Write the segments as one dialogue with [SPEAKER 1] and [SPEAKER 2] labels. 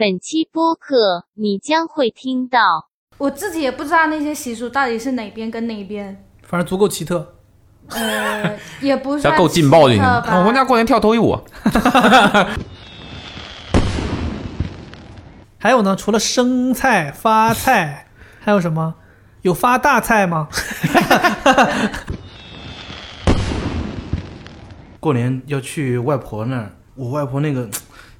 [SPEAKER 1] 本期播客你将会听到
[SPEAKER 2] 我自己也不知道那些习俗到底是哪边跟哪边，
[SPEAKER 3] 反正足够奇特。
[SPEAKER 2] 呃， 也不算
[SPEAKER 4] 要够劲爆就
[SPEAKER 2] 奇
[SPEAKER 4] 行
[SPEAKER 2] 特吧
[SPEAKER 5] 我们家过年跳脱衣舞，
[SPEAKER 3] 还有呢，除了生菜、发菜， 还有什么？有发大菜吗？
[SPEAKER 6] 过年要去外婆那儿，我外婆那个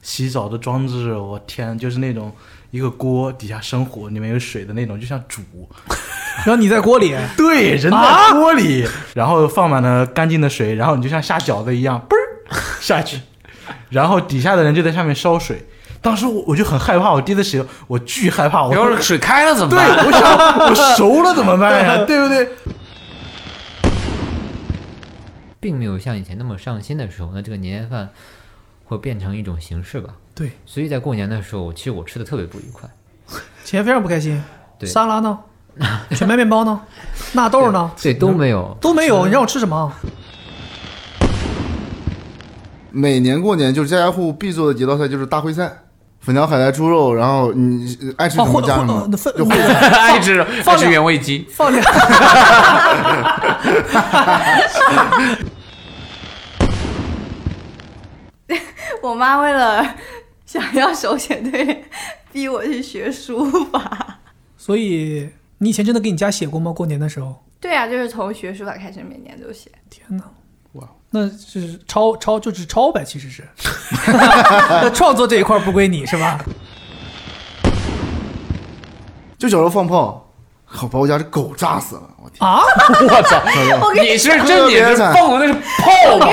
[SPEAKER 6] 洗澡的装置，我天，就是那种一个锅底下生火，里面有水的那种，就像煮。
[SPEAKER 3] 然后你在锅里，
[SPEAKER 6] 对，人在锅里，然后放满了干净的水，然后你就像下饺子一样，嘣 儿下去，然后底下的人就在下面烧水。当时我我就很害怕，我第一次使用，我巨害怕，我
[SPEAKER 5] 要是水开了怎么
[SPEAKER 6] 对，
[SPEAKER 5] 办？
[SPEAKER 6] 我想我熟了怎么 办呀？对不对？
[SPEAKER 7] 并没有像以前那么上心的时候，那这个年夜饭会变成一种形式吧。
[SPEAKER 3] 对，
[SPEAKER 7] 所以在过年的时候，我其实我吃的特别不愉快。
[SPEAKER 3] 钱非常不开心。
[SPEAKER 7] 对
[SPEAKER 3] 沙拉呢？全麦面包呢？纳豆呢？
[SPEAKER 7] 对，都没有。
[SPEAKER 3] 都没有，你让我吃什么？
[SPEAKER 8] 每年过年就是家家户户必做的几道菜就是大烩菜，粉条、海带、猪肉，然后你呃爱吃什
[SPEAKER 3] 哦
[SPEAKER 8] 么
[SPEAKER 3] 会
[SPEAKER 8] 加什
[SPEAKER 3] 会
[SPEAKER 8] 么
[SPEAKER 3] 呃，分
[SPEAKER 8] 就烩菜。
[SPEAKER 5] 爱吃爱吃原味鸡，
[SPEAKER 3] 放点。
[SPEAKER 2] 我妈为了想要手写对联，逼我去学书法。
[SPEAKER 3] 所以你以前真的给你家写过吗？过年的时候？
[SPEAKER 2] 对啊，就是从学书法开始，每年都写。
[SPEAKER 3] 天哪！哇，那就是抄抄就是抄呗，其实是。 那创作这一块不归你是吧？
[SPEAKER 8] 就小时候放炮，好把我家这狗炸死了，我天！
[SPEAKER 3] 啊？
[SPEAKER 5] 我操！
[SPEAKER 2] 我跟
[SPEAKER 5] 你是这你是放的那是炮吗？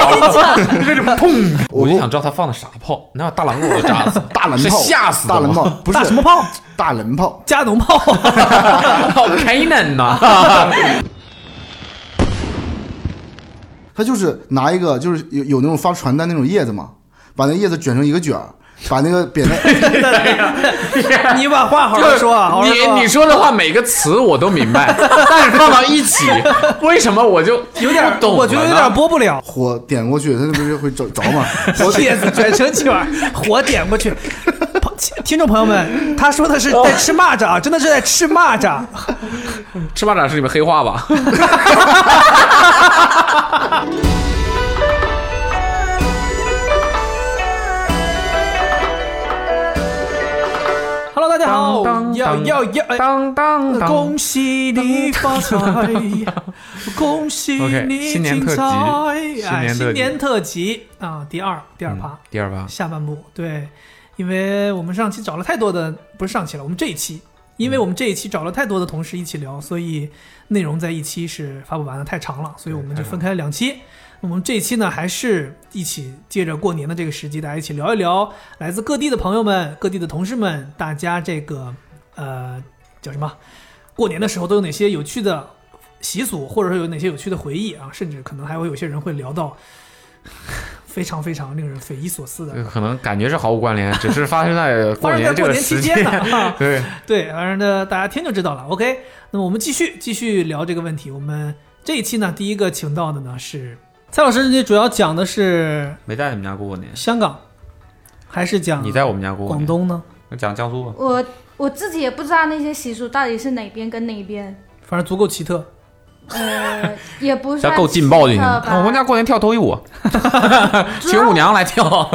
[SPEAKER 5] 那是砰！我就想知道他放的啥炮，那大狼给我炸死，
[SPEAKER 8] 大蓝
[SPEAKER 5] 是
[SPEAKER 8] 炮，
[SPEAKER 5] 吓死
[SPEAKER 8] 大蓝炮，不 是
[SPEAKER 3] 大什么炮？
[SPEAKER 8] 大蓝炮，
[SPEAKER 3] 加农炮。
[SPEAKER 5] 好 Canon 呐！
[SPEAKER 8] 他就是拿一个就是有有那种发传单那种叶子嘛，把那叶子卷成一个卷儿，把那个扁担，
[SPEAKER 3] 你把话好好
[SPEAKER 5] 就是
[SPEAKER 3] 说啊，好好说啊。
[SPEAKER 5] 你你说的话每个词我都明白，但是放到一起，为什么我就
[SPEAKER 3] 有点
[SPEAKER 5] 不，懂？
[SPEAKER 3] 我觉得有点。播不了。
[SPEAKER 8] 火点过去，他那不是会着着 嘛？
[SPEAKER 3] 火点子卷成卷儿，火点过去。朋听众朋友们，他说的是在吃蚂蚱，啊真的是在吃蚂蚱。
[SPEAKER 5] 吃蚂蚱是你们黑话吧？
[SPEAKER 3] Hello，大家好，要要要，哎
[SPEAKER 5] 当当当！
[SPEAKER 3] 恭喜你发财， 恭喜
[SPEAKER 5] OK，
[SPEAKER 3] 你
[SPEAKER 5] 新年
[SPEAKER 3] 精
[SPEAKER 5] 特辑
[SPEAKER 3] 彩，哎，
[SPEAKER 5] 新
[SPEAKER 3] 新
[SPEAKER 5] 年特辑
[SPEAKER 3] 年特辑啊，第二第二趴
[SPEAKER 5] 第二趴，
[SPEAKER 3] 下半部，对，因为我们上期找了太多的，不是上期了，我们这一期。因为我们这一期找了太多的同事一起聊，所以内容在一期是发布完了，太长了，所以我们就分开两期。我们这一期呢，还是一起借着过年的这个时机，大家一起聊一聊来自各地的朋友们、各地的同事们，大家这个呃叫什么？过年的时候都有哪些有趣的习俗，或者说有哪些有趣的回忆啊？甚至可能还会有些人会聊到 非常非常令人匪夷所思的
[SPEAKER 5] 这呃可能感觉是毫无关联， 只是发 生在嗯
[SPEAKER 3] 发
[SPEAKER 5] 过
[SPEAKER 3] 生在
[SPEAKER 5] 这
[SPEAKER 3] 过
[SPEAKER 5] 个
[SPEAKER 3] 年期
[SPEAKER 5] 时
[SPEAKER 3] 间呢。 啊
[SPEAKER 5] 对，
[SPEAKER 3] 对，反正呢，大家听就知道了。OK，那么我们继续继续聊这个问题。我们这一期呢，第一个请到的呢是蔡老师，你主要讲的是
[SPEAKER 4] 没在你们家过过年，
[SPEAKER 3] 香港，还是讲
[SPEAKER 5] 嗯
[SPEAKER 4] 你在我们家过过
[SPEAKER 3] 广
[SPEAKER 4] 年，
[SPEAKER 3] 东呢？
[SPEAKER 4] 讲江苏吧。
[SPEAKER 2] 我我自己也不知道那些习俗到底是哪边跟哪边，
[SPEAKER 3] 反正足够奇特。
[SPEAKER 2] 呃，也不
[SPEAKER 4] 要
[SPEAKER 2] 算
[SPEAKER 4] 够劲爆就
[SPEAKER 2] 奇
[SPEAKER 4] 行
[SPEAKER 2] 特吧
[SPEAKER 5] 哦我们家过年跳脱 衣舞，请舞娘来跳。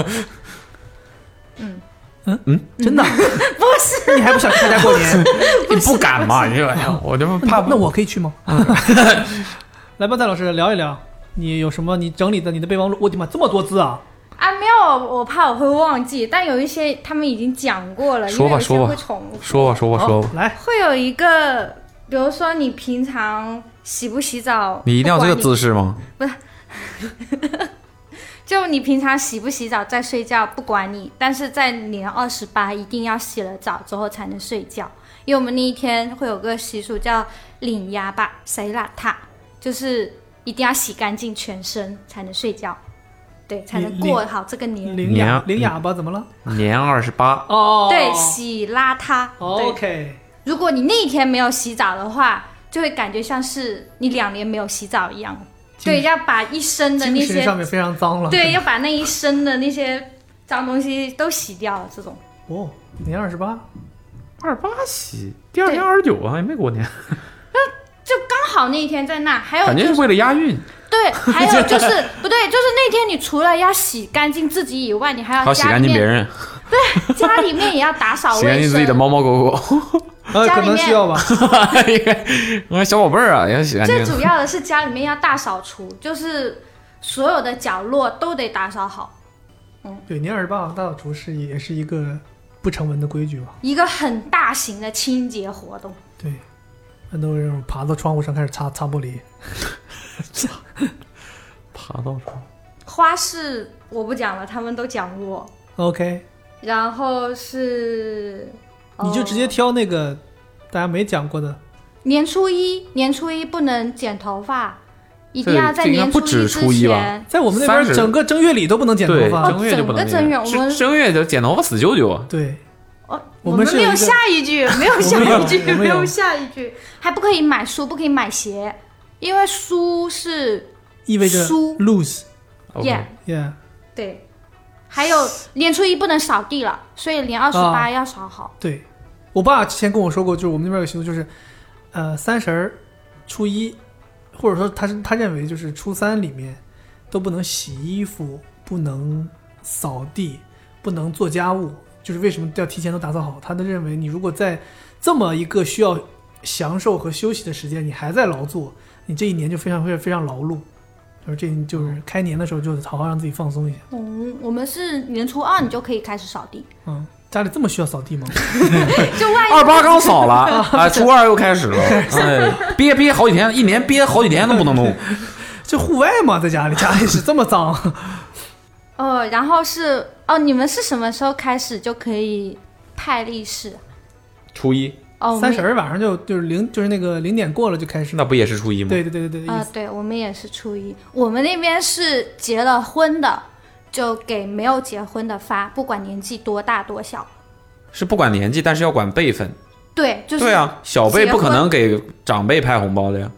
[SPEAKER 3] 真的？不是，你还不想去参加过年？
[SPEAKER 5] 你不敢 嘛？你说，哎我就怕
[SPEAKER 3] 那我可以去吗？ 来吧，戴老师聊一聊，你有什么？你整理的你的备忘录？我的妈，这么多字啊！
[SPEAKER 2] 啊，没有，我怕我会忘记，但有一些他们已经讲过了，因
[SPEAKER 5] 说吧
[SPEAKER 2] 为有些
[SPEAKER 5] 说吧
[SPEAKER 2] 会重复。
[SPEAKER 5] 说吧，说吧，说吧。
[SPEAKER 3] 好来，
[SPEAKER 2] 会有一个，比如说你平常洗不洗澡，
[SPEAKER 4] 你一定要这个
[SPEAKER 2] 不管
[SPEAKER 4] 姿势吗？
[SPEAKER 2] 你，就你平常洗不洗澡在睡觉不管你，但是在年二十八一定要洗了澡之后才能睡觉，因为我们那一天会有个习俗叫领鸭吧塞邋遢，就是一定要洗干净全身才能睡觉，对，才能
[SPEAKER 3] 领
[SPEAKER 2] 过好这个年。
[SPEAKER 3] 领哑
[SPEAKER 4] 娘
[SPEAKER 3] 领哑巴怎么了？
[SPEAKER 4] 年二十八，
[SPEAKER 3] 哦，
[SPEAKER 2] 对，洗邋遢。对。
[SPEAKER 3] OK，
[SPEAKER 2] 如果你那一天没有洗澡的话，就会感觉像是你两年没有洗澡一样。
[SPEAKER 3] 精
[SPEAKER 2] 对，要把一身的
[SPEAKER 3] 精
[SPEAKER 2] 那
[SPEAKER 3] 神
[SPEAKER 2] 些
[SPEAKER 3] 上面非常脏了。
[SPEAKER 2] 对，要把那一身的那些脏东西都洗掉，这种
[SPEAKER 3] 哦，年二十八，
[SPEAKER 5] 二八喜，第二天二十九啊，也没过年，
[SPEAKER 2] 就刚好那一天在那，
[SPEAKER 3] 哎
[SPEAKER 2] 还有
[SPEAKER 5] 感觉
[SPEAKER 2] 就是
[SPEAKER 5] 为了押韵。
[SPEAKER 2] 对，还 有就是不对，就是那天你除了要洗干净自己以外，你还
[SPEAKER 5] 还要
[SPEAKER 2] 要
[SPEAKER 5] 洗
[SPEAKER 2] 家
[SPEAKER 5] 干
[SPEAKER 2] 里
[SPEAKER 5] 净别
[SPEAKER 2] 面
[SPEAKER 5] 人，
[SPEAKER 2] 家里面也要打扫
[SPEAKER 5] 洗干
[SPEAKER 2] 卫
[SPEAKER 5] 净自己的
[SPEAKER 2] 生。
[SPEAKER 5] 猫猫狗 狗，
[SPEAKER 3] 呃，
[SPEAKER 2] 家
[SPEAKER 3] 可
[SPEAKER 2] 里面
[SPEAKER 3] 能需要吧。
[SPEAKER 5] 我看小宝贝儿啊，也要洗干
[SPEAKER 2] 最
[SPEAKER 5] 净。
[SPEAKER 2] 主要的是家里面要大扫除，就是所有的角落都得打扫好，
[SPEAKER 3] 对，年二十八大扫除是也是一个不成文的规矩吧？
[SPEAKER 2] 一个很大型的清洁活动。
[SPEAKER 3] 对，很多人爬到窗户上开始擦擦玻璃。
[SPEAKER 5] 爬到床，
[SPEAKER 2] 花式我不讲了，他们都讲过。
[SPEAKER 3] OK，
[SPEAKER 2] 然后是，
[SPEAKER 3] 你就
[SPEAKER 2] 呃
[SPEAKER 3] 直接挑那个大家没讲过的。
[SPEAKER 2] 年初一，年初一不能剪头发，一定
[SPEAKER 5] 这
[SPEAKER 2] 要在
[SPEAKER 5] 这应该
[SPEAKER 2] 年
[SPEAKER 5] 不
[SPEAKER 2] 一
[SPEAKER 5] 止初
[SPEAKER 2] 之
[SPEAKER 5] 一吧
[SPEAKER 2] 前。哦
[SPEAKER 3] 在我们那边，
[SPEAKER 5] 30
[SPEAKER 3] 整个正月里都不能剪头
[SPEAKER 5] 对，
[SPEAKER 3] 发。
[SPEAKER 5] 正月就不
[SPEAKER 2] 整
[SPEAKER 5] 能
[SPEAKER 2] 个正月我
[SPEAKER 5] 剪
[SPEAKER 2] 们
[SPEAKER 5] 正月就剪头发死舅舅啊。
[SPEAKER 3] 对，
[SPEAKER 2] 哦，我
[SPEAKER 3] 我们
[SPEAKER 2] 们
[SPEAKER 3] 是
[SPEAKER 2] 没
[SPEAKER 3] 有
[SPEAKER 2] 有
[SPEAKER 3] 一个
[SPEAKER 2] 下一句，没有下
[SPEAKER 3] 我们有
[SPEAKER 2] 一句，
[SPEAKER 3] 我们
[SPEAKER 2] 没
[SPEAKER 3] 有
[SPEAKER 2] 有下一句，还不可以买书，不可以买鞋，因为书是
[SPEAKER 3] 意味着
[SPEAKER 2] 梳
[SPEAKER 3] lose。
[SPEAKER 2] yeah
[SPEAKER 5] OK，
[SPEAKER 3] Yeah，
[SPEAKER 2] 对，还有年初一不能扫地了，所以年二十八
[SPEAKER 3] 啊
[SPEAKER 2] 要扫好。
[SPEAKER 3] 对，我爸之前跟我说过，就是我们那边有习俗，就是呃三十儿、初一，或者说他是他认为就是初三里面都不能洗衣服，不能扫地，不能做家务，就是为什么要提前都打扫好？他都认为你如果在这么一个需要享受和休息的时间，你还在劳作，你这一年就非常非常非常劳碌。就是这就是开年的时候，就好好让自己放松一下。
[SPEAKER 2] 嗯，我们是年初二你就可以开始扫地，哦
[SPEAKER 3] 嗯，家里这么需要扫地吗？
[SPEAKER 2] 就万一
[SPEAKER 5] 二八刚 扫了啊，初二又开始了，哎，憋憋好几天，一年憋好几天都不能弄。
[SPEAKER 3] 这户外嘛，在家里，家里是这么脏。
[SPEAKER 2] 呃，然后是哦，你们是什么时候开始就可以派历史？
[SPEAKER 5] 初一
[SPEAKER 2] 哦，我们
[SPEAKER 3] 三十儿晚上就就是零就是那个零点过了就开始。
[SPEAKER 5] 那不也是初一吗？
[SPEAKER 3] 对对对对对，
[SPEAKER 2] 啊、
[SPEAKER 3] 意思
[SPEAKER 2] 对我们也是初一，我们那边是结了婚的，就给没有结婚的发，不管年纪多大多小。
[SPEAKER 5] 是不管年纪，但是要管辈分。
[SPEAKER 2] 对，就是
[SPEAKER 5] 对啊，小辈不可能给长辈派红包的呀。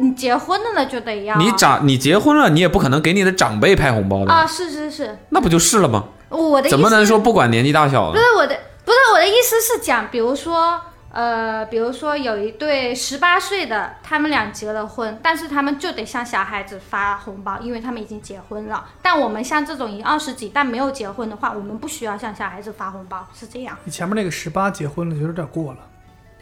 [SPEAKER 2] 你结婚了呢就得要啊、
[SPEAKER 5] 你长你结婚了，你也不可能给你的长辈派红包的，
[SPEAKER 2] 啊，是是是，
[SPEAKER 5] 那不就是了吗？
[SPEAKER 2] 我的意思
[SPEAKER 5] 怎么能说不管年纪大小
[SPEAKER 2] 不
[SPEAKER 5] 呢？
[SPEAKER 2] 是我的不是我的意思是讲，比如说呃，比如说有一对十八岁的，他们俩结了婚，但是他们就得向小孩子发红包，因为他们已经结婚了。但我们像这种已经二十几但没有结婚的话，我们不需要向小孩子发红包，是这样。
[SPEAKER 3] 你前面那个十八结婚了，觉得有点过了。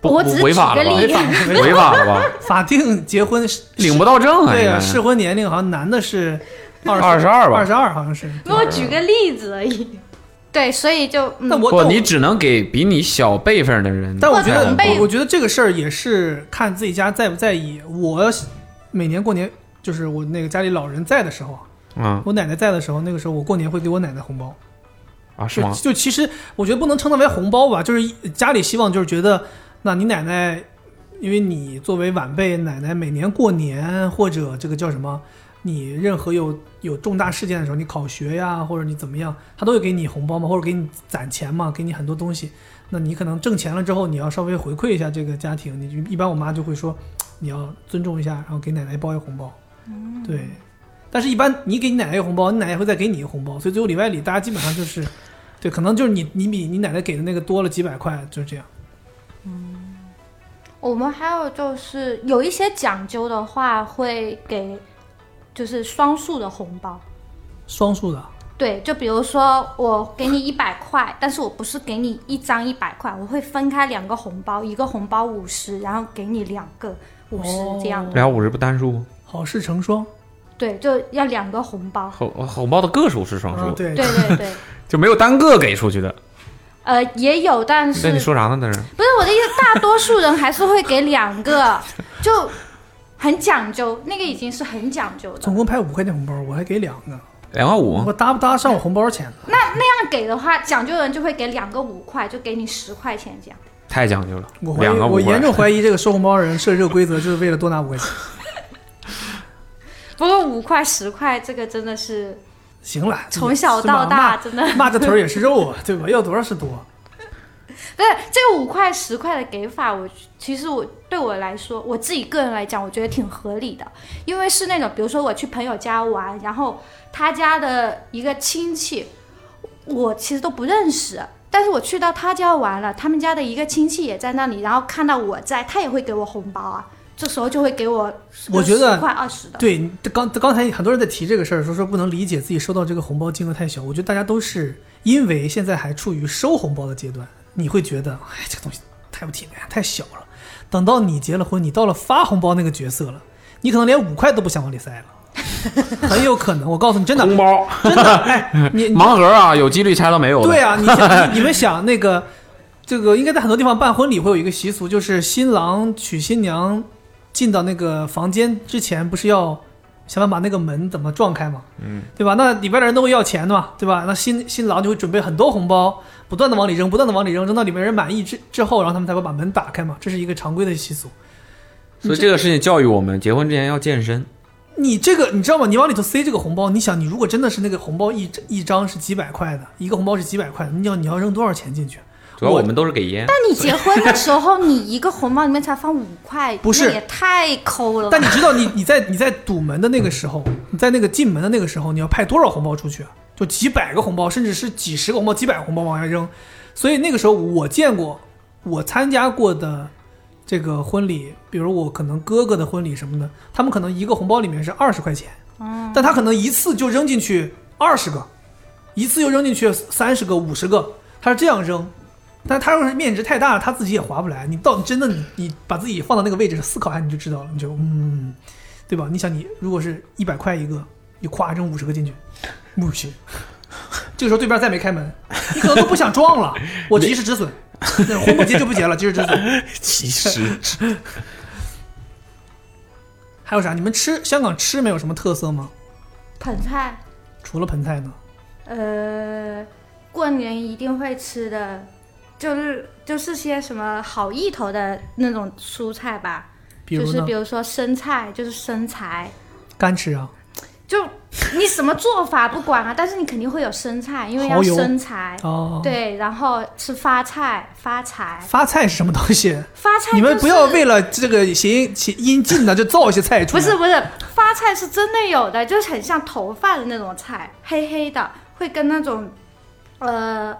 [SPEAKER 5] 不
[SPEAKER 2] 我
[SPEAKER 5] 不
[SPEAKER 2] 只是
[SPEAKER 5] 违法了吧？
[SPEAKER 2] 举个例
[SPEAKER 3] 子
[SPEAKER 5] 违法了吧？
[SPEAKER 3] 法定结婚是
[SPEAKER 5] 领不到证啊！
[SPEAKER 3] 对
[SPEAKER 5] 应
[SPEAKER 3] 啊，
[SPEAKER 5] 该
[SPEAKER 3] 适婚年龄好像男的是二
[SPEAKER 5] 22吧
[SPEAKER 3] 二十二好像是。
[SPEAKER 2] 给我举个例子而已。对，所以就嗯，
[SPEAKER 3] 但我
[SPEAKER 5] 不，
[SPEAKER 3] 但我
[SPEAKER 5] 你只能给比你小辈分的人。
[SPEAKER 3] 但我觉
[SPEAKER 2] 或者
[SPEAKER 3] 得
[SPEAKER 2] 长辈
[SPEAKER 3] 我觉得这个事儿也是看自己家在不在意。我每年过年就是我那个家里老人在的时候，
[SPEAKER 5] 嗯
[SPEAKER 3] 我奶奶在的时候，那个时候我过年会给我奶奶红包。
[SPEAKER 5] 啊，是
[SPEAKER 3] 就
[SPEAKER 5] 吗？
[SPEAKER 3] 就其实我觉得不能称它为红包吧，就是家里希望就是觉得，那你奶奶，因为你作为晚辈，奶奶每年过年或者这个叫什么，你任何有有重大事件的时候，你考学呀，或者你怎么样，她都会给你红包嘛，或者给你攒钱嘛，给你很多东西。那你可能挣钱了之后，你要稍微回馈一下这个家庭，你就一般我妈就会说，你要尊重一下，然后给奶奶包一个红包。对，但是一般你给你奶奶一个红包，你奶奶会再给你一个红包，所以最后里外里大家基本上就是，对，可能就是你你比你奶奶给的那个多了几百块，就是这样。
[SPEAKER 2] 我们还有就是有一些讲究的话，会给就是双数的红包。
[SPEAKER 3] 双数的，
[SPEAKER 2] 对，就比如说我给你一百块，但是我不是给你一张一百块，我会分开两个红包，一个红包五十，然后给你两个五十
[SPEAKER 3] 哦
[SPEAKER 2] 这样的。
[SPEAKER 5] 然后五十不单数吗？
[SPEAKER 3] 好事成双
[SPEAKER 2] 对，就要两个红包。
[SPEAKER 5] 红红包的个数是双
[SPEAKER 3] 啊，
[SPEAKER 5] 数，
[SPEAKER 3] 对，
[SPEAKER 2] 对对对，
[SPEAKER 5] 就没有单个给出去的。
[SPEAKER 2] 呃，也有，但
[SPEAKER 5] 那
[SPEAKER 2] 是
[SPEAKER 5] 你说啥呢？在这儿
[SPEAKER 2] 不是我的意思，大多数人还是会给两个， 就很讲究，那个已经是很讲究的。
[SPEAKER 3] 总共拍五块钱红包，我还给两个，
[SPEAKER 5] 两块五
[SPEAKER 3] 我搭不搭上我红包钱呢？
[SPEAKER 2] 这样给的话，讲究的人就会给两个五块，就给你十块钱这样。
[SPEAKER 5] 太讲究了
[SPEAKER 3] 我，怀疑，
[SPEAKER 5] 两个五
[SPEAKER 3] 我
[SPEAKER 5] 块
[SPEAKER 3] 严重怀疑这个收红包的人设置这个规则就是为了多拿五块钱。
[SPEAKER 2] 不过五块十块这个真的是
[SPEAKER 3] 行了，
[SPEAKER 2] 从小到大真的
[SPEAKER 3] 骂，骂这腿儿也是肉啊，对吧？要多少是多。
[SPEAKER 2] 不是这个五块十块的给法我，其实我对我来说，我自己个人来讲，我觉得挺合理的，因为是那种比如说我去朋友家玩，然后他家的一个亲戚，我其实都不认识，但是我去到他家玩了，他们家的一个亲戚也在那里，然后看到我在，他也会给我红包啊。这时 候就会给我，啊
[SPEAKER 3] 我觉得
[SPEAKER 2] 十块二十的，
[SPEAKER 3] 对，你这刚刚才很多人在提这个事儿，说说不能理解自己收到这个红包金额太小。我觉得大家都是因为现在还处于收红包的阶段，你会觉得，哎，这个东西太不体面，太小了。等到你结了婚，你到了发红包那个角色了，你可能连五块都不想往里塞了，很有可能。我告诉你，真的，
[SPEAKER 5] 红包
[SPEAKER 3] 真的，哎，你你
[SPEAKER 5] 盲盒啊，有几率猜到没有的。
[SPEAKER 3] 对啊，你想 你你们想那个，这个应该在很多地方办婚礼会有一个习俗，就是新郎娶新娘进到那个房间之前，不是要想办法把那个门怎么撞开嘛，嗯，对吧？那里边的人都会要钱的嘛，对吧？那新新郎就会准备很多红包，不断的往里扔，不断的往里扔，扔到里面人满意之之后，然后他们才会把门打开嘛，这是一个常规的习俗。
[SPEAKER 5] 所以这个事情教育我们，结婚之前要健身。
[SPEAKER 3] 你这个你知道吗？你往里头塞这个红包，你想，你如果真的是那个红包一一张是几百块的，一个红包是几百块的，你要你要扔多少钱进去？
[SPEAKER 5] 主要
[SPEAKER 3] 我
[SPEAKER 5] 我们都是给烟，
[SPEAKER 2] 那你结婚的时候，你一个红包里面才放五块，
[SPEAKER 3] 不是
[SPEAKER 2] 那也太抠了吧
[SPEAKER 3] 但你知道你，你在你在堵门的那个时候，你在那个进门的那个时候，你要派多少红包出去啊？就几百个红包，甚至是几十个红包、几百个红包往外扔。所以那个时候，我见过我参加过的这个婚礼，比如我可能哥哥的婚礼什么的，他们可能一个红包里面是二十块钱，嗯，但他可能一次就扔进去二十个，一次又扔进去三十个、五十个，他是这样扔。但他要是面值太大了，他自己也划不来。你到底真的你你把自己放到那个位置思考一下，你就知道了。你就嗯，对吧？你想你如果是一百块一个，你咵扔五十个进去，不行。 这个时候对面再没开门，你可能都不想撞了。我及时止损，那红不结就不结了，及时止损。
[SPEAKER 5] 其实
[SPEAKER 3] 还有啥？你们吃香港吃没有什么特色吗？
[SPEAKER 2] 盆菜，
[SPEAKER 3] 除了盆菜呢？
[SPEAKER 2] 呃，过年一定会吃的，就是就是些什么好意头的那种蔬菜吧，
[SPEAKER 3] 比
[SPEAKER 2] 就
[SPEAKER 3] 如
[SPEAKER 2] 是
[SPEAKER 3] 呢
[SPEAKER 2] 比？如说生菜，就是生财，
[SPEAKER 3] 干吃啊？
[SPEAKER 2] 就你什么做法不管啊， 但是你肯定会有生菜，因为要
[SPEAKER 3] 蚝油
[SPEAKER 2] 生财。
[SPEAKER 3] 哦，，
[SPEAKER 2] 对，然后吃发菜，发财，
[SPEAKER 3] 发菜是什么东西？
[SPEAKER 2] 发菜、就是。
[SPEAKER 3] 你们不要为了这个谐音谐音近的就造一些菜出
[SPEAKER 2] 不
[SPEAKER 3] 来。
[SPEAKER 2] 是不是，发菜是真的有的，就是很像头发的那种菜，黑黑的，会跟那种呃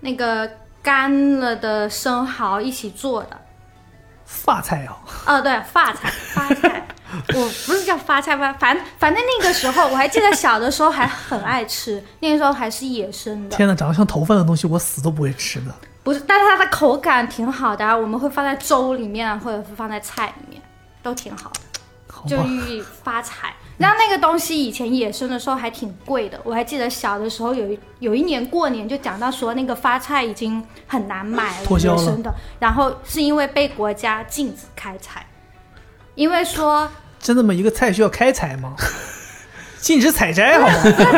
[SPEAKER 2] 那个干了的生蚝一起做的。
[SPEAKER 3] 发菜啊，
[SPEAKER 2] 哦，对，发菜，发菜，我不是叫发菜吧，反反正那个时候我还记得小的时候还很爱吃，那个时候还是野生的，
[SPEAKER 3] 天哪，长得像头发的东西，我死都不会吃的。
[SPEAKER 2] 不是，但是它的口感挺好的啊，我们会放在粥里面啊，或者是放在菜里面，都挺好的。
[SPEAKER 3] 好
[SPEAKER 2] 就
[SPEAKER 3] 吧，
[SPEAKER 2] 寓意发财。然后那个东西以前野生的时候还挺贵的，我还记得小的时候有一有一年过年就讲到说那个发菜已经很难买了，
[SPEAKER 3] 脱销
[SPEAKER 2] 野
[SPEAKER 3] 了
[SPEAKER 2] 生的，然后是因为被国家禁止开采，因为说
[SPEAKER 3] 真的吗？一个菜需要开采 吗？禁止采摘，好吗？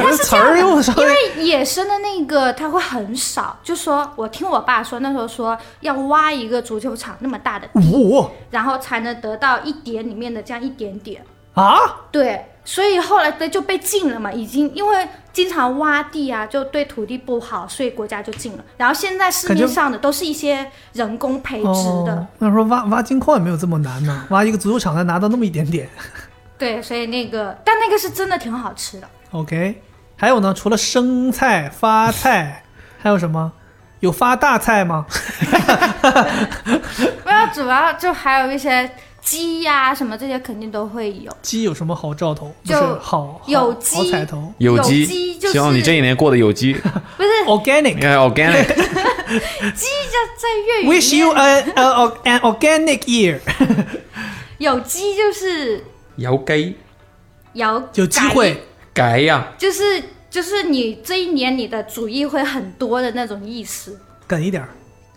[SPEAKER 3] 这词儿又稍
[SPEAKER 2] 因
[SPEAKER 3] 微
[SPEAKER 2] 为野生的那个它会很少，就说我听我爸说那时候说要挖一个足球场那么大的地，
[SPEAKER 3] 五
[SPEAKER 2] 然后才能得到一点里面的这样一点点，
[SPEAKER 3] 啊，
[SPEAKER 2] 对，所以后来的就被禁了嘛，已经因为经常挖地啊，就对土地不好，所以国家就禁了。然后现在市
[SPEAKER 3] 感觉
[SPEAKER 2] 面上的都是一些人工培植的，
[SPEAKER 3] 哦，那时候挖挖金矿也没有这么难呢，挖一个足球场才拿到那么一点点。
[SPEAKER 2] 对，所以那个但那个是真的挺好吃的。
[SPEAKER 3] OK，还有呢，除了生菜、发菜，还有什么？有发大菜吗？
[SPEAKER 2] 没有，主要就还有一些鸡呀、什么这些肯定都会有，
[SPEAKER 3] 鸡有什么好兆头？不
[SPEAKER 2] 就是
[SPEAKER 3] 好好
[SPEAKER 2] 有
[SPEAKER 3] 好
[SPEAKER 2] 机
[SPEAKER 3] 彩头
[SPEAKER 5] 有机，
[SPEAKER 2] 有机就是
[SPEAKER 5] 希望你这一年过得 有机，
[SPEAKER 2] 不是
[SPEAKER 5] 你
[SPEAKER 3] ，organic。
[SPEAKER 5] 看 organic，
[SPEAKER 2] 鸡叫在粤语
[SPEAKER 3] Wish
[SPEAKER 2] 里
[SPEAKER 3] you
[SPEAKER 2] 面
[SPEAKER 3] an an an organic year，
[SPEAKER 2] 有鸡就是
[SPEAKER 5] 有机
[SPEAKER 2] 有
[SPEAKER 3] 有机会
[SPEAKER 2] 改，
[SPEAKER 5] 改呀，
[SPEAKER 2] 就是就是你这一年你的主意会很多的那种意思。
[SPEAKER 3] 梗一点儿。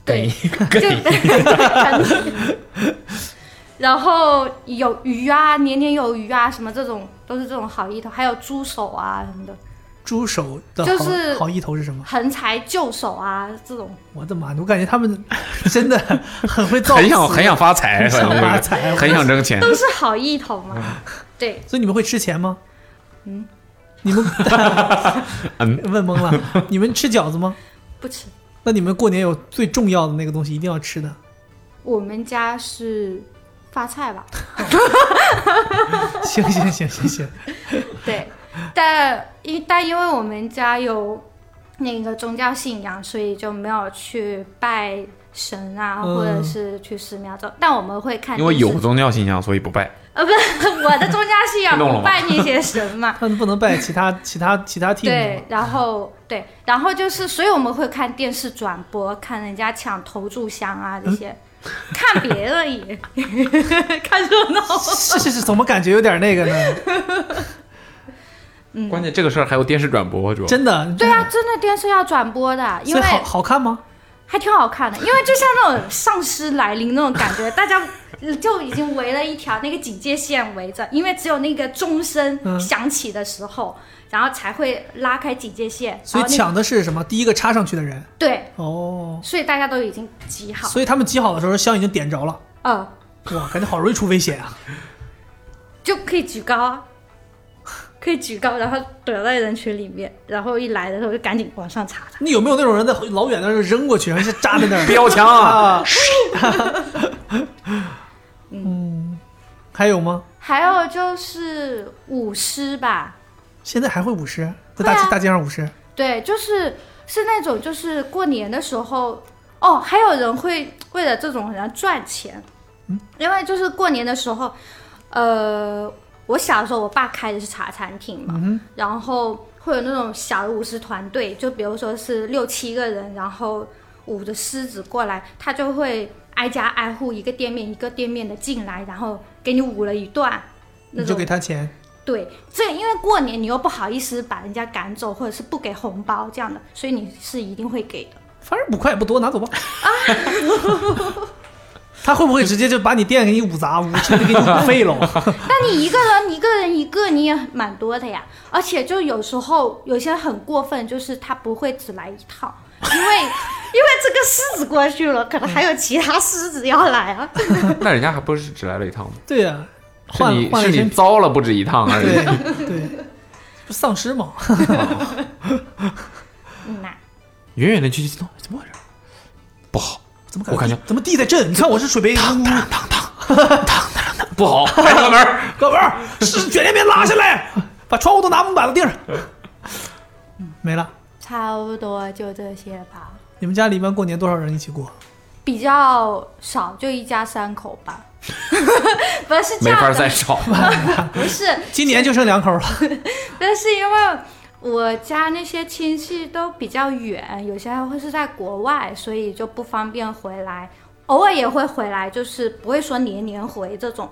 [SPEAKER 2] 对，就 然后有鱼啊，年年有余啊，什么这种都是这种好意头，还有猪手啊什么的，
[SPEAKER 3] 猪手的好、
[SPEAKER 2] 就是
[SPEAKER 3] 好意头是什么？
[SPEAKER 2] 横财就手啊这种。
[SPEAKER 3] 我的妈！我感觉他们真的很会造词，
[SPEAKER 5] 很想很想发财，
[SPEAKER 3] 很想发财
[SPEAKER 5] 很想 挣钱。
[SPEAKER 2] 都是好意头
[SPEAKER 5] 嗯
[SPEAKER 2] 嘛，对，
[SPEAKER 3] 所以你们会吃钱吗？嗯，你们
[SPEAKER 5] 嗯
[SPEAKER 3] 问懵了。你们吃饺子吗？
[SPEAKER 2] 不吃。
[SPEAKER 3] 那你们过年有最重要的那个东西一定要吃的，
[SPEAKER 2] 我们家是发菜 吧，
[SPEAKER 3] 行行行行行，
[SPEAKER 2] 对，但因但因为我们家有那个宗教信仰，所以就没有去拜神啊，
[SPEAKER 3] 嗯
[SPEAKER 2] 或者是去寺庙走。但我们会看，
[SPEAKER 5] 因为有宗教信仰，所以不拜。
[SPEAKER 2] 呃，不 是我的宗教信仰
[SPEAKER 5] 弄了
[SPEAKER 2] 不
[SPEAKER 5] 吗
[SPEAKER 2] 拜那些神 嘛。
[SPEAKER 3] 他们不能拜其他其他其他替
[SPEAKER 2] 对
[SPEAKER 3] 母，，
[SPEAKER 2] 然后对，然后就是，所以我们会看电视转播，看人家抢投注箱啊
[SPEAKER 3] 嗯
[SPEAKER 2] 这些，看别的也 看热闹。
[SPEAKER 3] 这是是怎么感觉有点那个 呢？
[SPEAKER 5] 关键这个事儿还有电视转播，主要
[SPEAKER 3] 真的，
[SPEAKER 2] 对啊，真的电视要转播的，因
[SPEAKER 3] 所
[SPEAKER 2] 为
[SPEAKER 3] 以好好看吗？
[SPEAKER 2] 还挺好看的，因为就像那种丧尸来临那种感 觉，大家就已经围了一条那个警戒线围着，因为只有那个钟声
[SPEAKER 3] 嗯
[SPEAKER 2] 响起的时候，然后才会拉开警戒线，
[SPEAKER 3] 所以
[SPEAKER 2] 然后那
[SPEAKER 3] 抢的是什么？第一个插上去的人
[SPEAKER 2] 对，
[SPEAKER 3] 哦，
[SPEAKER 2] 所以大家都已经挤好，
[SPEAKER 3] 所以他们挤好的时候香已经点着了，
[SPEAKER 2] 嗯，
[SPEAKER 3] 哇，感觉好容易出危险啊！
[SPEAKER 2] 就可以举高啊， 可以举高，然后躲在人群里面，然后一来的时候就赶紧往上查查。
[SPEAKER 3] 你有没有那种人在老远的时候扔过去，然后就扎在那 儿？
[SPEAKER 5] 标枪啊，
[SPEAKER 3] 啊，嗯，还有吗？
[SPEAKER 2] 还有就是舞狮吧，
[SPEAKER 3] 现在还会舞狮，在大街、
[SPEAKER 2] 会啊
[SPEAKER 3] 大街上舞狮，
[SPEAKER 2] 对，就是是那种就是过年的时候，哦，还有人会为了这种人赚钱，
[SPEAKER 3] 嗯
[SPEAKER 2] 因为就是过年的时候，呃，我小的时候我爸开的是茶餐厅
[SPEAKER 3] 嗯
[SPEAKER 2] 嘛，然后会有那种小的舞狮团队，就比如说是六七个人，然后舞着狮子过来，他就会挨家挨户一个店面一个店面的进来，然后给你舞了一段。那
[SPEAKER 3] 你
[SPEAKER 2] 种。
[SPEAKER 3] 就给他钱，
[SPEAKER 2] 对，这因为过年你又不好意思把人家赶走，或者是不给红包这样的，所以你是一定会给的。
[SPEAKER 3] 反正五块也不多，拿走吧。啊 他会不会直接就把你店给你舞砸，舞直接给你舞废了？
[SPEAKER 2] 那你一个人一个人一个你也蛮多的呀，而且就有时候有些很过分，就是他不会只来一套，因为因为这个狮子过去了，可能还有其他狮子要来啊。
[SPEAKER 5] 那人家还不是只来了一趟吗？
[SPEAKER 3] 对呀、
[SPEAKER 5] 是
[SPEAKER 3] 换
[SPEAKER 5] 你
[SPEAKER 3] 换了
[SPEAKER 5] 是
[SPEAKER 3] 一身
[SPEAKER 5] 你糟了不止一趟而已。
[SPEAKER 3] 对对，不丧尸嘛。
[SPEAKER 2] 嗯呐、
[SPEAKER 5] 远远的去激动，怎么回事？不好，
[SPEAKER 3] 怎么
[SPEAKER 5] 我感觉
[SPEAKER 3] 怎么地在震？你看我是水杯，嗯
[SPEAKER 5] 不好，开关门儿。
[SPEAKER 3] 哥们儿是卷帘帘拉下来，把窗户都拿木板子钉上。没了。
[SPEAKER 2] 差不多就这些吧，
[SPEAKER 3] 你们家里一般过年多少人一起过？
[SPEAKER 2] 比较少，就一家三口吧。 不是这
[SPEAKER 5] 没
[SPEAKER 2] 样
[SPEAKER 5] 法
[SPEAKER 2] 的，
[SPEAKER 5] 再少了。
[SPEAKER 2] 不是
[SPEAKER 3] 今年就剩两口了。
[SPEAKER 2] 但是因为我家那些亲戚都比较远，有些还会是在国外，所以就不方便回来。偶尔也会回来，就是不会说年年回这种，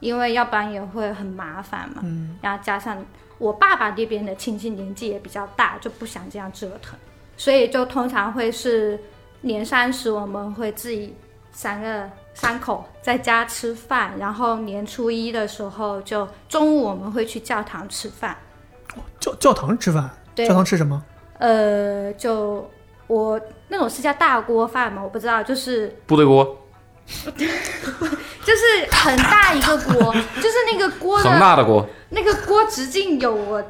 [SPEAKER 2] 因为要不然也会很麻烦嘛。
[SPEAKER 3] 嗯，
[SPEAKER 2] 然后加上我爸爸那边的亲戚年纪也比较大，就不想这样折腾，所以就通常会是年三十我们会自己三个三口在家吃饭，然后年初一的时候就中午我们会去教堂吃饭。
[SPEAKER 3] 教教堂吃饭，
[SPEAKER 2] 对
[SPEAKER 3] 教堂吃什么？
[SPEAKER 2] 呃，就我那种是叫大锅饭吗？我不知道，就是
[SPEAKER 5] 部队锅，
[SPEAKER 2] 就是很大一个锅，就是那个锅
[SPEAKER 5] 恒
[SPEAKER 2] 的
[SPEAKER 5] 大的锅，
[SPEAKER 2] 那个锅直径有我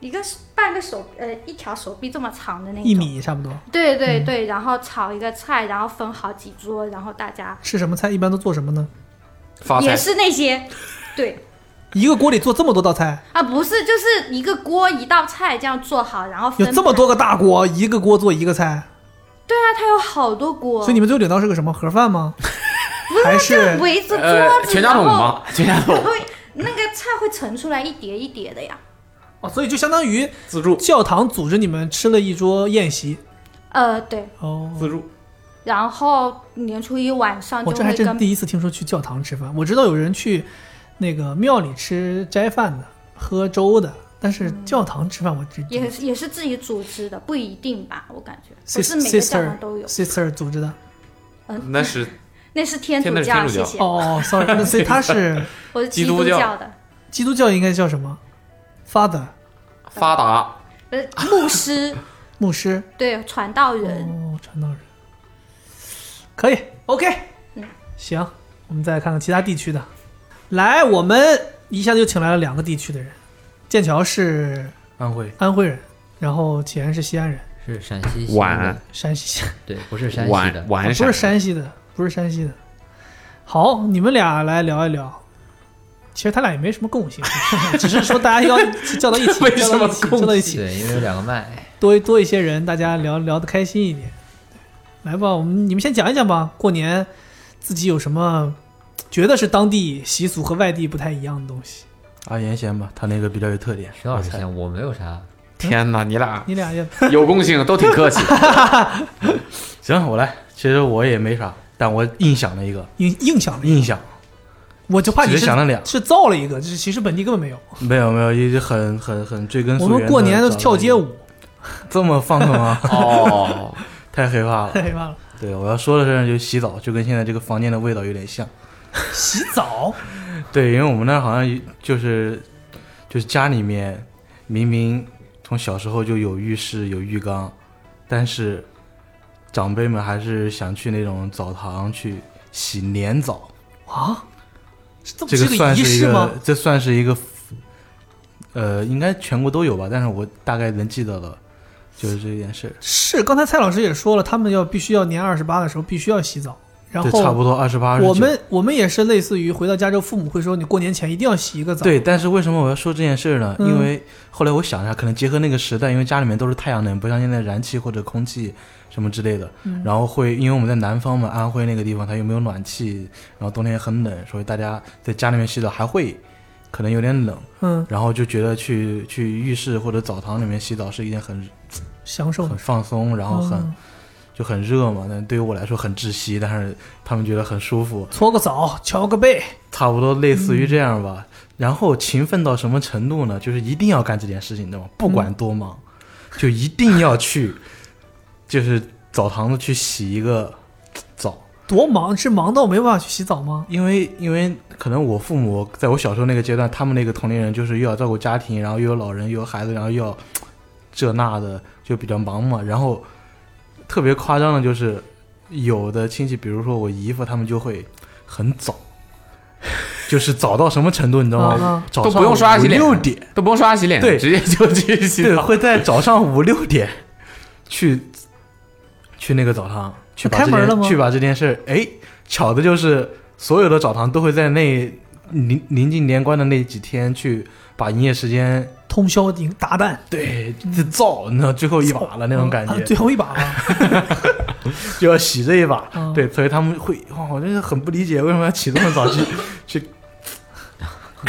[SPEAKER 2] 一个半个手呃一条手臂这么长的那种，
[SPEAKER 3] 一。米嗯差不多。
[SPEAKER 2] 对对对，然后炒一个菜，然后分好几桌，然后大家
[SPEAKER 3] 吃什么菜？一般都做什么呢？
[SPEAKER 5] 发
[SPEAKER 2] 也
[SPEAKER 5] 财。
[SPEAKER 2] 是那些，对
[SPEAKER 3] 一个锅里做这么多道菜，
[SPEAKER 2] 啊，不是就是一个锅一道菜这样做好，然后分
[SPEAKER 3] 有这么
[SPEAKER 2] 盘
[SPEAKER 3] 多个大锅，一个锅做一个菜，
[SPEAKER 2] 对啊，它有好多锅，
[SPEAKER 3] 所以你们最后领到是个什么盒饭吗？还
[SPEAKER 2] 不是
[SPEAKER 3] 是
[SPEAKER 2] 就围着桌子，
[SPEAKER 5] 呃，全家桶
[SPEAKER 2] 然后
[SPEAKER 5] 吗？全家
[SPEAKER 2] 然
[SPEAKER 5] 桶
[SPEAKER 2] 后那个菜会盛出来一碟一碟的呀。
[SPEAKER 3] 哦，所以就相当于
[SPEAKER 5] 自助，
[SPEAKER 3] 教堂组织你们吃了一桌宴席。
[SPEAKER 2] 呃，对，
[SPEAKER 3] 哦，
[SPEAKER 5] 自助。
[SPEAKER 2] 然后年初一晚上就
[SPEAKER 3] 我这还
[SPEAKER 2] 会
[SPEAKER 3] 真
[SPEAKER 2] 跟
[SPEAKER 3] 第一次听说去教堂吃饭。我知道有人去那个庙里吃斋饭的、喝粥的，但是教堂吃饭我只
[SPEAKER 2] 嗯也是也是自己组织的，不一定吧，我感觉不是每个教堂都有
[SPEAKER 3] sister，sister 组织的。
[SPEAKER 5] 那是
[SPEAKER 2] 那是天
[SPEAKER 5] 天那
[SPEAKER 2] 主
[SPEAKER 5] 是天
[SPEAKER 2] 教，
[SPEAKER 5] 主
[SPEAKER 2] 谢谢，
[SPEAKER 5] 教哦
[SPEAKER 3] 哦哦，sorry，那所以他是
[SPEAKER 2] 我是
[SPEAKER 5] 基
[SPEAKER 2] 督
[SPEAKER 5] 督教
[SPEAKER 2] 的，
[SPEAKER 3] 基督教应该叫什么？father
[SPEAKER 5] 发达，
[SPEAKER 2] 呃，牧师，
[SPEAKER 3] 牧师。
[SPEAKER 2] 对，传道人，
[SPEAKER 3] 哦，传道人，可以，OK，
[SPEAKER 2] 嗯
[SPEAKER 3] 行，我们再看看其他地区的。来，我们一下子就请来了两个地区的人，剑桥是
[SPEAKER 6] 安徽
[SPEAKER 3] 安徽人，然后启安是西安人，
[SPEAKER 7] 是陕西西安
[SPEAKER 5] 晚
[SPEAKER 7] 的，
[SPEAKER 3] 山西
[SPEAKER 7] 对，不是山西
[SPEAKER 5] 晚
[SPEAKER 7] 的。
[SPEAKER 5] 晚
[SPEAKER 3] 啊不是山西的，不是山西的。好，你们俩来聊一聊。其实他俩也 没什么共性，只是说大家要叫到一起，
[SPEAKER 5] 为什么
[SPEAKER 3] 叫到一起叫到一起，
[SPEAKER 7] 对，因为有两个麦，
[SPEAKER 3] 多多一些人，大家聊聊得开心一点。对来吧，我们你们先讲一讲吧，过年自己有什么觉得是当地习俗和外地不太一样的东西？
[SPEAKER 6] 阿岩先啊吧，他那个比较有特点。
[SPEAKER 7] 徐老师先，我没有啥。
[SPEAKER 5] 天哪，你俩
[SPEAKER 3] 你俩也
[SPEAKER 5] 有共性，都挺 客气。？
[SPEAKER 6] 行，我来。其实我也没啥，但我硬想了一个，
[SPEAKER 3] 硬硬想了一个，
[SPEAKER 6] 硬想
[SPEAKER 3] 我就怕你
[SPEAKER 6] 只
[SPEAKER 3] 是
[SPEAKER 6] 想了俩
[SPEAKER 3] 是造了一个，就是其实本地根本没有。
[SPEAKER 6] 没有没有，一直很很很追根溯
[SPEAKER 3] 我
[SPEAKER 6] 源地
[SPEAKER 3] 们过年
[SPEAKER 6] 找
[SPEAKER 3] 都
[SPEAKER 6] 到
[SPEAKER 3] 跳街
[SPEAKER 6] 一个，
[SPEAKER 3] 舞，
[SPEAKER 6] 这么放纵啊
[SPEAKER 5] 哦，
[SPEAKER 6] 太黑怕了。
[SPEAKER 3] 太棒哎了。
[SPEAKER 6] 对，我要说的是就洗澡，就跟现在这个房间的味道有点像。
[SPEAKER 3] 洗澡，
[SPEAKER 6] 对，因为我们那儿好像就是就是家里面明明从小时候就有浴室有浴缸，但是长辈们还是想去那种澡堂去洗年澡，
[SPEAKER 3] 啊这不
[SPEAKER 6] 这个算
[SPEAKER 3] 仪
[SPEAKER 6] 是一
[SPEAKER 3] 式吗
[SPEAKER 6] 个？这算是一个呃，应该全国都有吧，但是我大概能记得了，就是这件事儿。
[SPEAKER 3] 是，刚才蔡老师也说了，他们要必须要年二十八的时候必须要洗澡，然
[SPEAKER 6] 对，差不
[SPEAKER 3] 后
[SPEAKER 6] 多二十八。
[SPEAKER 3] 我们我们也是类似于回到家之后，父母会说你过年前一定要洗一个澡。
[SPEAKER 6] 对，但是为什么我要说这件事儿呢？
[SPEAKER 3] 嗯
[SPEAKER 6] 因为后来我想一下，可能结合那个时代，因为家里面都是太阳能，不像现在燃气或者空气什么之类的。
[SPEAKER 3] 嗯
[SPEAKER 6] 然后会，因为我们在南方嘛，安徽那个地方它又没有暖气，然后冬天也很冷，所以大家在家里面洗澡还会可能有点冷，
[SPEAKER 3] 嗯，
[SPEAKER 6] 然后就觉得去去浴室或者澡堂里面洗澡是一件很
[SPEAKER 3] 享受
[SPEAKER 6] 很放松，然后很、
[SPEAKER 3] 嗯
[SPEAKER 6] 就很热嘛。但对于我来说很窒息，但是他们觉得很舒服。
[SPEAKER 3] 搓个澡，敲个背，
[SPEAKER 6] 差不多类似于这样吧。然后勤奋到什么程度呢？就是一定要干这件事情，对吗？不管多忙，就一定要去，就是澡堂子去洗一个澡。
[SPEAKER 3] 多忙是忙到没办法去洗澡吗？
[SPEAKER 6] 因为因为可能我父母在我小时候那个阶段，他们那个同龄人就是又要照顾家庭，然后又有老人，又有孩子，然后又要这那的，就比较忙嘛。然后特别夸张的就是，有的亲戚，比如说我姨父，他们就会很早， 就是早到什么程度，你知道
[SPEAKER 3] 啊
[SPEAKER 6] 吗
[SPEAKER 3] 啊？
[SPEAKER 6] 早
[SPEAKER 5] 都
[SPEAKER 6] 上
[SPEAKER 5] 不用刷牙洗脸
[SPEAKER 6] 五六点，
[SPEAKER 5] 都不用刷牙洗脸，
[SPEAKER 6] 对
[SPEAKER 5] 直接就去洗
[SPEAKER 6] 对，
[SPEAKER 5] 澡。
[SPEAKER 6] 会在早上五六点去去那个澡堂去把
[SPEAKER 3] 开
[SPEAKER 6] 这
[SPEAKER 3] 门了
[SPEAKER 6] 件
[SPEAKER 3] 吗
[SPEAKER 6] 去把这件事儿。哎，巧的就是所有的澡堂都会在那临临近年关的那几天去把营业时间
[SPEAKER 3] 通宵顶打蛋，
[SPEAKER 6] 对自造，那最后一把了那种感
[SPEAKER 3] 啊
[SPEAKER 6] 觉，
[SPEAKER 3] 最后一把 了，
[SPEAKER 6] 就要洗这一把
[SPEAKER 3] 嗯。
[SPEAKER 6] 对，所以他们会哇，我真是很不理解为什么要起这么早 去去。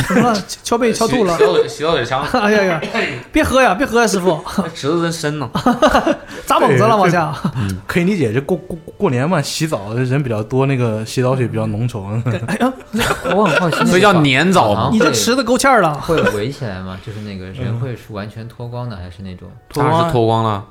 [SPEAKER 3] 怎么了？敲背敲吐了
[SPEAKER 5] 洗。到嘴，洗到嘴强，
[SPEAKER 3] 哎呀呀！别喝呀，别喝呀，师傅，
[SPEAKER 5] 池子真深呢。
[SPEAKER 3] 扎猛子了，往下。
[SPEAKER 6] 可以理解，这过过过年嘛，洗澡的人比较多，那个洗澡水比较浓稠。
[SPEAKER 3] 哎呀，
[SPEAKER 7] 我很好奇，
[SPEAKER 5] 所以叫粘澡吗
[SPEAKER 3] 你这嗯池子够欠儿了。
[SPEAKER 7] 会围起来吗？就是 那个人会是完全脱光的，还是那种？
[SPEAKER 5] 当然是脱光了，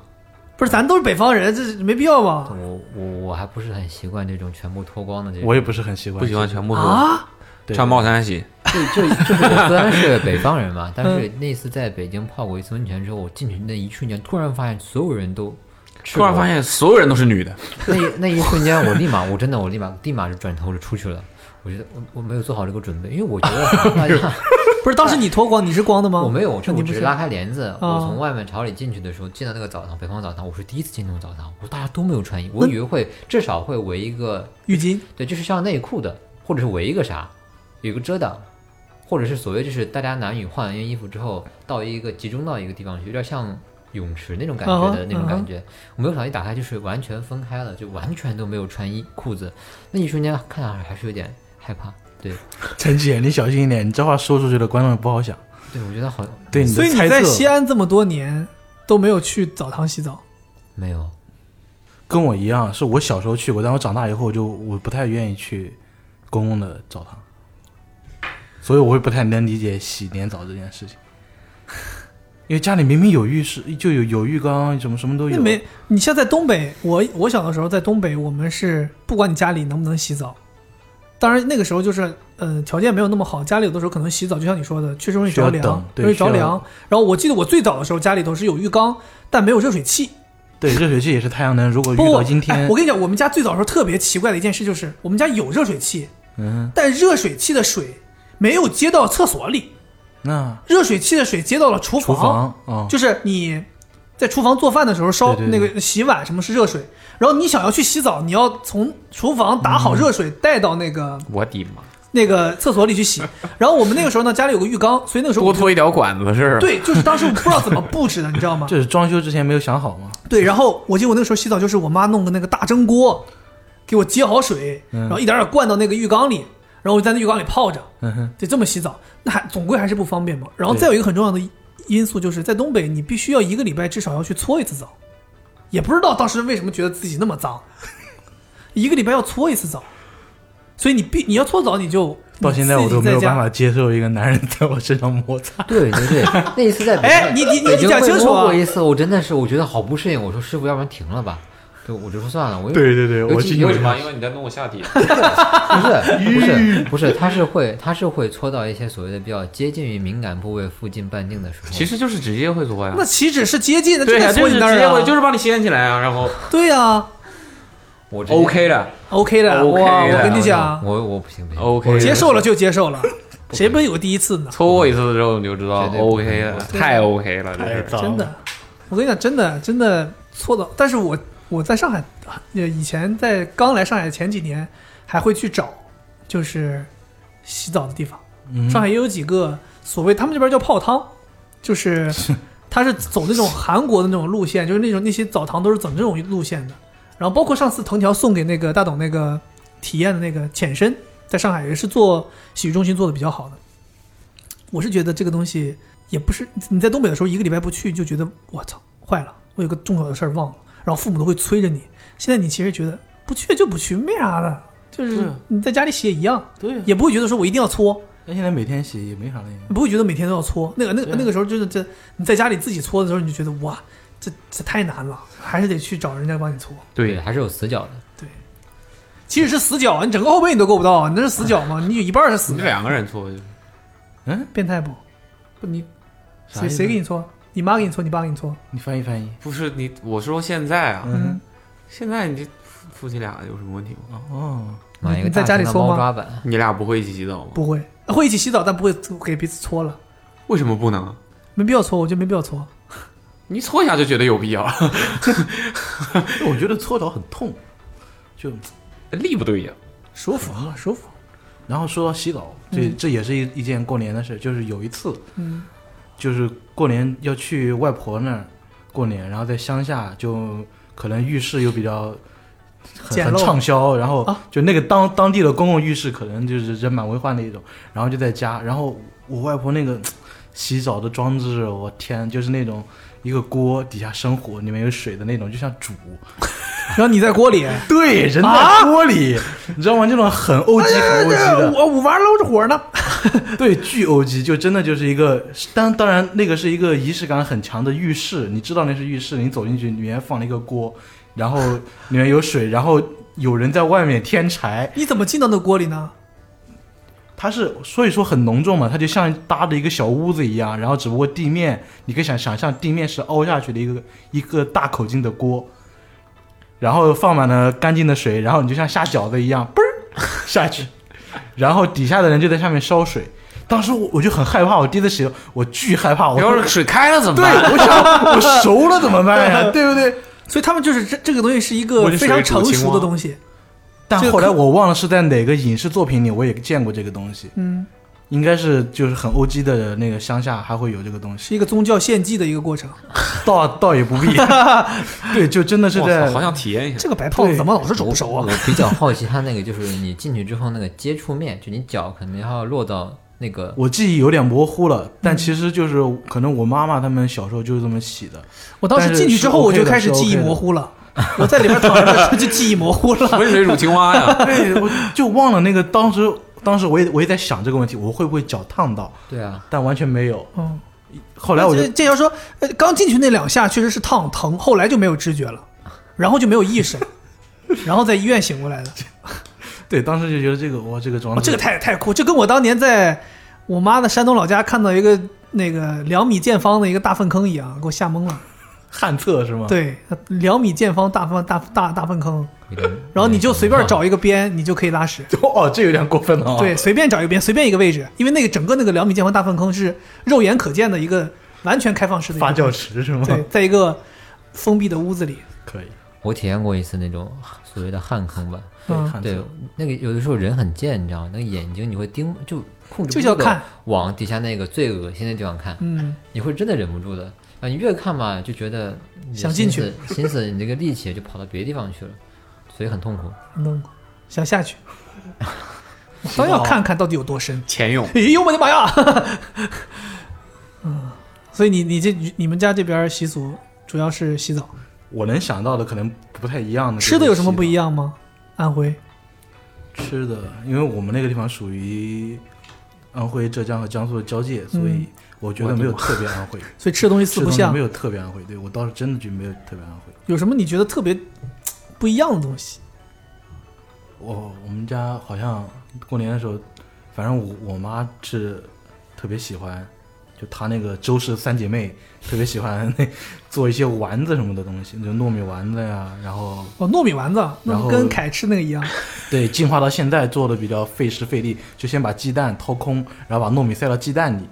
[SPEAKER 3] 不是，咱都是北方人，这没必要吧？
[SPEAKER 7] 我我我还不是很习惯这种全部脱光的这 种。
[SPEAKER 6] 我也不是很习惯，
[SPEAKER 5] 不喜欢全部脱，
[SPEAKER 3] 啊，
[SPEAKER 6] 对
[SPEAKER 5] 穿帽衫洗。
[SPEAKER 7] 就就就是 我虽然是北方人嘛，但是那次在北京泡过一次温泉之后，我进去那一瞬间，突然发现所有人都赤
[SPEAKER 5] 突
[SPEAKER 7] 裸。
[SPEAKER 5] 然发现所有人都是女的，
[SPEAKER 7] 那一那一瞬间，我立马，我真的，我立马立马就转头就出去了。我觉得我我没有做好这个准备，因为我觉得大家
[SPEAKER 3] 不是，当时你脱光，你是光的吗？
[SPEAKER 7] 我没
[SPEAKER 3] 哦
[SPEAKER 7] 有，
[SPEAKER 3] 那
[SPEAKER 7] 就
[SPEAKER 3] 你
[SPEAKER 7] 我
[SPEAKER 3] 不
[SPEAKER 7] 只
[SPEAKER 3] 是
[SPEAKER 7] 是拉开帘子，
[SPEAKER 3] 哦
[SPEAKER 7] 我从外面朝里进去的时候，进到那个澡堂，北方澡堂，我是第一次进那种澡堂，我大家都没有穿衣，我以为会至少会围一个，
[SPEAKER 3] 浴巾。
[SPEAKER 7] 对，就是像内裤的，或者是围一个啥，有一个遮挡，或者是所谓就是大家男女换完衣服之后，到一个集中到一个地方去，有点像泳池那种感觉的
[SPEAKER 3] 嗯哼
[SPEAKER 7] 那种感觉。我没有想到一打开就是完全分开了，就完全都没有穿衣裤子，那一瞬间看上还是有点害怕。对，
[SPEAKER 6] 陈姐，你小心一点，你这话说出去了，观众也不好想。
[SPEAKER 7] 对我觉得好
[SPEAKER 6] 对你的
[SPEAKER 3] 所以你
[SPEAKER 6] 猜
[SPEAKER 3] 在
[SPEAKER 6] 测
[SPEAKER 3] 西安这么多年都没有去澡堂洗澡，
[SPEAKER 7] 没有。
[SPEAKER 6] 跟我一样，是我小时候去过，但我长大以后就我不太愿意去公共的澡堂，所以我会不太能理解洗脸澡这件事情。因为家里明明有浴室，就有有浴缸，什么什么都
[SPEAKER 3] 那
[SPEAKER 6] 有。
[SPEAKER 3] 没你像在东北，我我小的时候在东北，我们是不管你家里能不能洗澡，当然那个时候就是呃条件没有那么好，家里有的时候可能洗澡就像你说的，确实容易
[SPEAKER 6] 需
[SPEAKER 3] 着
[SPEAKER 6] 要
[SPEAKER 3] 凉
[SPEAKER 6] 等，对
[SPEAKER 3] 容易着
[SPEAKER 6] 需要
[SPEAKER 3] 凉。然后我记得我最早的时候家里头是有浴缸，但没有热水器。
[SPEAKER 6] 对，热水器也是太阳能。如果遇
[SPEAKER 3] 不
[SPEAKER 6] 到
[SPEAKER 3] 过
[SPEAKER 6] 今天，
[SPEAKER 3] 哎，我跟你讲，我们家最早的时候特别奇怪的一件事就是，我们家有热水器，
[SPEAKER 6] 嗯，
[SPEAKER 3] 但热水器的水没有接到厕所里，
[SPEAKER 6] 那
[SPEAKER 3] 热水器的水接到了厨
[SPEAKER 6] 厨
[SPEAKER 3] 房。
[SPEAKER 6] 房啊，
[SPEAKER 3] 就是你在厨房做饭的时候烧
[SPEAKER 6] 对
[SPEAKER 3] 那
[SPEAKER 6] 对对
[SPEAKER 3] 个洗碗什么是热水，然后你想要去洗澡，你要从厨房打好热水带到那个
[SPEAKER 5] 我的妈！
[SPEAKER 3] 那个厕所里去洗。然后我们那个时候呢，家里有个浴缸，所以那个时候我
[SPEAKER 9] 多
[SPEAKER 3] 们
[SPEAKER 9] 拖一条管子是吧？
[SPEAKER 3] 对，就是当时我不知道怎么布置的，你知道吗？
[SPEAKER 6] 这是装修之前没有想好吗？
[SPEAKER 3] 对，然后我记得我那个时候洗澡就是我妈弄个那个大蒸锅，给我接好水，
[SPEAKER 6] 嗯
[SPEAKER 3] 然后一点点灌到那个浴缸里，然后我就在那浴缸里泡着，
[SPEAKER 6] 嗯哼，
[SPEAKER 3] 得这么洗澡，那还总归还是不方便嘛。然后再有一个很重要的因素就是在东北，你必须要一个礼拜至少要去搓一次澡，也不知道当时为什么觉得自己那么脏，一个礼拜要搓一次澡，所以你必你要搓澡你就
[SPEAKER 6] 到现在我都没
[SPEAKER 3] 你自
[SPEAKER 6] 有办。
[SPEAKER 3] 己在家
[SPEAKER 6] 法接受一个男人在我身上 摩擦。
[SPEAKER 7] 对对对，那一次在 北
[SPEAKER 3] 哎
[SPEAKER 7] 京，
[SPEAKER 3] 你你你
[SPEAKER 7] 北京
[SPEAKER 3] 你讲清楚啊
[SPEAKER 7] 摸过一次，我真的是我觉得好不适应，我说师傅，要不然停了吧，对，我就说算了，我又
[SPEAKER 6] 对对对，我
[SPEAKER 7] 记
[SPEAKER 6] 记
[SPEAKER 7] 得
[SPEAKER 6] 得
[SPEAKER 5] 为什么？因为你在弄我下 体。
[SPEAKER 7] 不是不是
[SPEAKER 3] 嗯
[SPEAKER 7] 不是，它是会它是会搓到一些所谓的比较接近于敏感部位附近半径的时候。
[SPEAKER 5] 其实就是直接会搓呀。
[SPEAKER 3] 那岂止是接近的，
[SPEAKER 5] 对呀、
[SPEAKER 3] 在
[SPEAKER 5] 就
[SPEAKER 3] 搓
[SPEAKER 5] 是
[SPEAKER 3] 你
[SPEAKER 5] 直
[SPEAKER 3] 那儿
[SPEAKER 5] 接
[SPEAKER 3] 啊
[SPEAKER 5] 会，就是把你掀起来啊，然后
[SPEAKER 3] 对呀
[SPEAKER 7] 我直接
[SPEAKER 5] OK 的，
[SPEAKER 3] ，OK 的，
[SPEAKER 5] OK
[SPEAKER 3] 哇，啊我
[SPEAKER 5] 的
[SPEAKER 3] 跟你讲，
[SPEAKER 7] 我我不行不行
[SPEAKER 5] OK 的
[SPEAKER 3] 接受了就接受了，谁没有个第一次呢？
[SPEAKER 5] 搓过一次之后你就知道
[SPEAKER 7] 绝对不
[SPEAKER 5] OK 了，
[SPEAKER 3] 对
[SPEAKER 5] 太 OK 了，这是。
[SPEAKER 3] 真的，我跟你讲，真的真的搓澡，但是我我在上海，呃以前在刚来上海前几年，还会去找就是洗澡的地方。
[SPEAKER 5] 嗯
[SPEAKER 3] 上海也有几个所谓他们这边叫泡汤， 就是它是走那种韩国的那种路线，就是那种那些澡堂都是走这种路线的。然后包括上次藤条送给那个大董那个体验的那个浅深，在上海也是做洗浴中心做的比较好的。我是觉得这个东西也不是你在东北的时候一个礼拜不去就觉得我操坏了，我有个重要的事儿忘了，然后父母都会催着你。现在你其实觉得不去就不去，没啥的，就是你在家里洗也一样，
[SPEAKER 6] 对，
[SPEAKER 3] 也不会觉得说我一定要搓，
[SPEAKER 6] 但现在每天洗也没啥了呀。
[SPEAKER 3] 不会觉得每天都要搓。那个那个
[SPEAKER 6] 对
[SPEAKER 3] 那个时候真的这你在家里自己搓的时候，你就觉得哇，这这太难了，还是得去找人家帮你搓。
[SPEAKER 7] 对，还是有死角的。
[SPEAKER 3] 即使是死角，你整个后背你都够不到，你那是死角吗？你有一半是死
[SPEAKER 5] 你
[SPEAKER 3] 角，
[SPEAKER 5] 两个人搓就
[SPEAKER 3] 变态不？不你
[SPEAKER 6] 啥
[SPEAKER 3] 谁
[SPEAKER 6] 意思
[SPEAKER 3] 谁给你搓？你妈给你搓，你爸给你搓？
[SPEAKER 6] 你翻译翻译。
[SPEAKER 5] 不是你，我是说现在啊，
[SPEAKER 6] 嗯
[SPEAKER 5] 现在你这夫夫妻俩有什么问题
[SPEAKER 3] 嗯
[SPEAKER 5] 吗？
[SPEAKER 6] 哦，
[SPEAKER 7] 买一个
[SPEAKER 3] 你在
[SPEAKER 7] 大
[SPEAKER 3] 家
[SPEAKER 7] 型
[SPEAKER 3] 里
[SPEAKER 7] 的
[SPEAKER 3] 搜吗
[SPEAKER 7] 猫抓板，
[SPEAKER 5] 你俩不会一起洗澡吗？
[SPEAKER 3] 不会，会一起洗澡，但不会给彼此搓了，
[SPEAKER 5] 为什么不能啊？
[SPEAKER 3] 没必要搓，我觉得没必要搓。
[SPEAKER 5] 你搓一下就觉得有必要，
[SPEAKER 6] 哎我觉得搓澡很痛，就
[SPEAKER 5] 力不对呀。
[SPEAKER 3] 舒服啊，舒服。
[SPEAKER 6] 然后说到洗澡，这、这也是一一件过年的事，就是有一次，
[SPEAKER 3] 嗯，
[SPEAKER 6] 就是过年要去外婆那儿过年，然后在乡下就可能浴室又比较很
[SPEAKER 3] 简
[SPEAKER 6] 很
[SPEAKER 3] 陋
[SPEAKER 6] 畅销，然后
[SPEAKER 3] 啊
[SPEAKER 6] 就那个当当地的公共浴室可能就是人满为患的一种，然后就在家，然后我外婆那个洗澡的装置，我天，就是那种一个锅底下生火，里面有水的那种，就像煮，
[SPEAKER 3] 然后你在锅里，
[SPEAKER 6] 对，人在锅里，你知道吗？这种很欧几很欧几的，
[SPEAKER 3] 啊哎我我玩搂着火呢。
[SPEAKER 6] 对，巨欧级，就真的就是一个，当当然那个是一个仪式感很强的浴室，你知道那是浴室，你走进去里面放了一个锅，然后里面有水，然后有人在外面添柴，
[SPEAKER 3] 你怎么进到那锅里呢？
[SPEAKER 6] 它是所以说很隆重嘛，它就像搭的一个小屋子一样，然后只不过地面你可以想想象地面是凹下去的一个一个大口径的锅，然后放满了干净的水，然后你就像下饺子一样， 嘣儿下去，然后底下的人就在下面烧水。当时我我就很害怕，我第一次洗，我巨害怕，我
[SPEAKER 5] 要
[SPEAKER 6] 说
[SPEAKER 5] 是水开了怎么
[SPEAKER 6] 对，
[SPEAKER 5] 办？
[SPEAKER 6] 我想我熟了怎么办哎 呀？对不对？
[SPEAKER 3] 所以他们就是这这个东西是一个
[SPEAKER 5] 我就
[SPEAKER 3] 非
[SPEAKER 5] 属
[SPEAKER 3] 常
[SPEAKER 5] 于
[SPEAKER 3] 成
[SPEAKER 5] 煮青
[SPEAKER 3] 熟的
[SPEAKER 5] 蛙
[SPEAKER 3] 东西。
[SPEAKER 6] 但
[SPEAKER 3] 这个
[SPEAKER 6] 后来
[SPEAKER 3] 可
[SPEAKER 6] 我忘了是在哪个影视作品里，我也见过这个东西，
[SPEAKER 3] 嗯，
[SPEAKER 6] 应该是就是很 O G 的那个乡下还会有这个东西。
[SPEAKER 3] 是一个宗教献祭的一个过程。
[SPEAKER 6] 倒倒也不必， 对，就真的是
[SPEAKER 5] 我
[SPEAKER 6] 在
[SPEAKER 5] 操，好想体验一下。
[SPEAKER 3] 这个白胖子
[SPEAKER 6] 对
[SPEAKER 3] 怎么老是整不熟啊
[SPEAKER 7] 我？比较好奇它那个就是你进去之后那个接触面，就你脚可能要落到那个
[SPEAKER 6] 我记忆有点模糊了，但其实就是可能我妈妈他们小时候就是这么洗的，，
[SPEAKER 3] 我当时进去之后，我就开始记忆模糊了。我在里边躺着的时候就记忆模糊 了。
[SPEAKER 5] 温水煮青蛙呀
[SPEAKER 6] 对，我就忘了那个当时，当时我也我也在想这个问题，我会不会脚烫到，
[SPEAKER 7] 对啊，
[SPEAKER 6] 但完全没有。
[SPEAKER 3] 嗯，
[SPEAKER 6] 后哎来我就
[SPEAKER 3] 这这要说，呃刚进去那两下确实是烫疼，后来就没有知觉了，然后就没有意识了，然后在医院醒过来的。
[SPEAKER 6] 对，当时就觉得这个哇，这个装
[SPEAKER 3] 哦，
[SPEAKER 6] 置，
[SPEAKER 3] 这个太太酷，这跟我当年在我妈的山东老家看到一个那个两米见方的一个大粪坑一样，给我吓懵了。
[SPEAKER 6] 啊旱厕是吗？，
[SPEAKER 3] 对，两米见方大粪大大大粪坑，
[SPEAKER 7] 有点
[SPEAKER 3] 然后你就随便。
[SPEAKER 7] 有点
[SPEAKER 3] 找一个边，你就可以拉屎。
[SPEAKER 6] 嗯哦，这有点过分了、啊。
[SPEAKER 3] 对，，随便找一个边，随便一个位置，因为那个整个那个两米见方大粪坑是肉眼可见的一个完全开放式的一个
[SPEAKER 6] 发酵池是吗？
[SPEAKER 3] 对，在一个封闭的屋子里，
[SPEAKER 6] 可以。
[SPEAKER 7] 我体验过一次那种所谓的旱坑吧，
[SPEAKER 3] 嗯
[SPEAKER 6] 看
[SPEAKER 7] 对
[SPEAKER 6] 错，
[SPEAKER 7] 那个有的时候人很贱，你知道吗？那个眼睛你会盯，就控制
[SPEAKER 3] 就
[SPEAKER 7] 不
[SPEAKER 3] 想
[SPEAKER 7] 住
[SPEAKER 3] 看
[SPEAKER 7] 的往底下那个最恶心的地方看，
[SPEAKER 3] 嗯，
[SPEAKER 7] 你会真的忍不住的啊！你越看吧，就觉得你的
[SPEAKER 3] 想进
[SPEAKER 7] 心思，心思你这个力气就跑到别的地方去了，所以很痛苦。
[SPEAKER 3] 能想下 去，我倒
[SPEAKER 6] 啊
[SPEAKER 3] 要看看到底有多深。
[SPEAKER 4] 潜泳
[SPEAKER 3] 哎呦我的妈呀！嗯， 所以你你这你们家这边习俗主要是洗澡，
[SPEAKER 6] 我能想到的可能不太一样的。
[SPEAKER 3] 吃的有什么不一？样吗？安徽
[SPEAKER 6] 吃的，因为我们那个地方属于安徽、浙江和江苏的交界，所以我觉得没有特别安徽，
[SPEAKER 3] 所以吃的东西
[SPEAKER 6] 吃
[SPEAKER 3] 嗯四
[SPEAKER 6] 的
[SPEAKER 3] 不
[SPEAKER 6] 东西
[SPEAKER 3] 像
[SPEAKER 6] 没，有特别安徽。对我倒是真的觉得没有特别安徽。
[SPEAKER 3] 有什么你觉得特别不一样的东西？
[SPEAKER 6] 我我们家好像过年的时候，反正我我妈是特别喜欢，就她那个周氏三姐妹特别喜欢那做一些丸子什么的东西，就糯米丸子呀，然后
[SPEAKER 3] 哦，糯米丸子，那
[SPEAKER 6] 然
[SPEAKER 3] 不
[SPEAKER 6] 后
[SPEAKER 3] 跟凯吃那个一样？
[SPEAKER 6] 对，进化到现在做的比较费时费力，就先把鸡蛋掏空，然后把糯米塞到鸡蛋里，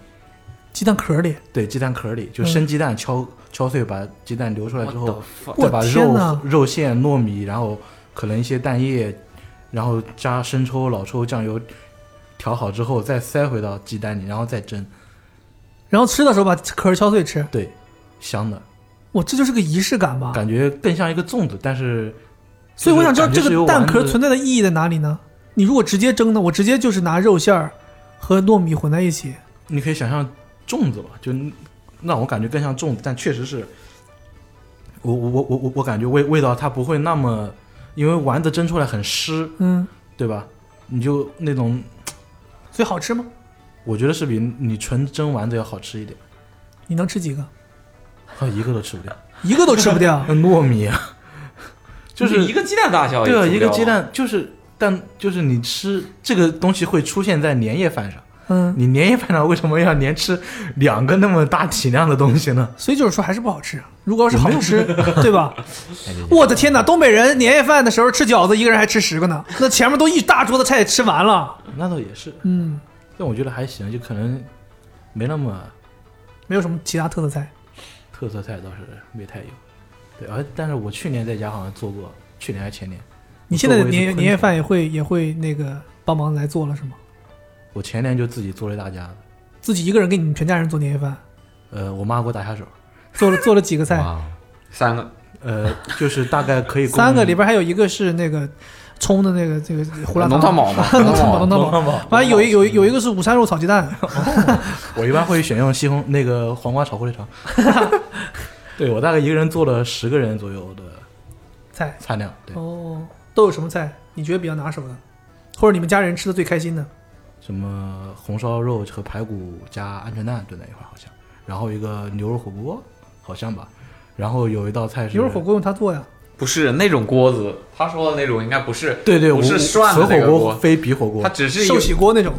[SPEAKER 3] 鸡蛋壳里，
[SPEAKER 6] 对，鸡蛋壳里就
[SPEAKER 3] 嗯
[SPEAKER 6] 生鸡蛋敲、敲碎，把鸡蛋流出来之后，
[SPEAKER 3] 我
[SPEAKER 6] 再把
[SPEAKER 3] 天
[SPEAKER 6] 肉
[SPEAKER 3] 哪
[SPEAKER 6] 肉馅、糯米，然后可能一些蛋液，然后加生抽、老抽、酱油调好之后，再塞回到鸡蛋里，然后再蒸。
[SPEAKER 3] 然后吃的时候把壳儿敲碎吃，
[SPEAKER 6] 对，香的，
[SPEAKER 3] 哇，这就是个仪式感吧？
[SPEAKER 6] 感觉更像一个粽子，但是
[SPEAKER 3] 所以我想知道
[SPEAKER 6] 就
[SPEAKER 3] 这
[SPEAKER 6] 是感觉是
[SPEAKER 3] 个
[SPEAKER 6] 由
[SPEAKER 3] 蛋壳
[SPEAKER 6] 丸子
[SPEAKER 3] 存在的意义在哪里呢？你如果直接蒸呢？我直接就是拿肉馅儿和糯米混在一起，
[SPEAKER 6] 你可以想象粽子吧，就让我感觉更像粽子，但确实是我我我我我我感觉味味道它不会那么，因为丸子蒸出来很湿，
[SPEAKER 3] 嗯，
[SPEAKER 6] 对吧？你就那种，
[SPEAKER 3] 所以好吃吗？
[SPEAKER 6] 我觉得是比你纯蒸丸子要好吃一点，
[SPEAKER 3] 你能吃几个？
[SPEAKER 6] 啊，一个都吃不掉，。
[SPEAKER 3] 一个都吃不掉
[SPEAKER 6] 那糯米啊，就是
[SPEAKER 4] 一个鸡蛋大小，
[SPEAKER 6] 对啊，一个鸡
[SPEAKER 4] 鸡蛋。
[SPEAKER 6] 蛋就是，但就是你吃这个东西会出现在年夜饭上，
[SPEAKER 3] 嗯，
[SPEAKER 6] 你年夜饭上为什么要连吃两个那么大体量的东西呢？
[SPEAKER 3] 所以就是说还是不好吃。如果要是好吃， 对吧？
[SPEAKER 7] 哎对
[SPEAKER 3] 我的天哪！东北人年夜饭的时候吃饺子，一个人还吃十个呢，那前面都一大桌子菜吃完了，
[SPEAKER 6] 那倒也是，
[SPEAKER 3] 嗯，
[SPEAKER 6] 但我觉得还行，就可能没那么
[SPEAKER 3] 没有什么其他特色菜。
[SPEAKER 6] 特色菜，倒是没太有。对，而但是我去年在家好像做过，去年还是前年。
[SPEAKER 3] 你现在的
[SPEAKER 6] 我做过一
[SPEAKER 3] 年夜
[SPEAKER 6] 次昆虫
[SPEAKER 3] 年夜饭也会也会那个帮忙来做了是吗？
[SPEAKER 6] 我前年就自己做了一大家子，
[SPEAKER 3] 自己一个人给你们全家人做年夜饭，
[SPEAKER 6] 呃，我妈给我打下手，
[SPEAKER 3] 做了做了几个菜，
[SPEAKER 7] 哇，哦
[SPEAKER 4] 三个，
[SPEAKER 6] 呃，就是大概可以供
[SPEAKER 3] 三个里边还有一个是那个冲的那个这个胡辣
[SPEAKER 4] 浓汤宝嘛，浓汤
[SPEAKER 3] 浓
[SPEAKER 4] 宝
[SPEAKER 3] 汤宝，完了有一有一有一个是午餐肉炒鸡蛋，
[SPEAKER 6] 我一般会选用西红那个黄瓜炒火腿肠。 对我大概一个人做了十个人左右的
[SPEAKER 3] 菜
[SPEAKER 6] 菜量，对，
[SPEAKER 3] 哦，都有什么菜？你觉得比较拿手的，或者你们家人吃的最开心的？
[SPEAKER 6] 什么红烧肉和排骨加鹌鹑蛋炖在一块儿好像，然后一个牛肉火锅好像吧，然后有一道菜是
[SPEAKER 3] 牛肉火，锅用它做呀，
[SPEAKER 4] 不是那种锅子，他说的那种应该不是，
[SPEAKER 6] 对对，
[SPEAKER 4] 不是
[SPEAKER 6] 我
[SPEAKER 4] 涮的
[SPEAKER 6] 河
[SPEAKER 4] 那
[SPEAKER 6] 火
[SPEAKER 4] 个
[SPEAKER 6] 锅
[SPEAKER 4] 锅，
[SPEAKER 6] 非皮火锅
[SPEAKER 4] 它，只是
[SPEAKER 3] 寿
[SPEAKER 4] 有
[SPEAKER 3] 喜锅那种。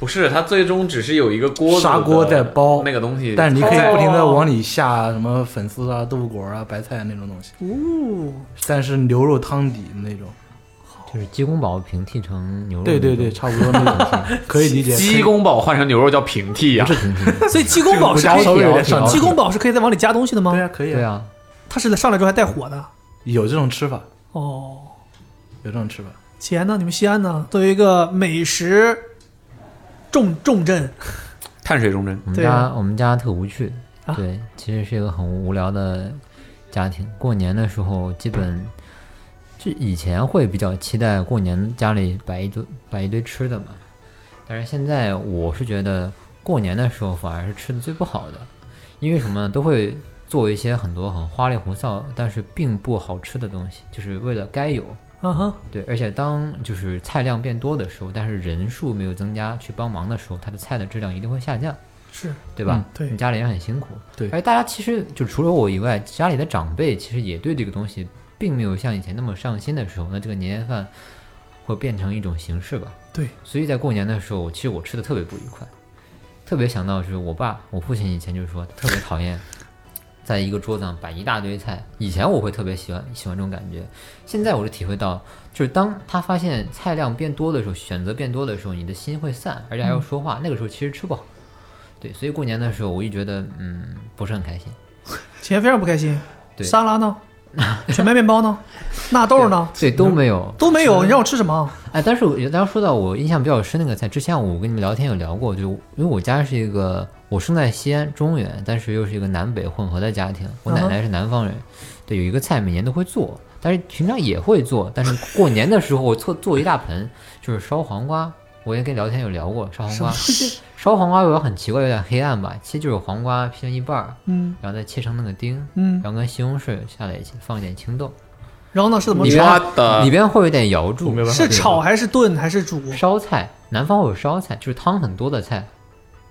[SPEAKER 4] 不是，它最终只是有一个锅子
[SPEAKER 6] 砂锅在煲
[SPEAKER 4] 那个东西，哦
[SPEAKER 6] 但是你可以
[SPEAKER 4] 在
[SPEAKER 6] 不停的往里下什么粉丝啊、豆腐果啊、白菜啊那种东西，
[SPEAKER 3] 哦，
[SPEAKER 6] 但是牛肉汤底那种，
[SPEAKER 7] 就是鸡公煲平替成牛肉，
[SPEAKER 6] 对对对，，差不多那种，可以理 解。
[SPEAKER 4] 鸡公煲换成牛肉叫平替啊呀
[SPEAKER 7] 不，是平替，
[SPEAKER 6] 啊
[SPEAKER 3] 所以鸡公煲是
[SPEAKER 6] 这个
[SPEAKER 3] 可
[SPEAKER 6] 我稍微有
[SPEAKER 3] 以
[SPEAKER 6] 点上头
[SPEAKER 3] 鸡公煲是可以再往里加东西的吗
[SPEAKER 6] 对？啊，可以
[SPEAKER 7] 对，啊，
[SPEAKER 3] 它是上来之后还带火的。
[SPEAKER 6] 有这种吃法，
[SPEAKER 3] 哦，
[SPEAKER 6] 有这种吃法。
[SPEAKER 3] 起源呢？你们西安呢？作为一个美食重重镇，
[SPEAKER 4] 碳水中针。
[SPEAKER 7] 我们
[SPEAKER 3] 对
[SPEAKER 7] 家、
[SPEAKER 3] 啊
[SPEAKER 7] 我们家特无趣，
[SPEAKER 3] 啊
[SPEAKER 7] 对，其实是一个很无聊的家庭。过年的时候，基本就以前会比较期待过年家里摆一堆摆一堆吃的嘛，但是现在我是觉得过年的时候反而是吃的最不好的，因为什么呢？都会做一些很多很花里胡哨，但是并不好吃的东西，就是为了该有。
[SPEAKER 3] 啊哈，
[SPEAKER 7] 对，而且当就是菜量变多的时候，但是人数没有增加去帮忙的时候，它的菜的质量一定会下降。
[SPEAKER 3] 是
[SPEAKER 7] 对吧？
[SPEAKER 3] 嗯对
[SPEAKER 7] 你家里人很辛苦。
[SPEAKER 6] 对
[SPEAKER 7] 而大家其实就除了我以外，家里的长辈其实也对这个东西并没有像以前那么上心的时候，那这个年夜饭会变成一种形式吧。
[SPEAKER 3] 对，
[SPEAKER 7] 所以在过年的时候，其实我吃的特别不愉快，特别想到就是我爸，我父亲以前就说特别讨厌。在一个桌子上摆一大堆菜，以前我会特别喜欢喜欢这种感觉，现在我就体会到，就是当他发现菜量变多的时候，选择变多的时候，你的心会散，而且
[SPEAKER 3] 嗯
[SPEAKER 7] 还要说话，那个时候其实吃不好。对，所以过年的时候我就觉得，嗯，不是很开心。
[SPEAKER 3] 起源非常不开心。
[SPEAKER 7] 对
[SPEAKER 3] 沙拉呢？全麦面包呢？纳豆呢？
[SPEAKER 7] 对，都没有。
[SPEAKER 3] 都没有，你让我吃什么？
[SPEAKER 7] 哎，但是我刚刚说到我印象比较深那个菜，之前我跟你们聊天有聊过，就因为我家是一个，我生在西安中原，但是又是一个南北混合的家庭，我奶奶是南方人，对，有一个菜每年都会做，但是平常也会做，但是过年的时候我做做一大盆，就是烧黄瓜，我也跟聊天有聊过烧黄瓜，烧黄瓜有点很奇怪，有点黑暗吧，其实就是黄瓜劈成一半儿，
[SPEAKER 3] 嗯
[SPEAKER 7] 然后再切成那个丁，
[SPEAKER 3] 嗯，
[SPEAKER 7] 然后跟西红柿下在一起，放一点青豆，
[SPEAKER 3] 然后呢是怎么
[SPEAKER 7] 里
[SPEAKER 3] 吃？
[SPEAKER 7] 边里边会有点瑶柱，
[SPEAKER 3] 是炒还是炖还是煮？
[SPEAKER 7] 烧菜，南方会有烧菜，就是汤很多的菜。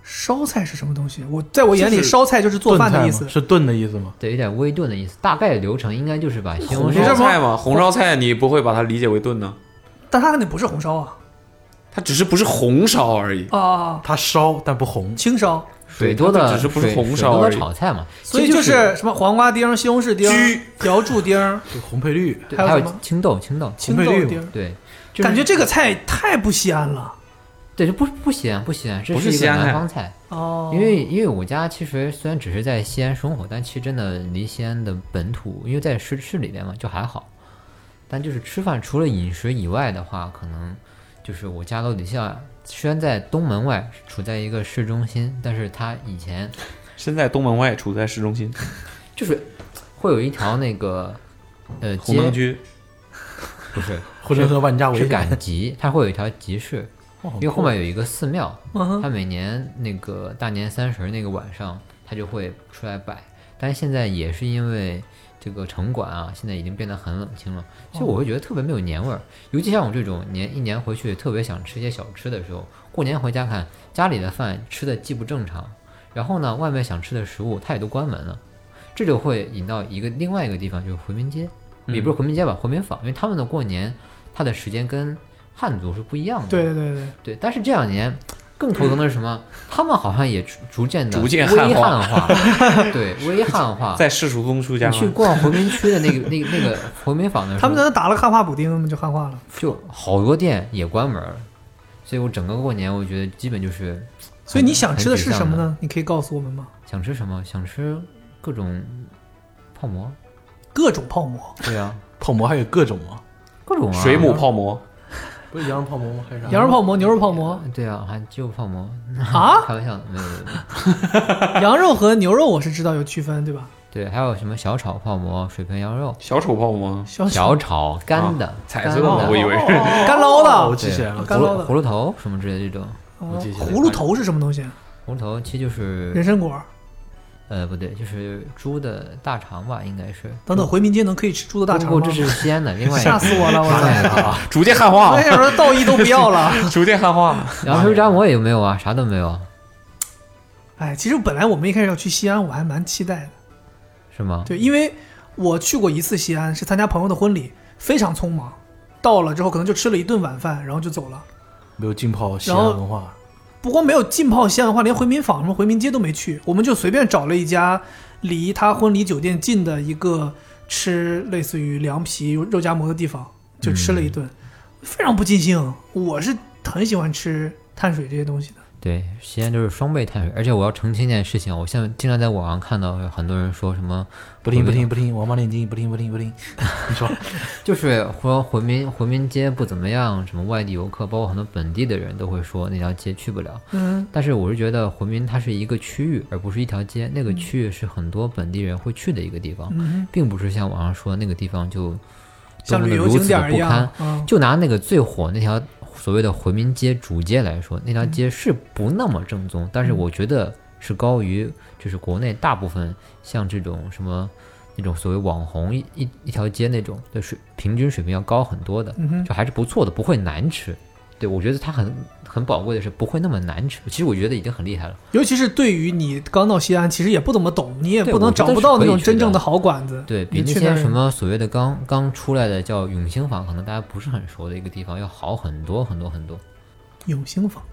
[SPEAKER 3] 烧菜是什么东西？我在我眼里，
[SPEAKER 6] 就是
[SPEAKER 3] 烧菜就是做饭
[SPEAKER 6] 炖菜
[SPEAKER 3] 的
[SPEAKER 6] 吗
[SPEAKER 3] 意思。
[SPEAKER 6] 是炖的意思吗？
[SPEAKER 7] 对，有点微炖的意思。大概流程应该就是把西红
[SPEAKER 4] 红
[SPEAKER 3] 没事
[SPEAKER 4] 烧
[SPEAKER 7] 柿，
[SPEAKER 4] 菜嘛，红烧菜你不会把它理解为炖呢，
[SPEAKER 3] 但它肯定不是红烧啊，
[SPEAKER 4] 它只是不是红烧而已。
[SPEAKER 3] 啊，
[SPEAKER 6] 它烧但不红，
[SPEAKER 3] 清烧。
[SPEAKER 7] 水多的
[SPEAKER 4] 它只是不是
[SPEAKER 7] 水
[SPEAKER 4] 红
[SPEAKER 7] 水
[SPEAKER 4] 烧
[SPEAKER 7] 多
[SPEAKER 4] 而
[SPEAKER 7] 的
[SPEAKER 4] 已
[SPEAKER 7] 炒菜嘛，
[SPEAKER 3] 所以就是什么黄瓜丁、西红柿丁、瑶柱丁、
[SPEAKER 6] 就红配绿。
[SPEAKER 7] 对
[SPEAKER 3] 还有
[SPEAKER 7] 还
[SPEAKER 3] 什么
[SPEAKER 7] 有青豆，青豆，
[SPEAKER 3] 青
[SPEAKER 6] 红
[SPEAKER 3] 豆
[SPEAKER 6] 配绿嘛
[SPEAKER 3] 丁。
[SPEAKER 7] 对，就是
[SPEAKER 3] 感觉这个菜太不西安了
[SPEAKER 7] 对就不不西安不西安，这
[SPEAKER 4] 不是
[SPEAKER 7] 一个
[SPEAKER 4] 西安菜
[SPEAKER 7] 南方菜。
[SPEAKER 3] 哦，
[SPEAKER 7] 因为因为我家其实虽然只是在西安生活，但其实真的离西安的本土，因为在市市里边嘛，就还好。但就是吃饭，除了饮食以外的话，可能就是我家楼底下虽然在东门外，处在一个市中心，但是它以前
[SPEAKER 4] 身在东门外，处在市中心，
[SPEAKER 7] 就是会有一条那个呃
[SPEAKER 4] 红灯
[SPEAKER 7] 街，
[SPEAKER 4] 区。
[SPEAKER 7] 不是
[SPEAKER 6] 护城河万家
[SPEAKER 7] 是
[SPEAKER 6] 围感，
[SPEAKER 7] 赶集，它会有一条集市，因为后面有一个寺庙，
[SPEAKER 3] 嗯哼
[SPEAKER 7] 他每年那个大年三十那个晚上，他就会出来摆。但是现在也是因为这个城管啊，现在已经变得很冷清了，所以我会觉得特别没有年味儿。尤其像我这种年一年回去特别想吃一些小吃的时候，过年回家看家里的饭吃的既不正常，然后呢，外面想吃的食物它也都关门了，这就会引到一个另外一个地方，就是回民街，也不是回民街吧，回民坊，因为他们的过年它的时间跟汉族是不一样的。
[SPEAKER 3] 对对对对，
[SPEAKER 7] 对，但是这两年更头疼的是什
[SPEAKER 3] 嗯
[SPEAKER 7] 么？他们好像也逐逐渐的
[SPEAKER 4] 逐渐
[SPEAKER 7] 微
[SPEAKER 4] 汉化
[SPEAKER 7] 汉化， 对，微汉化。
[SPEAKER 4] 在世俗中出家
[SPEAKER 7] 你去
[SPEAKER 4] 吗？
[SPEAKER 7] 逛回民区的那个、那个、那 个回民坊的时候，
[SPEAKER 3] 他们在那打了汉化补丁就汉化了，
[SPEAKER 7] 就好多店也关门了，所以我整个过年我觉得基本就是
[SPEAKER 3] 所以你想吃的是什么
[SPEAKER 7] 很沮
[SPEAKER 3] 呢？你可以告诉我们吗？
[SPEAKER 7] 想吃什么？想吃各种泡馍，
[SPEAKER 3] 各种泡馍，
[SPEAKER 7] 对啊，
[SPEAKER 6] 泡馍还有各种吗？
[SPEAKER 7] 各种啊，
[SPEAKER 4] 水母泡馍，
[SPEAKER 6] 不是羊肉泡馍吗？还是啥
[SPEAKER 3] 羊肉泡馍、牛肉泡 馍
[SPEAKER 7] 对啊，还就泡馍，
[SPEAKER 3] 啊，
[SPEAKER 7] 开玩笑，没有没有没有，
[SPEAKER 3] 羊肉和牛肉我是知道有区分，对吧？
[SPEAKER 7] 对，还有什么小炒泡馍、水盆羊肉、
[SPEAKER 4] 小丑泡馍，
[SPEAKER 3] 小
[SPEAKER 7] 小炒干的、
[SPEAKER 4] 彩
[SPEAKER 7] 干
[SPEAKER 4] 哦色的
[SPEAKER 7] 的
[SPEAKER 4] 我以为 是
[SPEAKER 3] 干捞
[SPEAKER 7] 哦
[SPEAKER 6] 我
[SPEAKER 3] 的
[SPEAKER 6] 记起来了，
[SPEAKER 3] 干
[SPEAKER 7] 啊葫
[SPEAKER 3] 捞
[SPEAKER 7] 芦
[SPEAKER 3] 的
[SPEAKER 7] 葫芦头什么之类的这种，
[SPEAKER 3] 哦
[SPEAKER 4] 记起来
[SPEAKER 3] 葫芦头是什么东西？
[SPEAKER 7] 葫芦头其实就
[SPEAKER 3] 人
[SPEAKER 7] 是
[SPEAKER 3] 参果
[SPEAKER 7] 呃不对，就是猪的大肠吧，应该是。
[SPEAKER 3] 等等，回民街能可以吃猪的大肠
[SPEAKER 7] 嗯不
[SPEAKER 3] 吗
[SPEAKER 7] 过？这是西安的，另外一
[SPEAKER 3] 吓
[SPEAKER 7] 个。
[SPEAKER 3] 死我了！我
[SPEAKER 7] 另外一
[SPEAKER 3] 操！
[SPEAKER 7] 个啊，
[SPEAKER 4] 逐渐汉化
[SPEAKER 3] 我， 想说道义都不要了。
[SPEAKER 4] 逐渐汉化。
[SPEAKER 7] 然后油炸馍也没有啊，啥都没有，
[SPEAKER 3] 哎，其实本来我们一开始要去西安，我还蛮期待的。
[SPEAKER 7] 是吗？
[SPEAKER 3] 对，因为我去过一次西安，是参加朋友的婚礼，非常匆忙。到了之后，可能就吃了一顿晚饭，然后就走了。
[SPEAKER 6] 没有浸泡西安
[SPEAKER 3] 然后
[SPEAKER 6] 文化，
[SPEAKER 3] 不光没有浸泡西安文化，连回民坊、什么回民街都没去，我们就随便找了一家离他婚礼酒店近的一个吃类似于凉皮肉夹馍的地方，就吃
[SPEAKER 7] 嗯
[SPEAKER 3] 了一顿，非常不尽兴。我是很喜欢吃碳水这些东西的。
[SPEAKER 7] 对，西安就是双倍碳水，而且我要澄清一件事情，我现在经常在网上看到有很多人说什么
[SPEAKER 6] 不听不听不听，王八念经不听不听 不听，你说
[SPEAKER 7] 就是说回民回民街不怎么样，什么外地游客，包括很多本地的人都会说那条街去不了。
[SPEAKER 3] 嗯，
[SPEAKER 7] 但是我是觉得回民它是一个区域，而不是一条街，
[SPEAKER 3] 嗯
[SPEAKER 7] 那个区域是很多本地人会去的一个地方，并不是像网上说那个地方就多
[SPEAKER 3] 像
[SPEAKER 7] 么的
[SPEAKER 3] 旅游
[SPEAKER 7] 如
[SPEAKER 3] 景
[SPEAKER 7] 此
[SPEAKER 3] 点
[SPEAKER 7] 的
[SPEAKER 3] 儿一
[SPEAKER 7] 不堪
[SPEAKER 3] 样。。嗯，
[SPEAKER 7] 就拿那个最火那条所谓的回民街主街来说，那条街是不那么正宗，但是我觉得是高于就是国内大部分像这种什么那种所谓网红一一一条街那种的水平均水平要高很多的，就还是不错的，不会难吃。对我觉得它很很宝贵的是不会那么难吃，其实我觉得已经很厉害了。
[SPEAKER 3] 尤其是对于你刚到西安，其实也不怎么懂，你也
[SPEAKER 7] 对
[SPEAKER 3] 不能
[SPEAKER 7] 我觉
[SPEAKER 3] 找
[SPEAKER 7] 得
[SPEAKER 3] 不
[SPEAKER 7] 是
[SPEAKER 3] 到
[SPEAKER 7] 可
[SPEAKER 3] 那
[SPEAKER 7] 以
[SPEAKER 3] 种
[SPEAKER 7] 去
[SPEAKER 3] 真正
[SPEAKER 7] 的
[SPEAKER 3] 的好馆子。
[SPEAKER 7] 对
[SPEAKER 3] 你
[SPEAKER 7] 比那
[SPEAKER 3] 去那
[SPEAKER 7] 些
[SPEAKER 3] 儿
[SPEAKER 7] 什么所谓的刚刚出来的叫永兴坊，可能大家不是很熟的一个地方，要好很多很多很多。
[SPEAKER 3] 永兴坊、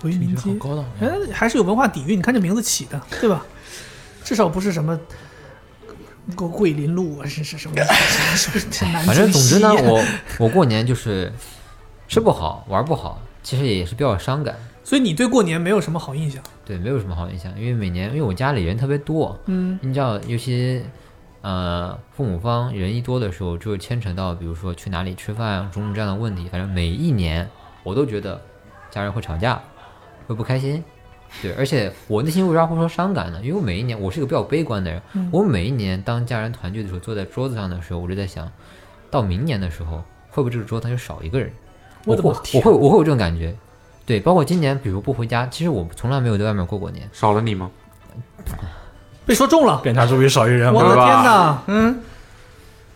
[SPEAKER 3] 回民街
[SPEAKER 6] 好，高档。啊
[SPEAKER 3] 哎，还是有文化底蕴。你看这名字起的，对吧？至少不是什么桂桂林路啊，是是什么？是不是是南京
[SPEAKER 7] 反正总之呢，
[SPEAKER 3] 西
[SPEAKER 7] 我我过年就是吃不好，玩不好，其实也是比较伤感。
[SPEAKER 3] 所以你对过年没有什么好印象。嗯
[SPEAKER 7] 对，没有什么好印象，因为每年因为我家里人特别多，嗯，你知道，尤其呃，父母方人一多的时候，就会牵扯到比如说去哪里吃饭、啊种种这样的问题。反正每一年我都觉得家人会吵架，会不开心。对，而且我内心为啥会说伤感呢？因为我每一年我是一个比较悲观的人，
[SPEAKER 3] 嗯
[SPEAKER 7] 我每一年当家人团聚的时候，坐在桌子上的时候，我就在想，到明年的时候，会不会这个桌子上就少一个人？
[SPEAKER 3] 我
[SPEAKER 7] 我
[SPEAKER 3] 的
[SPEAKER 7] 会
[SPEAKER 3] 妈啊
[SPEAKER 7] 我会我会有这种感觉。对，包括今年，比如不回家，其实我从来没有在外面过过年。
[SPEAKER 5] 少了你吗？
[SPEAKER 3] 被说中了，
[SPEAKER 6] 检查注意少一人啊
[SPEAKER 3] 我的天哪！嗯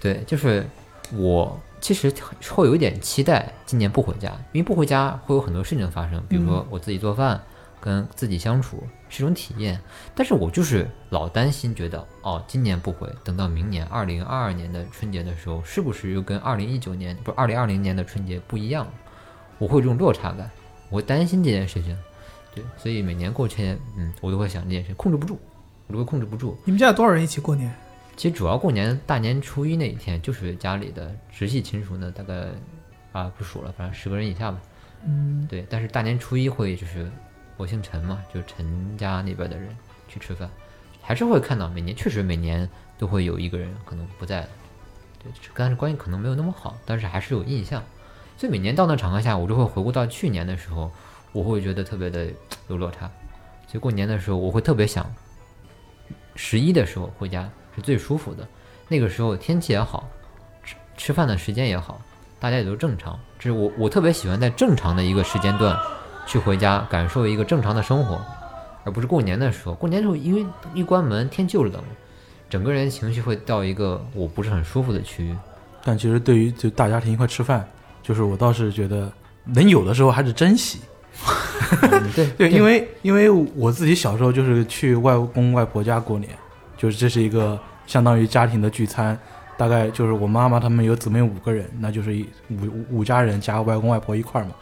[SPEAKER 7] 对，就是我其实会有一点期待今年不回家，因为不回家会有很多事情发生，比如说我自己做饭，跟自己相处是一种体验。但是我就是老担心，觉得哦，今年不回，等到明年二零二二年的春节的时候，是不是又跟二零一九年不是二零二零年的春节不一样了？我会有这种落差感，我会担心这件事情。对，所以每年过节，嗯，我都会想这件事，控制不住，我都会控制不住。
[SPEAKER 3] 你们家有多少人一起过年？
[SPEAKER 7] 其实主要过年大年初一那一天，就是家里的直系亲属呢，大概啊不数了，反正十个人以下吧。嗯，对。但是大年初一会就是我姓陈嘛，就是陈家那边的人去吃饭，还是会看到每年确实每年都会有一个人可能不在了，对，但是关系可能没有那么好，但是还是有印象。所以每年到那场合下，我就会回顾到去年的时候，我会觉得特别的有落差。所以过年的时候，我会特别想十一的时候回家是最舒服的，那个时候天气也好，吃吃饭的时间也好，大家也都正常。这是我我特别喜欢在正常的一个时间段去回家，感受一个正常的生活，而不是过年的时候。过年的时候，因为一关门天就冷，整个人情绪会到一个我不是很舒服的区域。
[SPEAKER 6] 但其实对于就大家庭一块吃饭，就是我倒是觉得能有的时候还是珍惜。
[SPEAKER 7] 嗯对
[SPEAKER 6] 对，因为因为我自己小时候就是去外公外婆家过年，就是这是一个相当于家庭的聚餐，大概就是我妈妈他们有姊妹五个人，那就是一五五五家人加外公外婆一块儿嘛。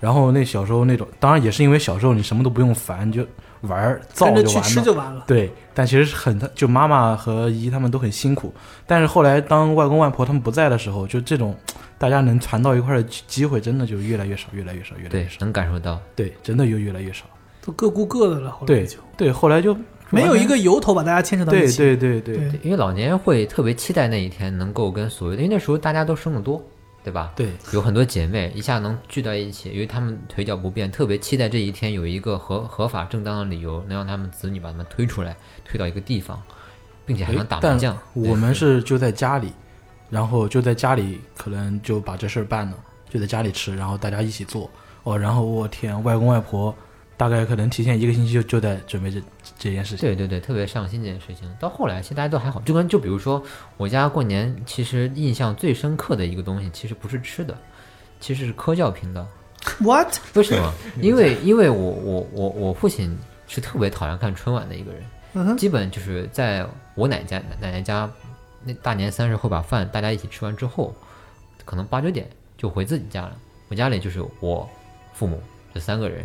[SPEAKER 6] 然后那小时候那种，当然也是因为小时候你什么都不用烦，你就玩儿造
[SPEAKER 3] 跟
[SPEAKER 6] 就
[SPEAKER 3] 着
[SPEAKER 6] 完
[SPEAKER 3] 去
[SPEAKER 6] 了。
[SPEAKER 3] 吃就完了。
[SPEAKER 6] 对，但其实是很就妈妈和姨他们都很辛苦，但是后来当外公外婆他们不在的时候，就这种大家能团到一块儿的机机会，真的就越来越少，越来越少，越来越
[SPEAKER 7] 对，
[SPEAKER 6] 少。
[SPEAKER 7] 能感受到。
[SPEAKER 6] 对，真的就越来越少。
[SPEAKER 3] 都各顾各的了，后来
[SPEAKER 6] 对
[SPEAKER 3] 就
[SPEAKER 6] 对，后来就
[SPEAKER 3] 没有
[SPEAKER 6] 完全
[SPEAKER 3] 一个由头把大家牵扯到一
[SPEAKER 6] 对
[SPEAKER 3] 起。
[SPEAKER 6] 对对对
[SPEAKER 3] 对
[SPEAKER 7] 对，因为老年人会特别期待那一天能够跟所谓的，因为那时候大家都生的多，对吧？
[SPEAKER 6] 对，
[SPEAKER 7] 有很多姐妹一下能聚到一起，因为她们腿脚不便，特别期待这一天有一个合合法正当的理由，能让她们子女把她们推出来，推到一个地方，并且还能打麻
[SPEAKER 6] 但
[SPEAKER 7] 将。
[SPEAKER 6] 我们是就在家里，然后就在家里可能就把这事儿办了，就在家里吃，然后大家一起做。哦，然后我天，外公外婆大概可能提前一个星期就就在准备这这件事情。
[SPEAKER 7] 对对对，特别上心这件事情。到后来，其实大家都还好，就跟就比如说我家过年，其实印象最深刻的一个东西，其实不是吃的，其实是科教频道。
[SPEAKER 3] ，what？
[SPEAKER 7] 为什么？因为因为我我我我父亲是特别讨厌看春晚的一个人，
[SPEAKER 3] 嗯哼，
[SPEAKER 7] 基本就是在我奶家奶奶家，那大年三十会把饭大家一起吃完之后，可能八九点就回自己家了。我家里就是我父母这三个人，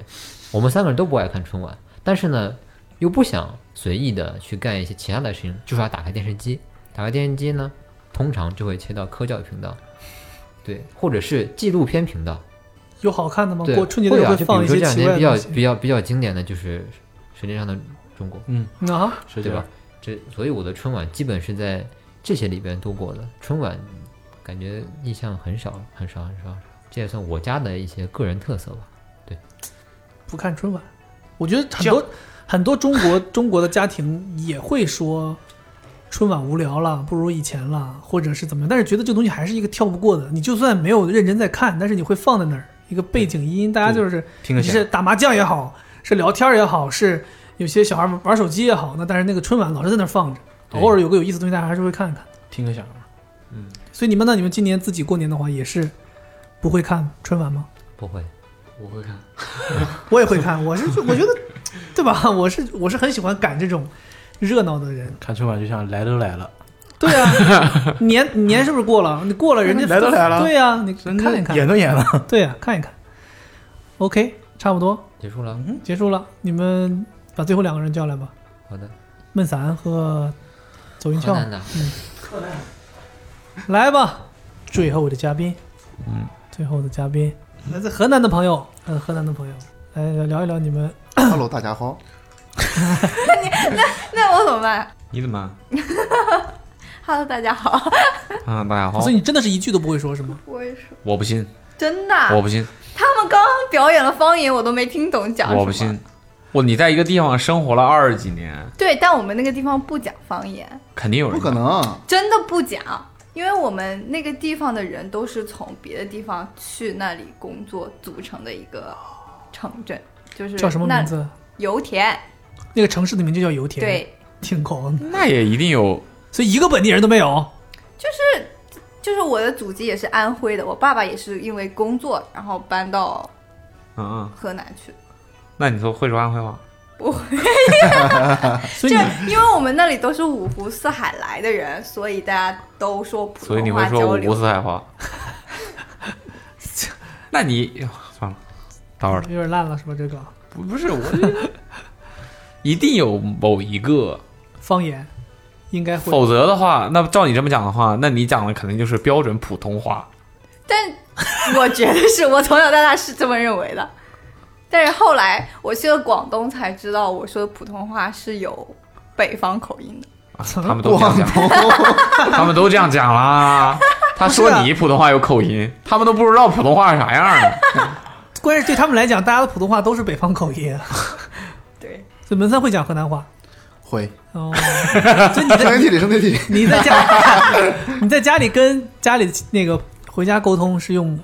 [SPEAKER 7] 我们三个人都不爱看春晚，但是呢，又不想随意的去干一些其他的事情，就是要打开电视机。打开电视机呢，通常就会切到科教频道，对，或者是纪录片频道。
[SPEAKER 3] 有好看的吗？
[SPEAKER 7] 对，
[SPEAKER 3] 过春节的时
[SPEAKER 7] 会
[SPEAKER 3] 候
[SPEAKER 7] 啊，
[SPEAKER 3] 会
[SPEAKER 7] 就比
[SPEAKER 3] 放
[SPEAKER 7] 如
[SPEAKER 3] 一
[SPEAKER 7] 说
[SPEAKER 3] 些
[SPEAKER 7] 这两
[SPEAKER 3] 奇
[SPEAKER 7] 年
[SPEAKER 3] 怪
[SPEAKER 7] 比较
[SPEAKER 3] 的东西
[SPEAKER 7] 比较比较经典的就是《舌尖上的中国》，
[SPEAKER 3] 嗯啊，
[SPEAKER 6] 是
[SPEAKER 7] 对
[SPEAKER 6] 这样
[SPEAKER 7] 吧？？这所以我的春晚基本是在这些里边度过的。春晚感觉印象很少，很少，很少。这也算我家的一些个人特色吧。
[SPEAKER 3] 不看春晚。我觉得很多很多中国 中国的家庭也会说春晚无聊了，不如以前了，或者是怎么样，但是觉得这个东西还是一个跳不过的。你就算没有认真在看，但是你会放在那儿一个背景音，大家就是
[SPEAKER 6] 听
[SPEAKER 3] 你
[SPEAKER 6] 个
[SPEAKER 3] 是
[SPEAKER 6] 响，
[SPEAKER 3] 打麻将也好，是聊天也好，是有些小孩玩玩手机也好，那但是那个春晚老是在那儿放着，
[SPEAKER 6] 对
[SPEAKER 3] 偶尔有个有意思的东西，大家还是会看看。
[SPEAKER 6] 听个响。
[SPEAKER 3] 所以你们呢？你们今年自己过年的话，也是不会看春晚吗？
[SPEAKER 7] 不会，
[SPEAKER 5] 我会看。
[SPEAKER 3] 我也会 看，我是我觉得，对吧？ 我是我是很喜欢赶这种热闹的人。
[SPEAKER 6] 看春晚就像来都来了，
[SPEAKER 3] 对 啊，年年是不是过了？你过了，人家
[SPEAKER 6] 来都来了
[SPEAKER 3] 对呀、你
[SPEAKER 6] 真的
[SPEAKER 3] 看一看，
[SPEAKER 6] 演都演了。
[SPEAKER 3] 对呀、看一看。OK，差不多
[SPEAKER 7] 结束了。
[SPEAKER 3] 结束了，你们把最后两个人叫来吧，
[SPEAKER 7] 好的，
[SPEAKER 3] 闷散和走云
[SPEAKER 7] 河
[SPEAKER 3] 翘，
[SPEAKER 7] 南的
[SPEAKER 3] 来吧。最后的嘉宾，嗯，最后的嘉宾，来自河南的朋友，嗯，河南的朋友，来聊一聊你们
[SPEAKER 8] Hello，大家好，
[SPEAKER 2] 那我怎么办？
[SPEAKER 5] 你怎么？
[SPEAKER 9] Hello，大家好。
[SPEAKER 5] 啊，大家好
[SPEAKER 3] 所，以你真的是一句都不会说是吗？
[SPEAKER 9] 我也是，
[SPEAKER 5] 我不信，
[SPEAKER 9] 真的。啊
[SPEAKER 5] 我不信，
[SPEAKER 9] 他们刚刚表演的方言我都没听懂讲什么。
[SPEAKER 5] 我不信。我你在一个地方生活了二十几年，
[SPEAKER 9] 对，但我们那个地方不讲方言，
[SPEAKER 5] 肯定有人
[SPEAKER 8] 不可能，
[SPEAKER 9] 真的不讲，因为我们那个地方的人都是从别的地方去那里工作组成的一个城镇，就是
[SPEAKER 3] 叫什么
[SPEAKER 9] 那
[SPEAKER 3] 名？字？
[SPEAKER 9] 油田。
[SPEAKER 3] 那个城市的名就叫油田，，
[SPEAKER 9] 对，
[SPEAKER 3] 挺狂的。
[SPEAKER 5] 那也一定有
[SPEAKER 3] 所以一个本地人都没有。
[SPEAKER 9] 就是我的祖籍也是安徽的，我爸爸也是因为工作然后搬到
[SPEAKER 5] 嗯嗯，
[SPEAKER 9] 河南去。
[SPEAKER 5] 那你说会说安徽话？
[SPEAKER 3] 所以
[SPEAKER 9] 就
[SPEAKER 3] 你
[SPEAKER 9] 因为我们那里都是五湖四海来的人，所以大家都说普
[SPEAKER 5] 所以你
[SPEAKER 9] 通
[SPEAKER 5] 会
[SPEAKER 9] 话
[SPEAKER 5] 说
[SPEAKER 9] 交
[SPEAKER 5] 五湖
[SPEAKER 9] 流。
[SPEAKER 5] 四海话？那你哎算了，待会儿了
[SPEAKER 3] 有点烂了是吧？这个
[SPEAKER 5] 不不是我 这，一定有某一个，
[SPEAKER 3] 方言应该会。
[SPEAKER 5] 否则的话，那照你这么讲的话，那你讲的肯定就是标准普通话。
[SPEAKER 9] 但我觉得是我从小到大是这么认为的，但是后来我去了广东才知道，我说的普通话是有北方口音的。
[SPEAKER 5] 啊他们都这样讲， 他们都这样讲啦。他
[SPEAKER 3] 不是
[SPEAKER 5] 说
[SPEAKER 3] 啊
[SPEAKER 5] 你普通话有 口音，他们都不知道普通话是啥样儿
[SPEAKER 3] 关键是对他们来讲，大家的普通话都是北方口音啊。
[SPEAKER 9] 对，
[SPEAKER 3] 所以门三会讲河南话。
[SPEAKER 8] 会。
[SPEAKER 3] 哦，所以你
[SPEAKER 8] 生
[SPEAKER 3] 在
[SPEAKER 8] 天体里，生天体里，
[SPEAKER 3] 你在家 你在家里跟家里那个回家沟通是用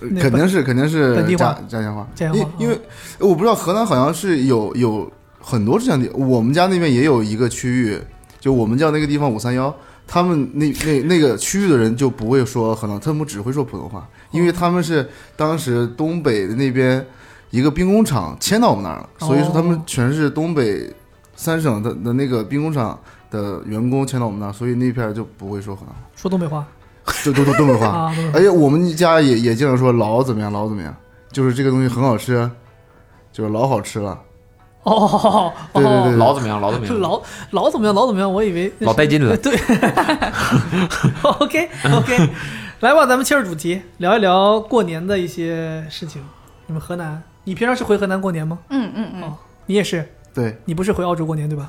[SPEAKER 3] 那
[SPEAKER 8] 肯定是肯定是
[SPEAKER 3] 本地话
[SPEAKER 8] 家家乡话，
[SPEAKER 3] 家乡嗯
[SPEAKER 8] 因
[SPEAKER 3] 话
[SPEAKER 8] 因为我不知道河南好像是有有很多这样的，我们家那边也有一个区域，就我们叫那个地方五三幺，他们那那那个区域的人就不会说河南，他们只会说普通话，因为他们是当时东北的那边一个兵工厂迁到我们那儿了，所以说他们
[SPEAKER 3] 哦
[SPEAKER 8] 全是东北三省的的那个兵工厂的员工迁到我们那儿，所以那片儿就不会说河南话，
[SPEAKER 3] 说东北话
[SPEAKER 8] 就都都东北话。
[SPEAKER 3] 啊？东北话
[SPEAKER 8] 而且我们家也也经常说老怎么样，老怎么样，就是这个东西很好吃，啊就是老好吃了。
[SPEAKER 3] 哦哦哦哦，
[SPEAKER 8] 对对
[SPEAKER 5] 的。
[SPEAKER 8] 对
[SPEAKER 5] 老怎么样？老怎么样？
[SPEAKER 3] 老老怎么样？老怎么样？我以为那是
[SPEAKER 5] 老带劲 了
[SPEAKER 3] 对，OK OK，来 吧，咱们切入主题，聊一聊过年的一些事情。你们河南，你平常是回河南过年吗？
[SPEAKER 9] 嗯嗯嗯，
[SPEAKER 3] 哦，你也是，
[SPEAKER 8] 对，
[SPEAKER 3] 你不是回澳洲过年对吧？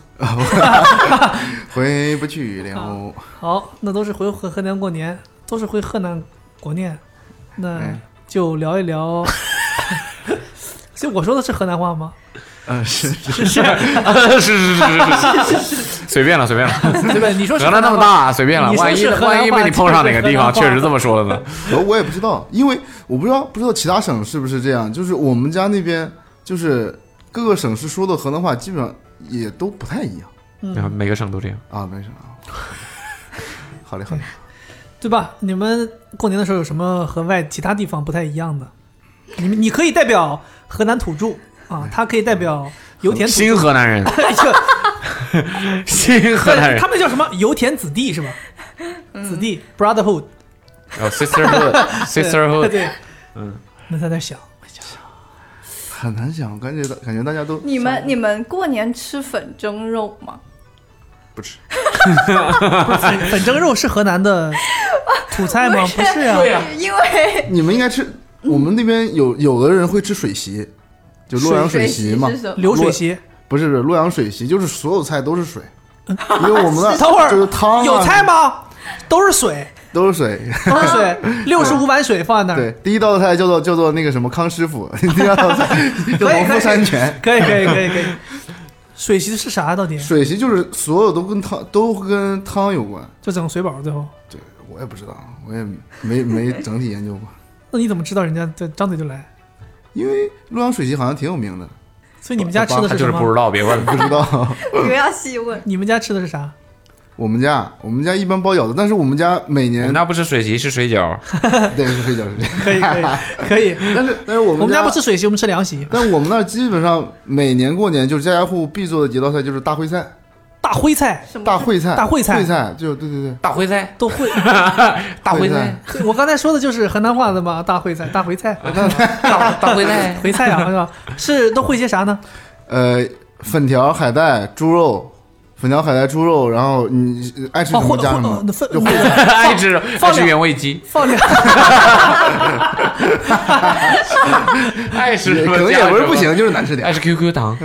[SPEAKER 8] 回不去 了。
[SPEAKER 3] 好，那都是回河河南过年，都是回河南过年，那
[SPEAKER 8] 哎
[SPEAKER 3] 就聊一聊。 所以我说的是河南话 吗？
[SPEAKER 8] 嗯、是
[SPEAKER 3] 是
[SPEAKER 8] 是
[SPEAKER 3] 是，
[SPEAKER 5] 是是是是是是，随便了随 便了。
[SPEAKER 3] 对吧？你说是
[SPEAKER 5] 河南那么
[SPEAKER 3] 话吗，
[SPEAKER 5] 大，随便了。
[SPEAKER 3] 你说
[SPEAKER 5] 万一
[SPEAKER 3] 是河南
[SPEAKER 5] 万一
[SPEAKER 3] 话
[SPEAKER 5] 被你碰上哪个地方，
[SPEAKER 3] 就是河
[SPEAKER 5] 确
[SPEAKER 3] 南话
[SPEAKER 5] 实这么说的呢？
[SPEAKER 8] 我我也不知道，因为我不知道不知道其他省是不是这样，就是我们家那边就是各个省市说的河南话基本上也都不太一样
[SPEAKER 5] 然后
[SPEAKER 3] 嗯，
[SPEAKER 5] 每个省都这样。
[SPEAKER 8] 啊，没啥啊。好嘞好嘞，
[SPEAKER 3] 对吧？你们过年的时候有什么和外其他地方不太一样的？你们你可以代表河南土著啊，他可以代表油田 土
[SPEAKER 5] 哎新河南人，
[SPEAKER 3] 著，
[SPEAKER 5] 新河南 人嗯
[SPEAKER 3] 他。们叫什么？油田子弟是吧？子弟 brotherhood，
[SPEAKER 5] 哦 ，sisterhood，sisterhood，
[SPEAKER 3] 对，
[SPEAKER 5] 嗯，
[SPEAKER 3] 那在那想，
[SPEAKER 8] 很难想，感觉感觉大家都
[SPEAKER 9] 你
[SPEAKER 5] 啊
[SPEAKER 9] 们你们过年吃粉蒸肉吗？
[SPEAKER 8] 不吃，
[SPEAKER 3] 粉粉蒸肉是河南的土菜吗？ 不是啊，
[SPEAKER 9] 因为
[SPEAKER 8] 你们应该吃。我们那边有有的人会吃水席，就洛阳
[SPEAKER 9] 水
[SPEAKER 8] 席嘛
[SPEAKER 9] 是，什么？
[SPEAKER 3] 流水席。
[SPEAKER 8] 不是不是洛阳水席，就是所有菜都是 水，因为我们那
[SPEAKER 3] 等会儿
[SPEAKER 8] 就是汤、啊、
[SPEAKER 3] 有菜吗？都是 水，
[SPEAKER 8] 都是 水。
[SPEAKER 3] 都是水，六十五碗水放在那
[SPEAKER 8] 嗯对
[SPEAKER 3] 儿。，
[SPEAKER 8] 第一道菜叫做叫做那个什么康师傅， 第二道菜叫
[SPEAKER 3] 可以
[SPEAKER 8] 农夫山泉。
[SPEAKER 3] 可以可以可以可以。水席是啥？啊到底
[SPEAKER 8] 水席就是所有都跟汤都跟汤有关，
[SPEAKER 3] 就整个水饱最后。
[SPEAKER 8] 对我也不知道，我也没没整体研究过，
[SPEAKER 3] 那你怎么知道人家这张嘴就来？
[SPEAKER 8] 因为洛阳水席好像挺有名的，
[SPEAKER 3] 所以你们家吃的
[SPEAKER 5] 他
[SPEAKER 3] 是
[SPEAKER 5] 就
[SPEAKER 3] 什
[SPEAKER 5] 是不
[SPEAKER 3] 么？
[SPEAKER 5] 知道，别问。
[SPEAKER 8] 不知道。
[SPEAKER 9] 你们要细问。
[SPEAKER 3] 你们家吃的是啥？
[SPEAKER 8] 我们家我们家一般包饺子，但是我们家每
[SPEAKER 5] 我
[SPEAKER 3] 嗯
[SPEAKER 8] 年
[SPEAKER 5] 们家不吃水席，是水饺。
[SPEAKER 8] 对是水饺 是这样，
[SPEAKER 3] 可以 可以可以。
[SPEAKER 8] 但是但是我
[SPEAKER 3] 我
[SPEAKER 8] 们
[SPEAKER 3] 们家不吃水席，我们吃凉席。
[SPEAKER 8] 但我们那儿基本上每年过年就是家家户户必做的几道菜就是大烩菜、
[SPEAKER 3] 大徽菜
[SPEAKER 9] 什么
[SPEAKER 8] 大烩菜、
[SPEAKER 3] 大烩菜
[SPEAKER 8] 烩菜，就对对对，
[SPEAKER 5] 大烩菜，
[SPEAKER 3] 都 会，
[SPEAKER 5] 大烩菜
[SPEAKER 8] 菜，
[SPEAKER 3] 对我刚才说的就是河南话的嘛，大徽菜、大 徽菜、
[SPEAKER 5] 大大烩菜，
[SPEAKER 3] 回菜啊，是吧？是都会些啥呢？
[SPEAKER 8] 呃，粉条、海带、猪肉，粉条、海带、猪肉，然后你呃爱吃什
[SPEAKER 3] 哦，
[SPEAKER 8] 么
[SPEAKER 3] 会
[SPEAKER 8] 加什么
[SPEAKER 3] 会，分
[SPEAKER 8] 就烩 菜。
[SPEAKER 5] 爱吃
[SPEAKER 3] 放
[SPEAKER 5] 爱吃原味鸡，
[SPEAKER 3] 放 点
[SPEAKER 5] 爱吃
[SPEAKER 8] 也
[SPEAKER 5] 什
[SPEAKER 8] 可
[SPEAKER 5] 么
[SPEAKER 8] 能
[SPEAKER 5] 加
[SPEAKER 8] 也不是不
[SPEAKER 5] 什么，哎
[SPEAKER 8] 行，就是难吃
[SPEAKER 5] 爱
[SPEAKER 8] 点。
[SPEAKER 5] 吃 QQ 糖。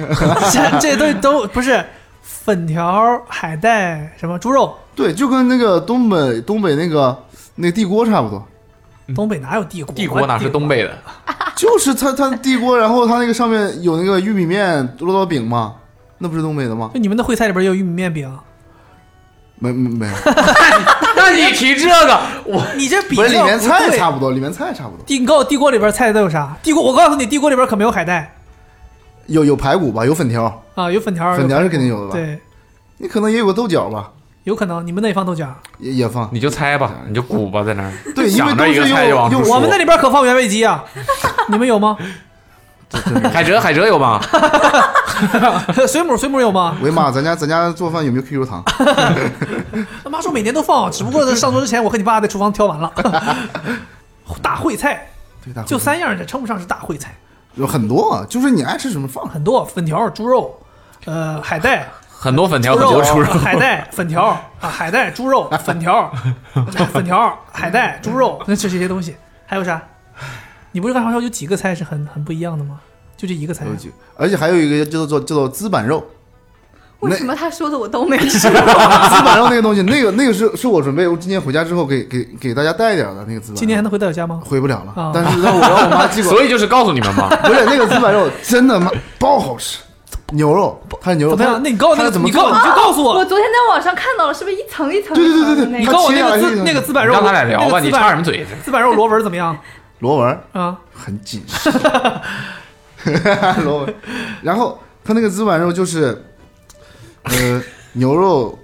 [SPEAKER 3] 这这些东西都不是粉条、海带、什么猪肉，
[SPEAKER 8] 对，就跟那个东北东北那个那个地锅差不多，
[SPEAKER 3] 东北哪有帝国？
[SPEAKER 5] 嗯
[SPEAKER 3] 啊
[SPEAKER 5] 帝国哪是东北的？
[SPEAKER 8] 就是它它地锅，然后它那个上面有那个玉米面、萝卜饼嘛，那不是东北的吗？
[SPEAKER 3] 就你们的烩菜里边也有玉米面饼，
[SPEAKER 8] 没没没，
[SPEAKER 5] 那你提这个，我
[SPEAKER 3] 你这比
[SPEAKER 8] 不
[SPEAKER 3] 较
[SPEAKER 8] 是里面菜
[SPEAKER 3] 对
[SPEAKER 8] 差不多，里面菜差不多，
[SPEAKER 3] 地，你告诉我地锅里边菜都有啥？地锅，我告诉你，地锅里边可没有海带
[SPEAKER 8] 有有排骨吧，有粉条，
[SPEAKER 3] 啊，有粉条，
[SPEAKER 8] 粉条是肯定有的吧？
[SPEAKER 3] 对，
[SPEAKER 8] 你可能也有个豆角吧，
[SPEAKER 3] 有可能你们那里放豆角，
[SPEAKER 8] 也也放。
[SPEAKER 5] 你就猜吧，你就鼓吧，在那儿。
[SPEAKER 8] 对，因为
[SPEAKER 5] 想
[SPEAKER 8] 都
[SPEAKER 5] 着一个
[SPEAKER 8] 是
[SPEAKER 5] 菜就往出
[SPEAKER 8] 用用
[SPEAKER 5] 说
[SPEAKER 3] 我们那里边可放原味鸡啊， 你们有吗？
[SPEAKER 5] 海蜇，海蜇有吗？
[SPEAKER 3] 水母，水母有吗？
[SPEAKER 8] 我的妈，咱家咱家做饭有没有 QQ 糖？
[SPEAKER 3] 他妈说每年都放，只不过在上桌之前我和你爸在厨房挑完了。 大烩菜
[SPEAKER 8] 对，大
[SPEAKER 3] 就
[SPEAKER 8] 烩
[SPEAKER 3] 三样，这称不上是大烩菜，
[SPEAKER 8] 有很多啊，就是你爱吃什么放什么。
[SPEAKER 3] 很多粉条、猪肉，呃，海带、
[SPEAKER 5] 很多粉条，
[SPEAKER 3] 猪
[SPEAKER 5] 很
[SPEAKER 3] 肉、
[SPEAKER 5] 多
[SPEAKER 8] 啊
[SPEAKER 5] 猪肉。
[SPEAKER 3] 海带、粉条啊，海带、猪肉、粉条、 粉条、海带、猪肉，那是这些东西。还有啥？你不是刚才说有几个菜是很很不一样的吗？就这一个菜啊
[SPEAKER 8] 有，几个，而且还有一个叫做叫做砭 板肉，
[SPEAKER 2] 为
[SPEAKER 8] 那
[SPEAKER 2] 什么他说的我都没吃？
[SPEAKER 8] 砭板肉那个东西，那个那个是是我准备我今天回家之后给给给大家带一点的那个砭板肉，
[SPEAKER 3] 今年还能回到我家吗？
[SPEAKER 8] 回不了
[SPEAKER 3] 啊
[SPEAKER 8] 了，但是让我让我妈寄 过来，
[SPEAKER 5] 所以就是告诉你们 嘛，
[SPEAKER 8] 不是那个砭板肉真的妈爆好吃，牛肉它是牛肉，
[SPEAKER 3] 怎么样？
[SPEAKER 8] 它
[SPEAKER 3] 那你告诉
[SPEAKER 8] 它
[SPEAKER 3] 我
[SPEAKER 8] 是怎么
[SPEAKER 3] 你告
[SPEAKER 8] 做
[SPEAKER 3] 诉
[SPEAKER 8] 的
[SPEAKER 3] 我你就告诉
[SPEAKER 2] 我
[SPEAKER 3] 我，
[SPEAKER 2] 昨天在网上看到了，是不是一层一层
[SPEAKER 8] 对对
[SPEAKER 2] 一
[SPEAKER 8] 对
[SPEAKER 2] 层的
[SPEAKER 8] 对对
[SPEAKER 2] 那
[SPEAKER 3] 你
[SPEAKER 2] 个？
[SPEAKER 3] 告诉我那个
[SPEAKER 8] 它切下来
[SPEAKER 3] 自
[SPEAKER 8] 是
[SPEAKER 3] 那个砭板肉，
[SPEAKER 5] 让他俩聊
[SPEAKER 3] 那
[SPEAKER 5] 吧，
[SPEAKER 3] 个
[SPEAKER 5] 你
[SPEAKER 3] 砭板
[SPEAKER 5] 插什么嘴？
[SPEAKER 3] 砭板肉螺纹怎么样
[SPEAKER 8] 螺纹儿
[SPEAKER 3] 啊？
[SPEAKER 8] 很紧实，螺纹儿，然后它那个砭板肉就是，呃，牛肉。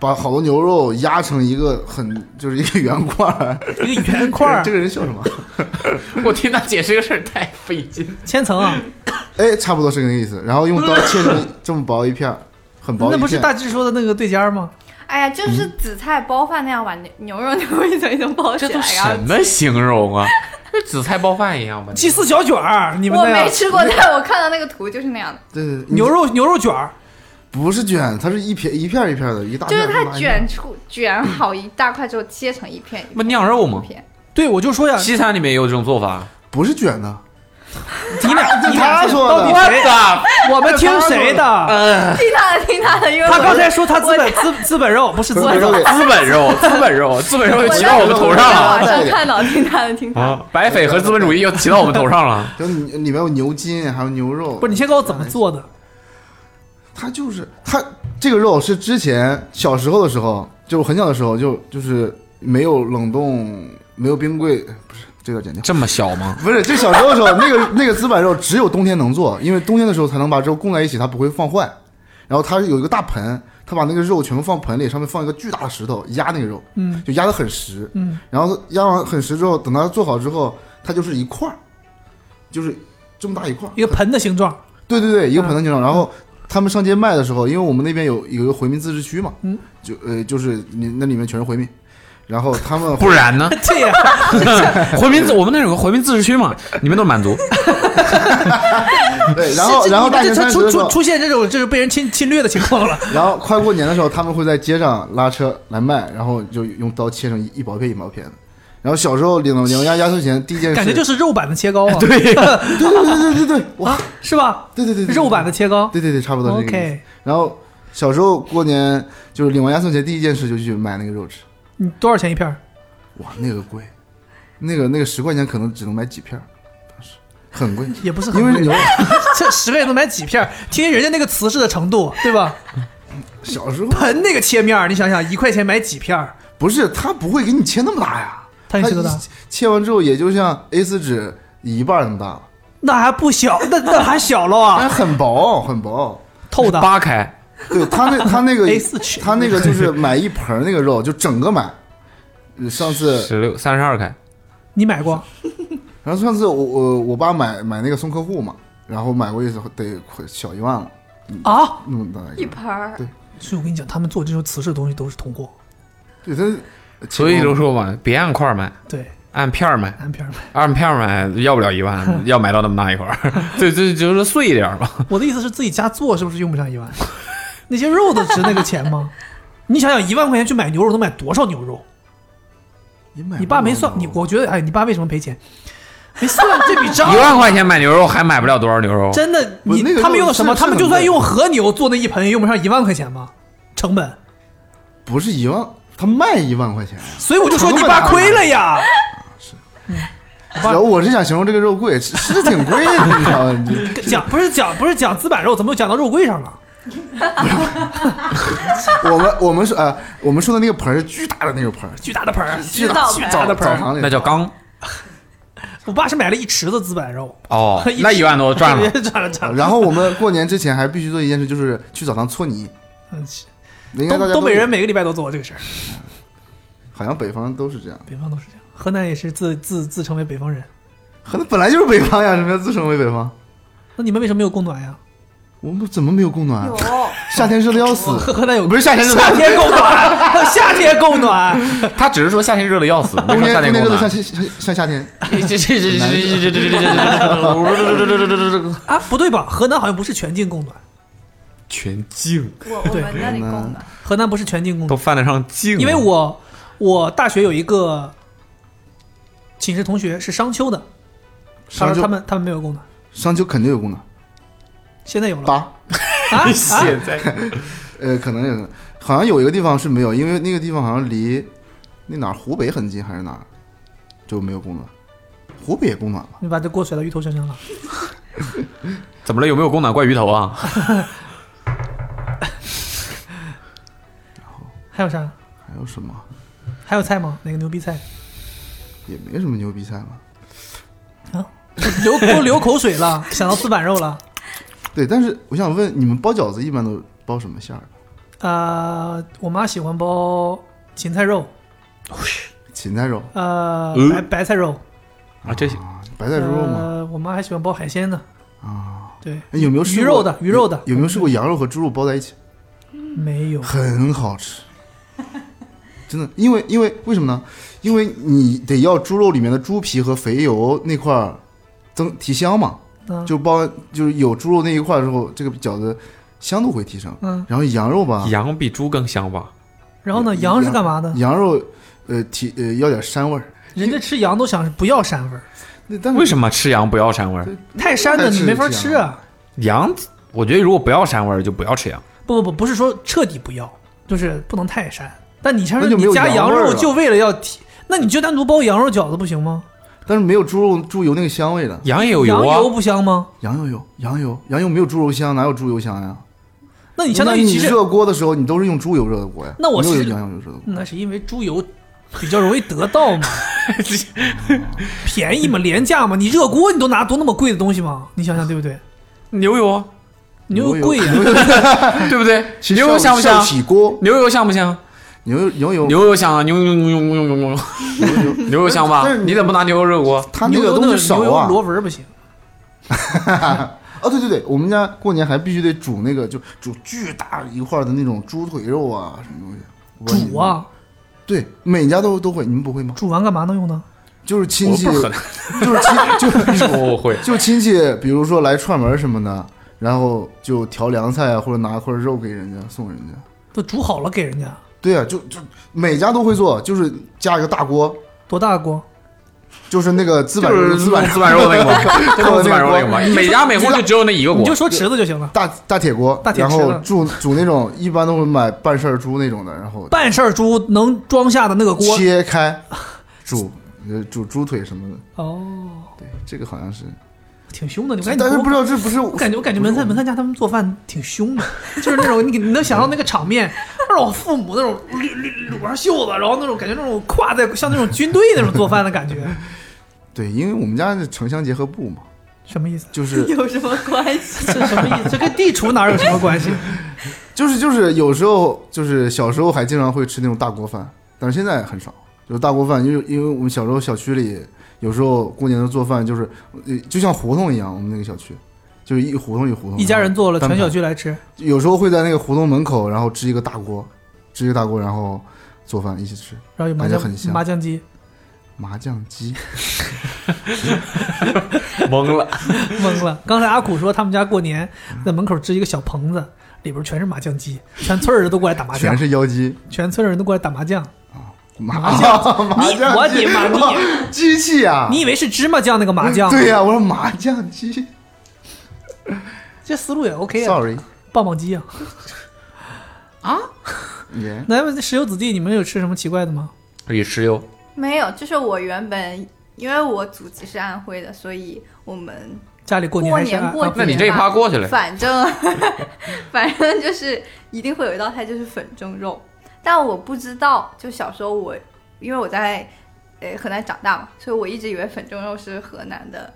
[SPEAKER 8] 把好多牛肉压成一个很就是一个圆块儿，
[SPEAKER 3] 一个圆块儿
[SPEAKER 8] 这个人笑什么？
[SPEAKER 5] 我听他解释这个事儿太费劲。
[SPEAKER 3] 千层啊，
[SPEAKER 8] 哎，差不多是那个意思。然后用刀切成这么薄一片儿，很薄一
[SPEAKER 3] 那
[SPEAKER 8] 片。
[SPEAKER 3] 不是大致说的那个对尖儿吗？
[SPEAKER 2] 哎呀，就是
[SPEAKER 3] 嗯
[SPEAKER 2] 紫菜包饭那样把牛牛肉牛一层一层包起
[SPEAKER 5] 这
[SPEAKER 2] 来，
[SPEAKER 5] 都
[SPEAKER 2] 然后
[SPEAKER 5] 什么形容啊？这紫菜包饭一样吧？
[SPEAKER 3] 鸡丝小卷儿，你们啊
[SPEAKER 2] 我
[SPEAKER 3] 那
[SPEAKER 2] 没
[SPEAKER 3] 样
[SPEAKER 2] 吃过，但我看到那个图就是那样的，
[SPEAKER 8] 对对对
[SPEAKER 3] 牛肉牛肉卷儿，
[SPEAKER 8] 不是卷，它是一片一片儿一片儿的，一大
[SPEAKER 2] 就
[SPEAKER 8] 片儿
[SPEAKER 2] 是
[SPEAKER 8] 一
[SPEAKER 2] 它
[SPEAKER 3] 啊
[SPEAKER 8] 大片儿。
[SPEAKER 2] 卷出卷好一大块之后切成一片一
[SPEAKER 5] 不酿肉吗？
[SPEAKER 2] 片，
[SPEAKER 3] 对我就说呀，
[SPEAKER 5] 西餐里面也有这种做法。
[SPEAKER 8] 不是卷的，
[SPEAKER 3] 你俩
[SPEAKER 8] 这
[SPEAKER 3] 你俩
[SPEAKER 8] 他说的
[SPEAKER 3] 到底谁？我们听谁的？
[SPEAKER 2] 听他的听他的，因为
[SPEAKER 3] 他
[SPEAKER 2] 我
[SPEAKER 3] 刚才说他资本资资本肉不是资
[SPEAKER 8] 我
[SPEAKER 3] 本肉，
[SPEAKER 5] 资本肉，资本肉，资本肉就骑到我们头上
[SPEAKER 2] 在
[SPEAKER 5] 了
[SPEAKER 2] 网上看到听他的听他的，
[SPEAKER 5] 啊！白匪和资本主义又骑到我们头上了。
[SPEAKER 8] 就里里面有牛筋，还有牛肉。
[SPEAKER 3] 不是你先告诉我怎么做的，
[SPEAKER 8] 它就是它这个肉是之前小时候的时候，就很小的时候就就是没有冷冻，没有冰柜，不是这个剪掉。
[SPEAKER 5] 这么小吗？
[SPEAKER 8] 不是，就小时候的时候，那 个那个砭板肉只有冬天能做，因为冬天的时候才能把肉供在一起，它不会放坏。然后它有一个大盆，它把那个肉全部放盆里，上面放一个巨大的石头压那个肉，
[SPEAKER 3] 嗯
[SPEAKER 8] 就压得很实。
[SPEAKER 3] 嗯，
[SPEAKER 8] 然后压完很实之后，等它做好之后，它就是一块儿，就是这么大一块儿。
[SPEAKER 3] 一个盆的形状，
[SPEAKER 8] 对对对，一个盆的形状。然后他们上街卖的时候，因为我们那边有有一个回民自治区嘛，
[SPEAKER 3] 嗯，
[SPEAKER 8] 就呃就是你那里面全是回民，然后他们
[SPEAKER 5] 不然呢？
[SPEAKER 3] 这样
[SPEAKER 5] 回民自，我们那有个回民自治区嘛，你们都是满族，
[SPEAKER 8] 对，然后
[SPEAKER 3] 这
[SPEAKER 8] 然后大
[SPEAKER 3] 这
[SPEAKER 8] 年
[SPEAKER 3] 这
[SPEAKER 8] 三十
[SPEAKER 3] 出
[SPEAKER 8] 的时
[SPEAKER 3] 出
[SPEAKER 8] 候，
[SPEAKER 3] 出现这种就是被人侵侵略的情况了，
[SPEAKER 8] 然后快过年的时候，他们会在街上拉车来卖，然后就用刀切成一一薄片一薄片的。然后小时候领领压压岁钱，第一件事
[SPEAKER 3] 感觉就是是肉版的切糕啊，对
[SPEAKER 8] 对对对对对对，哇，
[SPEAKER 3] 是吧？
[SPEAKER 8] 对对对，对
[SPEAKER 3] 肉版的，切糕
[SPEAKER 8] 对对对，差不多是这个意思。
[SPEAKER 3] ，OK，
[SPEAKER 8] 然后小时候过年就是领完压岁钱，第一件事就去买那个肉吃，
[SPEAKER 3] 你多少钱一片儿？
[SPEAKER 8] 哇，那个贵，那个那个十块钱可能只能买几片儿，当时很贵，
[SPEAKER 3] 也不是很
[SPEAKER 8] 因为
[SPEAKER 3] 贵
[SPEAKER 8] 牛
[SPEAKER 3] 这十个人能买几片儿？听人家那个瓷实的程度，对吧？
[SPEAKER 8] 小时候
[SPEAKER 3] 盆那个切面儿，你想想，一块钱买几片儿？
[SPEAKER 8] 不是他不会给你切那么大呀，
[SPEAKER 3] 他给你切多大
[SPEAKER 8] 一切完之后也就像 A 4纸一半儿那么大了，
[SPEAKER 3] 那还不小，那那还小了啊，
[SPEAKER 8] 但是很薄很薄。
[SPEAKER 3] 透的。
[SPEAKER 5] 扒开
[SPEAKER 8] 对他那他 那个
[SPEAKER 3] A4 尺
[SPEAKER 8] 他那个就是买一盆儿那个肉，就整个买。呃上次，
[SPEAKER 5] 十六三十二开，
[SPEAKER 3] 你买过？
[SPEAKER 8] 然后上次我我我爸买买那个送客户嘛，然后买过一次得快小一万了，
[SPEAKER 3] 啊！
[SPEAKER 8] 那么大
[SPEAKER 2] 一
[SPEAKER 8] 一个。
[SPEAKER 2] 盆儿
[SPEAKER 8] 对
[SPEAKER 3] 所以我跟你讲，他们做这种瓷式的东西都是囤货，
[SPEAKER 8] 对，他
[SPEAKER 5] 所以都说嘛，别按块儿买，
[SPEAKER 3] 对，
[SPEAKER 5] 按片儿买，
[SPEAKER 3] 按片儿买。
[SPEAKER 5] 按片儿买要不了一万，要买到那么大一块儿，对对，就是碎一点儿嘛。
[SPEAKER 3] 我的意思是自己家做是不是用不上一万？ 那些肉的值那个钱吗？你想想，一万块钱去买牛肉能买多少牛肉？
[SPEAKER 8] 你买
[SPEAKER 3] 你爸
[SPEAKER 8] 不
[SPEAKER 3] 没
[SPEAKER 8] 到
[SPEAKER 3] 算，
[SPEAKER 8] 肉
[SPEAKER 3] 你我觉得，哎，你爸为什么赔钱？没算这笔账
[SPEAKER 5] 一。万块钱买牛肉还买不了多少牛肉，
[SPEAKER 3] 真的，
[SPEAKER 8] 哎不
[SPEAKER 3] 你
[SPEAKER 8] 那个
[SPEAKER 3] 他们用的什么？
[SPEAKER 8] 肉是
[SPEAKER 3] 他们就算
[SPEAKER 8] 是很贵
[SPEAKER 3] 用和牛做那一盆，也用不上一万块钱吗？成本
[SPEAKER 8] 不是一万，他卖一万 块钱。
[SPEAKER 3] 所以我就说你爸亏了呀。
[SPEAKER 8] 然后我是想形容这个肉贵， 是是挺贵的，你知道吗？你
[SPEAKER 3] 讲不是讲不是讲砧板肉，怎么又讲到肉桂上了？
[SPEAKER 8] 我们我们说啊、我们说的那个盆儿是巨大的那个盆儿，
[SPEAKER 3] 巨大的盆儿，
[SPEAKER 8] 巨
[SPEAKER 9] 知道
[SPEAKER 8] 大
[SPEAKER 9] 盆
[SPEAKER 8] 巨
[SPEAKER 9] 儿
[SPEAKER 8] 大的盆儿，
[SPEAKER 3] 澡
[SPEAKER 8] 澡堂里
[SPEAKER 5] 那叫缸
[SPEAKER 3] 我爸是买了一池子砧板肉，
[SPEAKER 5] 哦
[SPEAKER 8] 啊
[SPEAKER 3] 一，
[SPEAKER 5] 那一万多赚了。
[SPEAKER 3] 赚了赚了。
[SPEAKER 8] 然后我们过年之前还必须做一件事，就是去澡堂搓泥。
[SPEAKER 3] 嗯
[SPEAKER 8] 应该大
[SPEAKER 3] 东
[SPEAKER 8] 家
[SPEAKER 3] 东
[SPEAKER 8] 都
[SPEAKER 3] 北人每个礼拜都做这个事儿，
[SPEAKER 8] 好像北方都是这样，
[SPEAKER 3] 北方都是这样，河南也是自自自称为北方人。
[SPEAKER 8] 可能本来就是北方呀，什么叫自称为北方？
[SPEAKER 3] 那你们为什么没有供暖呀？
[SPEAKER 8] 我们怎么没有供暖
[SPEAKER 9] 有
[SPEAKER 8] 啊？夏天热的要死，
[SPEAKER 3] 河河南有
[SPEAKER 8] 不是夏天热的
[SPEAKER 3] 夏
[SPEAKER 8] 要死，
[SPEAKER 3] 天供 暖，夏天供暖。
[SPEAKER 5] 他只是说夏天热的要死，没
[SPEAKER 8] 冬
[SPEAKER 5] 说
[SPEAKER 8] 天
[SPEAKER 5] 夏
[SPEAKER 8] 冬
[SPEAKER 5] 天
[SPEAKER 8] 天
[SPEAKER 5] 够
[SPEAKER 8] 热的
[SPEAKER 5] 暖
[SPEAKER 8] 像。夏像像夏天，
[SPEAKER 5] 这这这这这这这这这这这这这这
[SPEAKER 3] 啊，不对吧？河南好像不是全境供暖，
[SPEAKER 5] 全净
[SPEAKER 9] 我我们那里供的，
[SPEAKER 3] 河南不是全境供
[SPEAKER 4] 都
[SPEAKER 3] 暖，
[SPEAKER 4] 犯得上净了，
[SPEAKER 3] 因为我我大学有一个寝室同学是商丘的，他说
[SPEAKER 8] 商丘
[SPEAKER 3] 他们他们没有供暖，
[SPEAKER 8] 商丘肯定有供暖。
[SPEAKER 3] 现在有了
[SPEAKER 8] 八，
[SPEAKER 3] 啊啊！
[SPEAKER 5] 现在
[SPEAKER 8] 呃，可能有，好像有一个地方是没有，因为那个地方好像离那哪儿湖北很近还是哪儿，就没有供暖。湖北也供暖吧？
[SPEAKER 3] 你把这锅甩到鱼头身上了，
[SPEAKER 5] 怎么了？有没有供暖怪鱼头啊？
[SPEAKER 3] 还有啥？
[SPEAKER 8] 还有什么？
[SPEAKER 3] 还有菜吗？哪个牛逼菜？
[SPEAKER 8] 也没什么牛逼菜吧？
[SPEAKER 3] 流都流口水了，想到砧板肉了。
[SPEAKER 8] 对，但是我想问，你们包饺子一般都包什么馅儿？
[SPEAKER 3] 呃，我妈喜欢包芹菜肉，
[SPEAKER 8] 芹菜肉、
[SPEAKER 3] 呃，
[SPEAKER 5] 呃
[SPEAKER 3] 白白菜肉，
[SPEAKER 5] 啊，这
[SPEAKER 8] 白哎菜猪肉吗？
[SPEAKER 3] 呃，我妈还喜欢包海鲜呢。
[SPEAKER 8] 啊，
[SPEAKER 3] 对，
[SPEAKER 8] 哎有没有试
[SPEAKER 3] 鱼
[SPEAKER 8] 过
[SPEAKER 3] 肉的？鱼肉的
[SPEAKER 8] 有有没有试过羊肉和猪肉包在一起？
[SPEAKER 3] 没有？
[SPEAKER 8] 很好 吃，真的，因为因为为什么呢？因为你得要猪肉里面的猪皮和肥油那块儿增提香嘛，
[SPEAKER 3] 嗯
[SPEAKER 8] 就包就是有猪肉那一块儿之后，这个饺子香度会提升。
[SPEAKER 3] 嗯，
[SPEAKER 8] 然后羊肉吧，
[SPEAKER 5] 羊比猪更香吧？
[SPEAKER 3] 然后呢？羊是干嘛的？
[SPEAKER 8] 羊肉呃提呃要点膻味儿，
[SPEAKER 3] 人家吃羊都想不要膻味儿，
[SPEAKER 8] 那但是
[SPEAKER 5] 为什么吃羊不要膻味儿？
[SPEAKER 3] 太膻的你没法吃啊。
[SPEAKER 5] 羊，我觉得如果不要膻味儿，就不要吃羊。
[SPEAKER 3] 不不不，不是说彻底不要，就是不能太膻。但你像
[SPEAKER 8] 那
[SPEAKER 3] 是
[SPEAKER 8] 就没
[SPEAKER 3] 你
[SPEAKER 8] 有
[SPEAKER 3] 加
[SPEAKER 8] 羊
[SPEAKER 3] 羊
[SPEAKER 8] 味儿
[SPEAKER 3] 肉
[SPEAKER 8] 了
[SPEAKER 3] 就为了要提，那你就单独包羊肉饺子不行吗？
[SPEAKER 8] 但是没有猪肉猪油那个香味的，
[SPEAKER 5] 羊也有
[SPEAKER 3] 羊
[SPEAKER 5] 油
[SPEAKER 3] 油
[SPEAKER 5] 啊，
[SPEAKER 3] 不香吗？
[SPEAKER 8] 羊肉有羊油，羊油没有猪油香，哪有猪油香呀？
[SPEAKER 3] 那你相当于
[SPEAKER 8] 那你
[SPEAKER 3] 其实
[SPEAKER 8] 热锅的时候，你都是用猪油热的锅呀，
[SPEAKER 3] 那我
[SPEAKER 8] 没有
[SPEAKER 3] 是
[SPEAKER 8] 用羊油热的锅。
[SPEAKER 3] 那是因为猪油比较容易得到 嘛，便宜嘛，廉价嘛。你热锅你都拿多那么贵的东西嘛，你想想对不对？
[SPEAKER 5] 牛油啊，
[SPEAKER 3] 牛油贵呀、
[SPEAKER 8] 牛油
[SPEAKER 5] 对不对？牛油
[SPEAKER 8] 油
[SPEAKER 5] 香不香？
[SPEAKER 8] 起锅，
[SPEAKER 5] 牛油香不香？
[SPEAKER 8] 牛油牛油
[SPEAKER 5] 牛油香啊，牛牛牛牛牛牛牛
[SPEAKER 8] 牛油，
[SPEAKER 5] 牛油香吧
[SPEAKER 8] 但？是
[SPEAKER 5] 你怎么不拿牛油热锅？
[SPEAKER 8] 它那
[SPEAKER 3] 牛
[SPEAKER 8] 个
[SPEAKER 3] 油那
[SPEAKER 8] 东
[SPEAKER 3] 个
[SPEAKER 8] 西少
[SPEAKER 3] 牛油
[SPEAKER 8] 啊。
[SPEAKER 3] 螺纹不行，
[SPEAKER 8] 哦，对对对，我们家过年还必须得煮那个，就煮巨大一块的那种猪腿肉啊，什么东西。我问你
[SPEAKER 3] 煮！啊，
[SPEAKER 8] 对，每家都都会，你们不会吗？
[SPEAKER 3] 煮完干嘛能用呢？
[SPEAKER 8] 就是亲戚，
[SPEAKER 5] 我不
[SPEAKER 8] 就是
[SPEAKER 5] 很
[SPEAKER 8] 亲，就是
[SPEAKER 5] 我会
[SPEAKER 8] 就亲戚，比如说来串门什么的，然后就调凉菜啊，或者拿块肉给人家送人家。
[SPEAKER 3] 都煮好了给人家，
[SPEAKER 8] 对啊，就就每家都会做，就是加一个大锅，
[SPEAKER 3] 多大锅？
[SPEAKER 8] 就是那个砧板
[SPEAKER 5] 就是
[SPEAKER 8] 砧板
[SPEAKER 5] 砧板肉那个嘛，就弄砧板肉那个嘛，每家每户就只有那一个
[SPEAKER 3] 你就
[SPEAKER 5] 锅。
[SPEAKER 3] 说池子就行了。
[SPEAKER 8] 大大铁锅，
[SPEAKER 3] 大铁
[SPEAKER 8] 然
[SPEAKER 3] 吃
[SPEAKER 8] 后
[SPEAKER 3] 了
[SPEAKER 8] 煮煮那种一般都会买半扇儿猪那种的，然后
[SPEAKER 3] 办事儿猪能装下的那个锅
[SPEAKER 8] 切开煮，呃煮猪腿什么的。
[SPEAKER 3] 哦，
[SPEAKER 8] 对，这个好像是，
[SPEAKER 3] 挺凶的。你看，
[SPEAKER 8] 但是不知
[SPEAKER 3] 道，
[SPEAKER 8] 道这不是
[SPEAKER 3] 我感觉我感觉门菜门菜家他们做饭挺凶的，就是那种你你能想到那个场面，让我父母那种捋捋捋上袖子，然后那种感觉那种挎在像那种军队那种做饭的感觉，
[SPEAKER 8] 对，因为我们家是城乡结合部嘛，
[SPEAKER 3] 什么意思？
[SPEAKER 8] 就是
[SPEAKER 9] 有什么关 系？
[SPEAKER 3] 这什么意思？这跟地厨哪有什么关系？
[SPEAKER 8] 哦就是就是有时候就是小时候还经常会吃那种大锅饭，但是现在很少，就是大锅饭，因为因为我们小时候小区里有时候过年的做饭就是，呃就像胡同一样，我们那个小区。就是一胡同一胡同，
[SPEAKER 3] 一家人做了，
[SPEAKER 8] 然
[SPEAKER 3] 全
[SPEAKER 8] 后单
[SPEAKER 3] 小
[SPEAKER 8] 排
[SPEAKER 3] 区来吃，
[SPEAKER 8] 有时候会在那个胡同门口，然后支一个大锅，支一个大锅，然后做饭一起吃
[SPEAKER 3] 然后有麻
[SPEAKER 8] 感觉很
[SPEAKER 3] 将
[SPEAKER 8] 香
[SPEAKER 3] 麻将机，
[SPEAKER 8] 麻酱鸡。
[SPEAKER 5] 懵了，
[SPEAKER 3] 懵了。刚才阿苦说他们家过年
[SPEAKER 8] 嗯
[SPEAKER 3] 在门口支一个小棚子，里边全是麻将机，全村儿人都过来打麻
[SPEAKER 8] 全
[SPEAKER 3] 将，
[SPEAKER 8] 是妖姬，
[SPEAKER 3] 全村儿人都过来打麻将。
[SPEAKER 8] 麻酱 麻
[SPEAKER 3] 你我
[SPEAKER 8] 酱
[SPEAKER 3] 的
[SPEAKER 8] 鸡，
[SPEAKER 3] 妈！
[SPEAKER 8] 哇
[SPEAKER 3] 你
[SPEAKER 8] 机器啊！
[SPEAKER 3] 你以为是芝麻酱那个麻
[SPEAKER 8] 嗯
[SPEAKER 3] 将？
[SPEAKER 8] 对呀，我说麻酱鸡
[SPEAKER 3] 这思路也 OK 啊，
[SPEAKER 8] ，sorry，
[SPEAKER 3] 棒棒鸡啊。
[SPEAKER 8] 耶，
[SPEAKER 3] 那石油子弟，你们有吃什么奇怪的吗？
[SPEAKER 5] 也石油，
[SPEAKER 9] 没有，就是我原本因为我祖籍是安徽的，所以我们
[SPEAKER 3] 家里过年
[SPEAKER 9] 过
[SPEAKER 3] 还是啊
[SPEAKER 9] 年
[SPEAKER 3] 按
[SPEAKER 9] 过节
[SPEAKER 3] 按
[SPEAKER 9] 嘛，
[SPEAKER 5] 啊那你这一趴过去了
[SPEAKER 9] 反正 反正就是一定会有一道菜就是粉蒸肉，但我不知道，就小时候我因为我在呃河南长大嘛，所以我一直以为粉蒸肉是河南的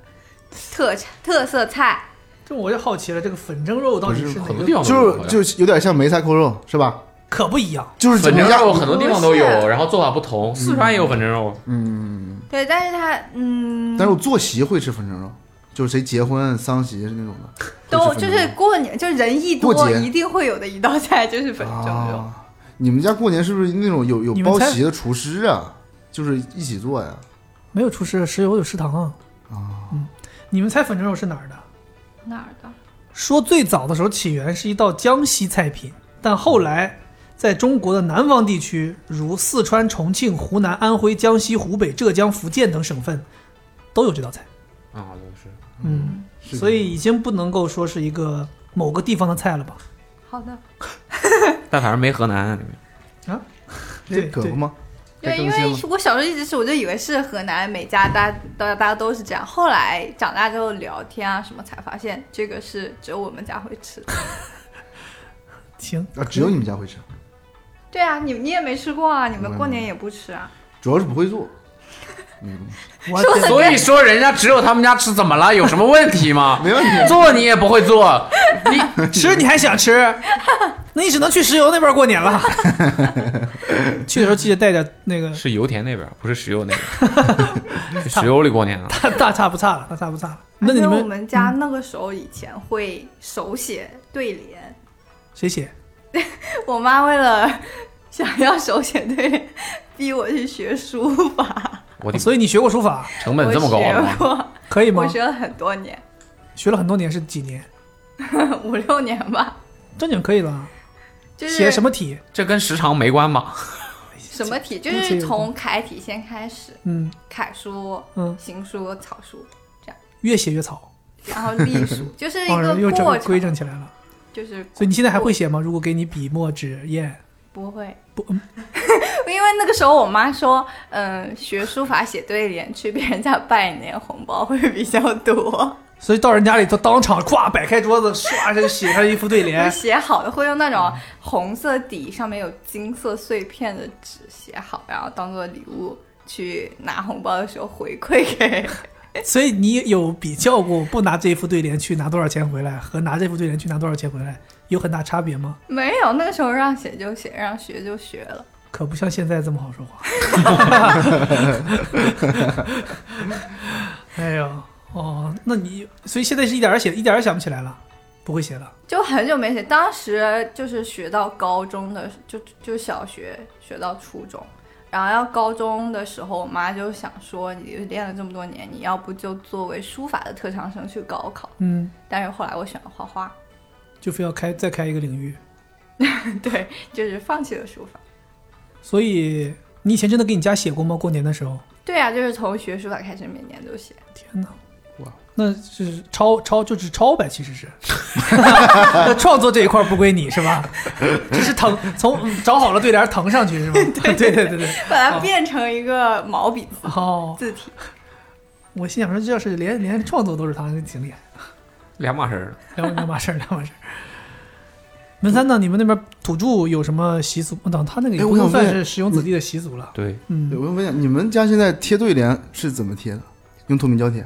[SPEAKER 9] 特产特色菜。
[SPEAKER 3] 这我就好奇了，这个粉蒸肉到底是哪
[SPEAKER 5] 很多
[SPEAKER 3] 个
[SPEAKER 5] 地？方都有
[SPEAKER 8] 就就是有点像梅菜扣肉是吧？
[SPEAKER 3] 可不一样，
[SPEAKER 8] 就是
[SPEAKER 5] 粉蒸
[SPEAKER 8] 鸭
[SPEAKER 5] 肉，很多地方都有
[SPEAKER 9] 不，是
[SPEAKER 5] 然后做法不同。四川也有粉蒸肉，
[SPEAKER 8] 嗯，
[SPEAKER 9] 对，但是它嗯，
[SPEAKER 8] 但是我坐席会吃粉蒸肉，就是谁结婚丧席是那种的，
[SPEAKER 9] 都
[SPEAKER 8] 会吃
[SPEAKER 9] 就
[SPEAKER 8] 粉蒸
[SPEAKER 9] 是
[SPEAKER 8] 肉
[SPEAKER 9] 过年，就人一
[SPEAKER 8] 过
[SPEAKER 9] 多，
[SPEAKER 8] 节
[SPEAKER 9] 一定会有的一道菜就是粉蒸肉。
[SPEAKER 8] 啊。你们家过年是不是那种有有
[SPEAKER 3] 你们
[SPEAKER 8] 包
[SPEAKER 3] 猜
[SPEAKER 8] 席的厨师啊？就是一起做呀？
[SPEAKER 3] 没有厨师，石油有食堂啊。
[SPEAKER 8] 啊，
[SPEAKER 3] 你们猜粉蒸肉是哪儿的？
[SPEAKER 9] 哪儿的？
[SPEAKER 3] 说最早的时候起源是一道江西菜品，但后来在中国的南方地区，如四川、重庆、湖南、安徽、江西、湖北、浙江、福建等省份，都有这道菜。
[SPEAKER 5] 啊，就是
[SPEAKER 3] 嗯，
[SPEAKER 8] 是
[SPEAKER 3] 所以已经不能够说是一个某个地方的菜了吧？
[SPEAKER 9] 好的，
[SPEAKER 5] 但反正没河南啊里面。
[SPEAKER 8] 这
[SPEAKER 3] 对
[SPEAKER 8] 可
[SPEAKER 3] 对
[SPEAKER 8] 不吗？
[SPEAKER 9] 对，
[SPEAKER 8] 更
[SPEAKER 9] 因
[SPEAKER 8] 新
[SPEAKER 9] 为
[SPEAKER 8] 了
[SPEAKER 9] 我小时候一直吃，我就以为是河南每家大大大家都是这样。后来长大之后聊天啊什么，才发现这个是只有我们家会吃。
[SPEAKER 3] 行，
[SPEAKER 8] 啊，只有你们家会吃，
[SPEAKER 9] 对啊，你你也没吃过啊，你们
[SPEAKER 8] 嗯
[SPEAKER 9] 过年也不吃啊？
[SPEAKER 8] 主要是不会做。
[SPEAKER 3] 我
[SPEAKER 5] 所以说，人家只有他们家吃，怎么了？有什么问题 吗？
[SPEAKER 8] 没问题
[SPEAKER 5] 做你也不会做，
[SPEAKER 3] 吃你还想 吃，那你只能去石油那边过年了。去的时候记得带点那 个
[SPEAKER 5] 是油田那边，不是石油那边， 去石油里过年啊。
[SPEAKER 3] 大大差不差了，大差不差了。那你
[SPEAKER 9] 而且我
[SPEAKER 3] 们
[SPEAKER 9] 们家那个时候以前会手写对联，
[SPEAKER 3] 谁写？
[SPEAKER 9] 我妈为了 想要手写对联，逼我去学书法，
[SPEAKER 5] 我的
[SPEAKER 3] 所以你学过书法，
[SPEAKER 5] 成本
[SPEAKER 9] 我
[SPEAKER 5] 这么高啊
[SPEAKER 9] 学
[SPEAKER 5] 吗？
[SPEAKER 9] 过，
[SPEAKER 3] 可以吗
[SPEAKER 9] 我？学了很多年，
[SPEAKER 3] 学了很多年是几年？
[SPEAKER 9] 五六年吧。
[SPEAKER 3] 正经可以了。
[SPEAKER 9] 就是
[SPEAKER 3] 写什么题？
[SPEAKER 5] 这跟时长没关吧？
[SPEAKER 9] 什么体，就
[SPEAKER 3] 跟这
[SPEAKER 9] 是
[SPEAKER 3] 有
[SPEAKER 9] 从楷体先开始，
[SPEAKER 3] 嗯
[SPEAKER 9] 楷书、
[SPEAKER 3] 嗯，
[SPEAKER 9] 行书、草书，
[SPEAKER 3] 越写越草。
[SPEAKER 9] 然后 隶书，就是一
[SPEAKER 3] 哦，
[SPEAKER 9] 个
[SPEAKER 3] 又整
[SPEAKER 9] 过
[SPEAKER 3] 个规整
[SPEAKER 9] 程，
[SPEAKER 3] 起来了。
[SPEAKER 9] 就是
[SPEAKER 3] 所以你现在还会写吗？如果给你笔墨纸砚，
[SPEAKER 9] 不会
[SPEAKER 3] 不，
[SPEAKER 9] 因为那个时候我妈说，嗯，学书法写对联，去别人家拜年红包会比较多，
[SPEAKER 3] 所以到人家里头当场咵摆开桌子，唰就写上一副对
[SPEAKER 9] 就
[SPEAKER 3] 联。
[SPEAKER 9] 写好的会用那种红色底上面有金色碎片的纸写好，然后当做礼物去拿红包的时候回馈给。
[SPEAKER 3] 所以你有比较过不拿这副对联去拿多少钱回来，和拿这副对联去拿多少钱回来有很大差别吗？
[SPEAKER 9] 没有，那个时候让写就写，让学就学了。
[SPEAKER 3] 可不像现在这么好说话。 哎呦，哦，那你所以现在是一点儿写，一点儿也想不起来了，不会写了。
[SPEAKER 9] 就很久没写，当时就是学到高中的，就就小学学到初中，然后要高中的时候，我妈就想说，你练了这么多年，你要不就作为书法的特长生去高考。
[SPEAKER 3] 嗯，
[SPEAKER 9] 但是后来我选了画画，
[SPEAKER 3] 就非要开再开一个领域。
[SPEAKER 9] 对，就是放弃了书法。
[SPEAKER 3] 所以你以前真的给你家写过吗？过年的时候？
[SPEAKER 9] 对啊，就是从学书法开始，每年都写。
[SPEAKER 3] 天哪！哇，那是抄抄就是抄呗，其实是。那创作这一块不归你是吧？只是腾从嗯找好了对联腾上去是吧？ 对对对对对。
[SPEAKER 9] 把它变成一个毛笔字
[SPEAKER 3] 哦，
[SPEAKER 9] 字体，
[SPEAKER 3] 我心想说，这要是连连创作都是他，挺厉害，
[SPEAKER 5] 两码事儿。
[SPEAKER 3] 两两码事儿，两码事儿。门三呢？你们那边土著有什么习俗？不，等他那个也
[SPEAKER 8] 哎
[SPEAKER 3] 不
[SPEAKER 8] 我
[SPEAKER 3] 能
[SPEAKER 8] 想
[SPEAKER 3] 算
[SPEAKER 8] 问
[SPEAKER 3] 是石油子弟的习俗了。
[SPEAKER 5] 对，
[SPEAKER 8] 对
[SPEAKER 3] 嗯，
[SPEAKER 8] 我问一下，你们家现在贴对联是怎么贴的？用透明胶贴？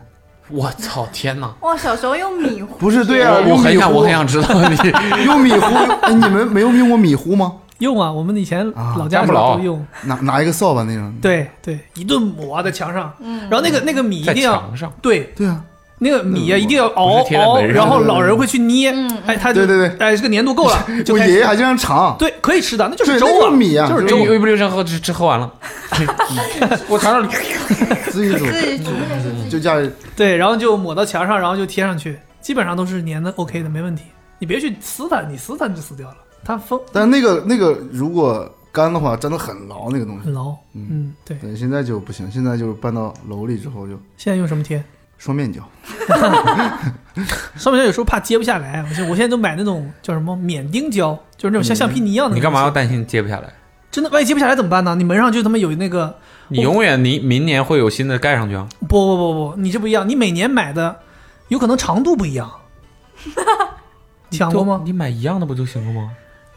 [SPEAKER 5] 我操，天 哪！
[SPEAKER 9] 哇，小时候用米糊，
[SPEAKER 8] 不是，对啊，
[SPEAKER 5] 我我
[SPEAKER 8] 用
[SPEAKER 5] 很
[SPEAKER 8] 米
[SPEAKER 5] 想，
[SPEAKER 8] 糊
[SPEAKER 5] 我很想知道 你
[SPEAKER 8] 用米糊。哎，你们没有用过米糊吗？
[SPEAKER 3] 用啊，我们以前
[SPEAKER 8] 啊
[SPEAKER 3] 老家
[SPEAKER 5] 干不
[SPEAKER 3] 时候
[SPEAKER 5] 牢
[SPEAKER 3] 都用。
[SPEAKER 8] 拿拿一个扫把那种。
[SPEAKER 3] 对对，一顿抹在墙上，然后那个那个米一
[SPEAKER 5] 在
[SPEAKER 3] 定要
[SPEAKER 5] 墙上，
[SPEAKER 3] 对，
[SPEAKER 8] 对啊，
[SPEAKER 3] 那个米呀、一定要熬
[SPEAKER 5] 不是贴在
[SPEAKER 3] 熬，
[SPEAKER 5] 门上
[SPEAKER 3] 然后老人会去捏，哎，他就
[SPEAKER 8] 对对对，
[SPEAKER 3] 哎，这个粘度够了， 就
[SPEAKER 8] 我
[SPEAKER 3] 开始
[SPEAKER 8] 爷爷还经常尝。
[SPEAKER 3] 对，可以吃的，那就是
[SPEAKER 8] 对
[SPEAKER 3] 粥
[SPEAKER 8] 那
[SPEAKER 3] 啊，
[SPEAKER 8] 就是米啊
[SPEAKER 3] 就是
[SPEAKER 5] 我
[SPEAKER 3] 粥
[SPEAKER 5] 一不留神喝，吃吃喝 完了。我尝尝，
[SPEAKER 8] 自己
[SPEAKER 9] 自
[SPEAKER 8] 煮，
[SPEAKER 9] 己煮也是自 己
[SPEAKER 8] 就家里
[SPEAKER 3] 对，然后就抹到墙上，然后就贴上去，基本上都是粘的 OK 的，没问题。你别去撕它，你撕它你就死掉了，它封
[SPEAKER 8] 但那个那个如果干的话，真的很牢那个东西。
[SPEAKER 3] 很牢。嗯，对。
[SPEAKER 8] 对，现在就不行，现在就是搬到楼里之后就
[SPEAKER 3] 现在用什么贴？
[SPEAKER 8] 双面胶，
[SPEAKER 3] 上面有时候怕揭不下来，我现我现在都买那种叫什么免钉胶，就是那种像橡皮泥一样的。
[SPEAKER 5] 你干嘛要？担心揭不下来？
[SPEAKER 3] 真的，万一揭不下来怎么办呢？你门上就他妈有那个
[SPEAKER 5] 你永远你明年会有新的盖上去啊！
[SPEAKER 3] 不不不不，你这不一样，你每年买的有可能长度不一样。想过吗？
[SPEAKER 5] 你买一样的不就行了吗？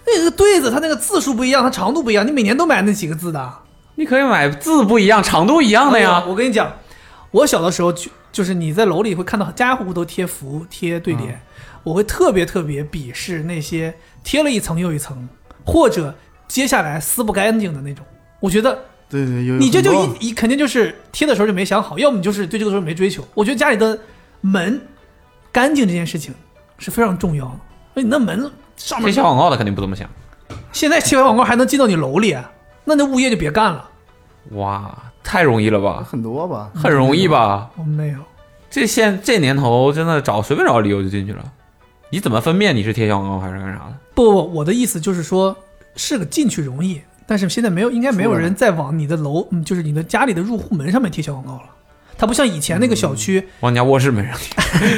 [SPEAKER 3] 那个对子它那个字数不一样，它长度不一样，你每年都买那几个字的。
[SPEAKER 5] 你可以买字不一样、长度一样的
[SPEAKER 3] 哎
[SPEAKER 5] 呀。
[SPEAKER 3] 我跟你讲，我小的时候就就是你在楼里会看到家家户户都贴符、贴对
[SPEAKER 5] 嗯
[SPEAKER 3] 联，我会特别特别鄙视那些贴了一层又一层，或者揭下来撕不干净的那种。我觉得
[SPEAKER 8] 对对，
[SPEAKER 5] 嗯
[SPEAKER 8] 有
[SPEAKER 3] 你这就
[SPEAKER 8] 很多
[SPEAKER 3] 一一肯定就是贴的时候就没想好，要么你就是对这个时候没追求。我觉得家里的门干净这件事情是非常重要的。那你那门上
[SPEAKER 5] 贴
[SPEAKER 3] 面
[SPEAKER 5] 小广告的肯定不这么想。
[SPEAKER 3] 现在贴完广告还能进到你楼里，啊那那物业就别干了。
[SPEAKER 5] 哇，太容易了吧？
[SPEAKER 8] 很多吧，
[SPEAKER 5] 很容易吧？
[SPEAKER 3] 我哦没有，
[SPEAKER 5] 这现这年头真的找随便找理由就进去了。你怎么分辨你是贴小广告还是干啥的？
[SPEAKER 3] 不不，我的意思就是说，是个进去容易，但是现在没有，应该没有人再往你的楼，嗯，就是你的家里的入户门上面贴小广告了。它不像以前那个小区，
[SPEAKER 5] 往你家卧室门上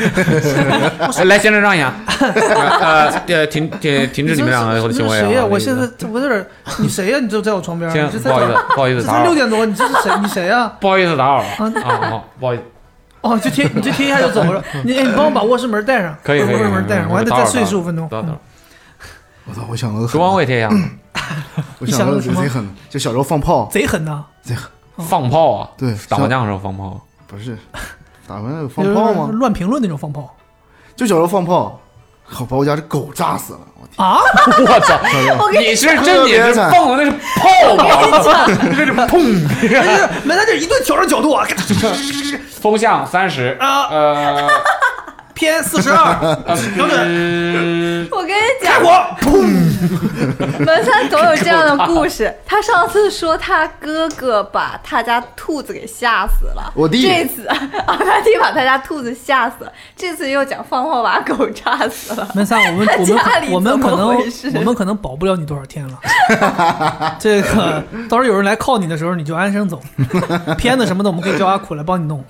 [SPEAKER 5] 贴。来，先生让一下。呃，呃停停停
[SPEAKER 3] 你
[SPEAKER 5] 止你们两个
[SPEAKER 3] 这
[SPEAKER 5] 的
[SPEAKER 3] 是你
[SPEAKER 5] 行为
[SPEAKER 3] 是
[SPEAKER 5] 啊！
[SPEAKER 3] 谁呀？
[SPEAKER 5] 那个
[SPEAKER 3] 我现在这我有点，你谁呀？你就在我床边儿，你这
[SPEAKER 5] 先不
[SPEAKER 3] 才
[SPEAKER 5] 好意思，不好意
[SPEAKER 3] 这
[SPEAKER 5] 思
[SPEAKER 3] 才
[SPEAKER 5] 打
[SPEAKER 3] 六
[SPEAKER 5] 扰，
[SPEAKER 3] 点多，你这是谁？你谁呀？
[SPEAKER 5] 不好意思打扰了
[SPEAKER 3] 啊
[SPEAKER 5] 啊，好，不好意思。
[SPEAKER 3] 哦，就贴，你就贴一下就走 了。你哎，你帮我把卧室门带上，
[SPEAKER 5] 可以
[SPEAKER 3] 把
[SPEAKER 5] 可以
[SPEAKER 3] 卧室
[SPEAKER 5] 可以
[SPEAKER 3] 门带上，
[SPEAKER 5] 可以
[SPEAKER 3] 我还得
[SPEAKER 5] 打扰
[SPEAKER 3] 再
[SPEAKER 5] 了
[SPEAKER 3] 睡十五分钟。
[SPEAKER 5] 等等，
[SPEAKER 8] 我操，我想到的
[SPEAKER 5] 烛
[SPEAKER 8] 很
[SPEAKER 5] 光我也贴一下，
[SPEAKER 8] 我
[SPEAKER 3] 你
[SPEAKER 8] 想到的
[SPEAKER 3] 想到什么
[SPEAKER 8] 贼狠，就小时候放炮，
[SPEAKER 3] 贼狠呐！
[SPEAKER 5] 放炮啊！
[SPEAKER 8] 对，
[SPEAKER 5] 打麻
[SPEAKER 8] 像
[SPEAKER 5] 将的时候放炮，
[SPEAKER 8] 不是打麻将有放炮
[SPEAKER 3] 就是
[SPEAKER 8] 吗？
[SPEAKER 3] 乱评论那种放 炮
[SPEAKER 8] 就小时候放炮，好把我家这狗炸死了，我天，
[SPEAKER 3] 啊！
[SPEAKER 5] 我操！你是
[SPEAKER 8] 特
[SPEAKER 5] 这你
[SPEAKER 8] 别
[SPEAKER 5] 是
[SPEAKER 8] 惨
[SPEAKER 5] 放的那是炮吧？这是砰！
[SPEAKER 3] 没，他这一顿调整角度啊，
[SPEAKER 5] 风向三十，
[SPEAKER 3] 啊
[SPEAKER 5] 呃，
[SPEAKER 3] 偏四十 二，调整
[SPEAKER 5] 呃
[SPEAKER 9] 我跟你
[SPEAKER 3] 开
[SPEAKER 9] 讲，
[SPEAKER 3] 火，
[SPEAKER 9] 门三总有这样的故事。他上次说他哥哥把他家兔子给吓死了，
[SPEAKER 8] 我弟
[SPEAKER 9] 这次 啊，他弟把他家兔子吓死了，这次又讲放炮把狗炸死了。
[SPEAKER 3] 门三，啊我们我
[SPEAKER 9] 家
[SPEAKER 3] 们
[SPEAKER 9] 里
[SPEAKER 3] 我们可
[SPEAKER 9] 怎
[SPEAKER 3] 能
[SPEAKER 9] 么回事
[SPEAKER 3] 我们可能保不了你多少天了。 这个到时候有人来靠你的时候，你就安 生走。片子什么的，我们可以叫阿苦来帮你弄。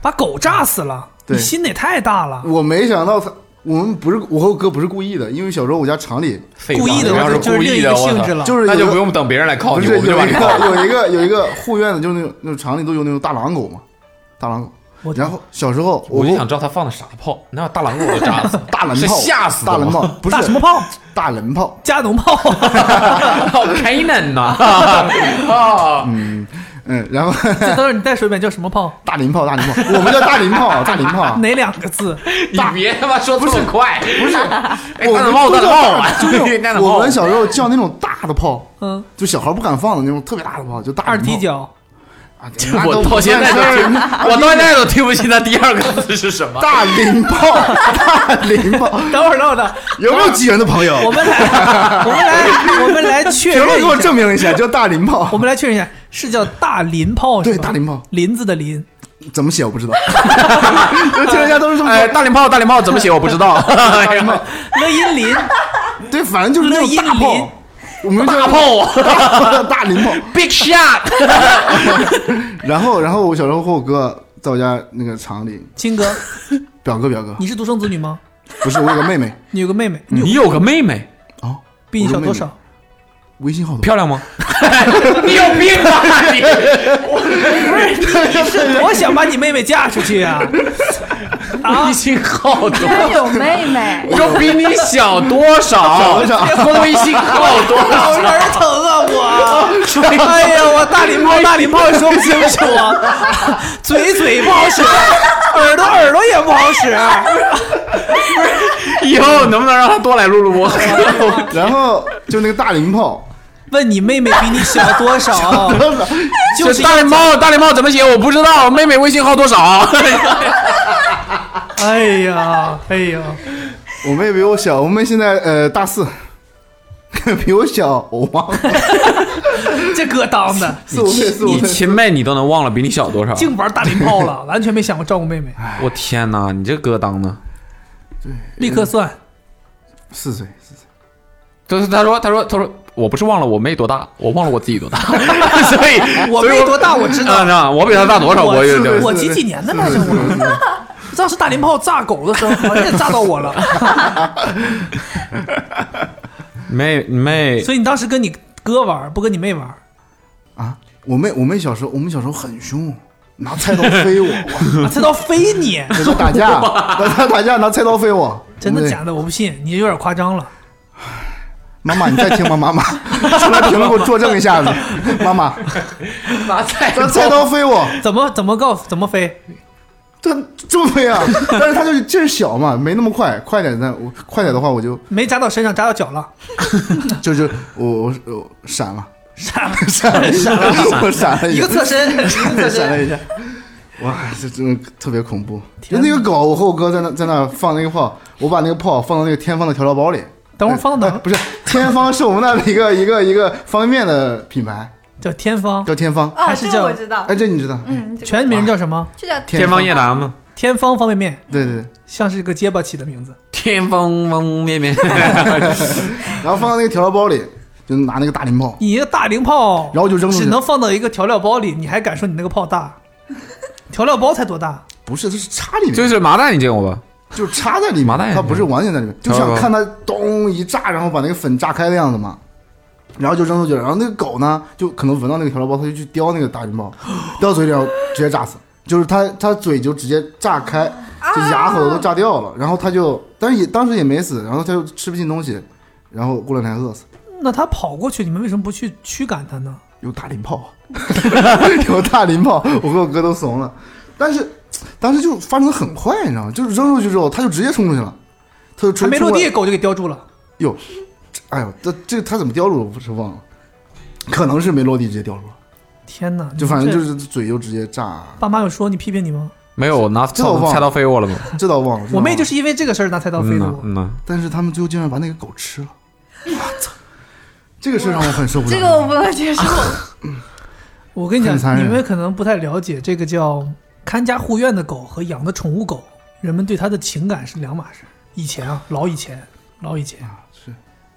[SPEAKER 3] 把狗炸死了，
[SPEAKER 8] 对
[SPEAKER 3] 你心得太大了。
[SPEAKER 8] 我没想到他，我们不是我和我哥不是故意的，因为小时候我家厂里
[SPEAKER 5] 废话
[SPEAKER 3] 故意的，
[SPEAKER 5] 你要是
[SPEAKER 3] 就是
[SPEAKER 5] 故
[SPEAKER 3] 另
[SPEAKER 5] 意
[SPEAKER 3] 一
[SPEAKER 5] 的，
[SPEAKER 3] 个
[SPEAKER 5] 我
[SPEAKER 3] 性质
[SPEAKER 5] 操，
[SPEAKER 3] 了。
[SPEAKER 8] 就是有
[SPEAKER 5] 那
[SPEAKER 8] 一
[SPEAKER 5] 就
[SPEAKER 8] 个
[SPEAKER 5] 不用等别人来靠
[SPEAKER 8] 不
[SPEAKER 5] 你，
[SPEAKER 8] 是
[SPEAKER 5] 我
[SPEAKER 8] 有
[SPEAKER 5] 们
[SPEAKER 8] 一
[SPEAKER 5] 就
[SPEAKER 8] 个
[SPEAKER 5] 把你 靠。
[SPEAKER 8] 有一个有一个护院的，就是那种那种厂里都有那种大狼狗嘛，大狼狗。
[SPEAKER 3] 我
[SPEAKER 8] 然后小时候
[SPEAKER 5] 我
[SPEAKER 8] 我
[SPEAKER 5] 就想知道他放的啥炮，哪有大狼狗都炸 死，
[SPEAKER 8] 大蓝
[SPEAKER 5] 是
[SPEAKER 8] 炮，
[SPEAKER 5] 吓死
[SPEAKER 8] 大蓝 炮，不是
[SPEAKER 3] 大什么炮？
[SPEAKER 8] 大蓝炮，
[SPEAKER 3] 加农炮。啊
[SPEAKER 5] 开能呐！啊，
[SPEAKER 8] 嗯，然后
[SPEAKER 3] 等会儿你再说一遍叫什么炮？
[SPEAKER 8] 大林炮，大林炮，我们叫大林炮，啊大林炮，
[SPEAKER 3] 哪两个 字？
[SPEAKER 5] 你别他妈说这么快，不是，
[SPEAKER 8] 我
[SPEAKER 5] 大冷
[SPEAKER 8] 们
[SPEAKER 5] 炮，大
[SPEAKER 8] 都
[SPEAKER 5] 冷
[SPEAKER 8] 叫
[SPEAKER 5] 炮
[SPEAKER 8] 大
[SPEAKER 5] 啊，
[SPEAKER 8] 就
[SPEAKER 5] 对，大
[SPEAKER 8] 是
[SPEAKER 5] 冷
[SPEAKER 8] 我
[SPEAKER 5] 炮
[SPEAKER 8] 们。小时候叫那种大的炮，
[SPEAKER 3] 嗯，
[SPEAKER 8] 就小孩不敢放的那种特别大的炮，就大
[SPEAKER 3] 二
[SPEAKER 8] 林炮
[SPEAKER 3] 踢脚。
[SPEAKER 8] 啊，那都
[SPEAKER 5] 我
[SPEAKER 8] 不
[SPEAKER 5] 到现在
[SPEAKER 8] 算
[SPEAKER 5] 都
[SPEAKER 8] 事儿
[SPEAKER 5] 听，我到现在都听不清 他第二个字是什么。
[SPEAKER 8] 大林炮，大林 炮，
[SPEAKER 3] 等会儿，等会儿，等会儿，
[SPEAKER 8] 有没有机缘的朋友？
[SPEAKER 3] 我们来，我们来，我们来确
[SPEAKER 8] 哎评论
[SPEAKER 3] 认
[SPEAKER 8] 给我
[SPEAKER 3] 一下。
[SPEAKER 8] 证明一下，叫大林
[SPEAKER 3] 我
[SPEAKER 8] 炮，
[SPEAKER 3] 们来确认一下，是叫大林炮是吧？
[SPEAKER 8] 对大林炮
[SPEAKER 3] 林子的林。
[SPEAKER 8] 怎么写我不知道， 就人家都是这么
[SPEAKER 5] 哎，
[SPEAKER 8] 说，
[SPEAKER 5] 大脸炮，大脸炮怎么写我不知 道。
[SPEAKER 8] 大林炮，
[SPEAKER 3] 乐音 林，
[SPEAKER 8] 对，反正就是那种大
[SPEAKER 3] 乐音林
[SPEAKER 8] 炮，我们
[SPEAKER 5] 大
[SPEAKER 8] 叫
[SPEAKER 5] 炮啊
[SPEAKER 8] 大林炮。
[SPEAKER 5] ，Big Shot，
[SPEAKER 8] 然后，然后我小时候和我哥在我家那个厂里，
[SPEAKER 3] 金哥，
[SPEAKER 8] 表哥表哥，
[SPEAKER 3] 你是独生子女吗？
[SPEAKER 8] 不是我有个妹妹
[SPEAKER 3] 你有个妹妹，你有
[SPEAKER 5] 你有个妹妹，
[SPEAKER 8] 啊，
[SPEAKER 3] 比你
[SPEAKER 8] 嗯
[SPEAKER 3] 小
[SPEAKER 8] 我有个妹妹
[SPEAKER 3] 多少？
[SPEAKER 8] 微信号多
[SPEAKER 5] 漂亮吗？ 你有病 吧你！
[SPEAKER 3] 我想把你妹妹嫁出去 啊！
[SPEAKER 5] 微信号多
[SPEAKER 9] 居，然有妹妹，
[SPEAKER 5] 就比你小多少？
[SPEAKER 8] 小多
[SPEAKER 5] 少？微信号多
[SPEAKER 3] 好
[SPEAKER 5] 少？
[SPEAKER 3] 儿疼啊我！哎呀，我大礼炮大礼炮说不清楚 啊，嘴嘴不好使，啊耳朵耳朵也不好使。啊
[SPEAKER 5] 以后能不能让他多来录录播？
[SPEAKER 8] 少？然后就那个大林炮，
[SPEAKER 3] 问你妹妹比你小多少？就是
[SPEAKER 5] 大脸猫，大脸猫怎么写？我不知道。妹妹微信号多少？
[SPEAKER 3] 哎呀哎呀，
[SPEAKER 8] 我妹比我小，我妹现在呃大四， 比我小，我忘了
[SPEAKER 3] 这哥当的
[SPEAKER 8] 四五岁，四五
[SPEAKER 5] 你
[SPEAKER 8] 岁。
[SPEAKER 5] 亲妹你都能忘了比你小多少？
[SPEAKER 3] 净玩大礼炮 了，完全没想过照顾妹妹。
[SPEAKER 5] 我天哪，你这哥当的！
[SPEAKER 3] 立刻算，
[SPEAKER 8] 四岁，四岁，
[SPEAKER 5] 就是他说，他说，他说，我不是忘了我妹多大，我忘了我自己多 大，所以
[SPEAKER 3] 嗯我嗯
[SPEAKER 5] 所以
[SPEAKER 3] 妹多大我知道
[SPEAKER 5] 啊，是吧我比她大多少，我也
[SPEAKER 3] 是
[SPEAKER 5] 对
[SPEAKER 3] 我几几年的来着？我当时大连炮炸狗的时候，好像也炸到 我了。
[SPEAKER 5] 你妹你妹
[SPEAKER 3] 所以你当时跟你哥玩，不跟你妹玩。
[SPEAKER 8] 啊！我妹我妹小时候，我们小时候很凶，拿菜刀飞我，哇
[SPEAKER 3] 啊，菜刀飞你，
[SPEAKER 8] 跟他打架，拿他打架拿菜刀飞我，
[SPEAKER 3] 真的假
[SPEAKER 8] 的？
[SPEAKER 3] 的？我不信，你有点夸张了。
[SPEAKER 8] 妈妈，你在听吗？妈妈，出来评论给我作证一下子， 妈妈，
[SPEAKER 5] 拿菜
[SPEAKER 8] 拿菜刀飞我，
[SPEAKER 3] 怎么怎么告怎么飞？
[SPEAKER 8] 这这么飞啊？但是他就是劲儿小嘛，没那么快，快点的，我快点的话我就
[SPEAKER 3] 没扎到身上，扎到脚了。
[SPEAKER 8] 就是我我我闪了，
[SPEAKER 3] 闪
[SPEAKER 8] 闪了一下，我闪了
[SPEAKER 3] 一
[SPEAKER 8] 一
[SPEAKER 3] 个
[SPEAKER 8] 下，
[SPEAKER 3] 侧 身，一个侧
[SPEAKER 8] 闪
[SPEAKER 3] 身。
[SPEAKER 8] 了一下。哇，这真的特别恐怖！就那个狗，我和我哥在那在那放那个炮，我把那个炮放到那个天方的调料包里。
[SPEAKER 3] 等会儿放到
[SPEAKER 8] 哎
[SPEAKER 3] 哪？
[SPEAKER 8] 不是天方是我们那的一个一个一个方便面的品牌，
[SPEAKER 3] 叫天方，
[SPEAKER 8] 叫天方。
[SPEAKER 9] 啊，
[SPEAKER 3] 还是
[SPEAKER 9] 这
[SPEAKER 3] 叫
[SPEAKER 9] 个我知道，
[SPEAKER 8] 哎，这你知道？
[SPEAKER 9] 嗯，这个
[SPEAKER 3] 全名叫什么？
[SPEAKER 9] 就叫
[SPEAKER 5] 天方夜谭嘛，
[SPEAKER 3] 天方方便面，
[SPEAKER 8] 对对对，
[SPEAKER 3] 像是个结巴起的名字。
[SPEAKER 5] 天方方面面，
[SPEAKER 8] 然后放到那个调料包里，就拿那个大林炮，
[SPEAKER 3] 你一个大零炮，
[SPEAKER 8] 然后就扔出去
[SPEAKER 3] 只能放到一个调料包里，你还敢说你那个炮 大？调料包才多大？
[SPEAKER 8] 不是，它是插里 面，
[SPEAKER 5] 就是麻袋，你见过吧？
[SPEAKER 8] 就是插在里面
[SPEAKER 5] 麻袋，
[SPEAKER 8] 它不是完全在里面，就想看它咚一炸，然后把那个粉炸开的样子嘛。然后就扔出去了，然后那个狗呢，就可能闻到那个调料包，它就去叼那个大林炮，叼嘴里，然后直接炸死，就是它它嘴就直接炸开，就牙口都炸掉了，然后它就，但是也当时也没死，然后它就吃不进东西，然后过两天饿死。
[SPEAKER 3] 那他跑过去，你们为什么不去驱赶他呢？
[SPEAKER 8] 有大林炮， 有大林炮，我和我哥都怂了。但是当时就发生的很快，你知道吗？就是扔出去之后，他就直接冲出去了，他就直接
[SPEAKER 3] 还没落
[SPEAKER 8] 冲过
[SPEAKER 3] 地，
[SPEAKER 8] 来。
[SPEAKER 3] 狗就给叼住了。
[SPEAKER 8] 哟，这哎呦，这这他怎么叼住？我不是忘了，可能是没落地直接叼住了，
[SPEAKER 3] 天哪！
[SPEAKER 8] 就反正就是是嘴就直接炸，
[SPEAKER 3] 爸妈有说你批评你吗？
[SPEAKER 5] 没有拿菜
[SPEAKER 8] 这我忘了
[SPEAKER 5] 菜刀飞我了吗？
[SPEAKER 8] 这倒忘了。这倒
[SPEAKER 3] 我妹
[SPEAKER 8] 忘
[SPEAKER 3] 就
[SPEAKER 8] 了
[SPEAKER 3] 是因为这个事儿拿菜刀飞的
[SPEAKER 5] 嗯呐
[SPEAKER 3] 我。
[SPEAKER 5] 嗯呐，
[SPEAKER 8] 但是他们最后竟然把那个狗吃了，我操！这个事儿让我很受不了。
[SPEAKER 9] 这个我不能接受，
[SPEAKER 3] 啊我跟你
[SPEAKER 8] 很残
[SPEAKER 3] 讲，你
[SPEAKER 8] 忍
[SPEAKER 3] 们可能不太了解这个叫看家护院的狗和养的宠物狗，人们对它的情感是两码事。以前啊，老以前，老以前
[SPEAKER 8] 是，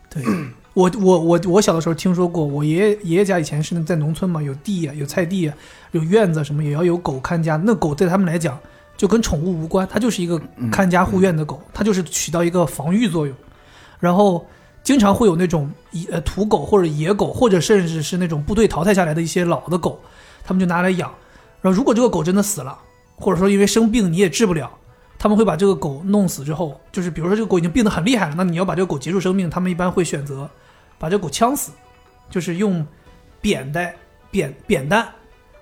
[SPEAKER 3] 对 我我我我小的时候听说过，我爷爷爷爷家以前是在农村嘛，有地呀、有菜地呀、有院子什么，也要有狗看家。那狗对他们来讲就跟宠物无关，它就是一个看家护院的狗，它就是起到一个防御作用。然后经常会有那种野呃土狗或者野狗，或者甚至是那种部队淘汰下来的一些老的狗，他们就拿来养。然后如果这个狗真的死了，或者说因为生病你也治不了，他们会把这个狗弄死之后，就是比如说这个狗已经病得很厉害了，那你要把这个狗结束生命，他们一般会选择把这个狗呛死，就是用扁担扁扁担。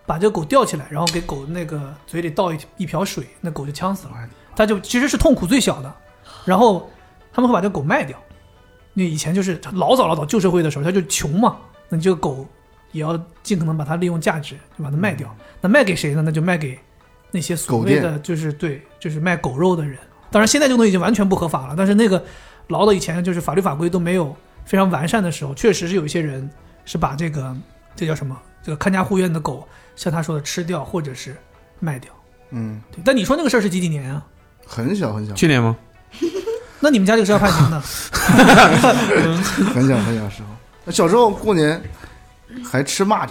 [SPEAKER 3] 把这个狗吊起来，然后给狗那个嘴里倒一一瓢水，那狗就呛死了。它就其实是痛苦最小的，然后他们会把这个狗卖掉。那以前就是老早老早旧社会的时候，他就穷嘛，那你这个狗也要尽可能把它利用价值，就把它卖掉。那卖给谁呢？那就卖给那些所谓
[SPEAKER 8] 狗
[SPEAKER 3] 的就是对，就是卖狗肉的人。当然，现在这个东西已经完全不合法了，但是那个老早以前就是法律法规都没有非常完善的时候，确实是有一些人是把这个这叫什么这个看家护院的狗，像他说的吃掉或者是卖掉。
[SPEAKER 8] 嗯，
[SPEAKER 3] 对，但你说那个事儿是几几年啊？
[SPEAKER 8] 很小很小，
[SPEAKER 5] 去年吗？
[SPEAKER 3] 那你们家这个是要判刑的。
[SPEAKER 8] 很小很小时候，小时候过年还吃蚂蚱。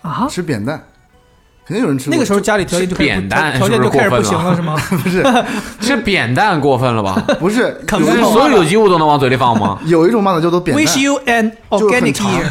[SPEAKER 3] 啊，
[SPEAKER 8] 吃扁担，肯定有人吃过。
[SPEAKER 3] 那个时候家里条件就开始
[SPEAKER 5] 扁担
[SPEAKER 3] 条件
[SPEAKER 5] 是
[SPEAKER 3] 就
[SPEAKER 5] 不
[SPEAKER 3] 开
[SPEAKER 5] 是
[SPEAKER 3] 始不
[SPEAKER 5] 过分
[SPEAKER 3] 行了，是吗？
[SPEAKER 8] 不是
[SPEAKER 5] 这扁担过分了吧？
[SPEAKER 8] 不是
[SPEAKER 3] 啃
[SPEAKER 8] 有
[SPEAKER 3] 不
[SPEAKER 8] 一
[SPEAKER 5] 是
[SPEAKER 3] 动
[SPEAKER 8] 种
[SPEAKER 5] 所有有机物都能往嘴里放吗？
[SPEAKER 8] 有一种蚂蚱叫做扁
[SPEAKER 3] Wish
[SPEAKER 8] 担，
[SPEAKER 3] you an
[SPEAKER 8] 就是
[SPEAKER 3] organic
[SPEAKER 8] 很长
[SPEAKER 3] year，，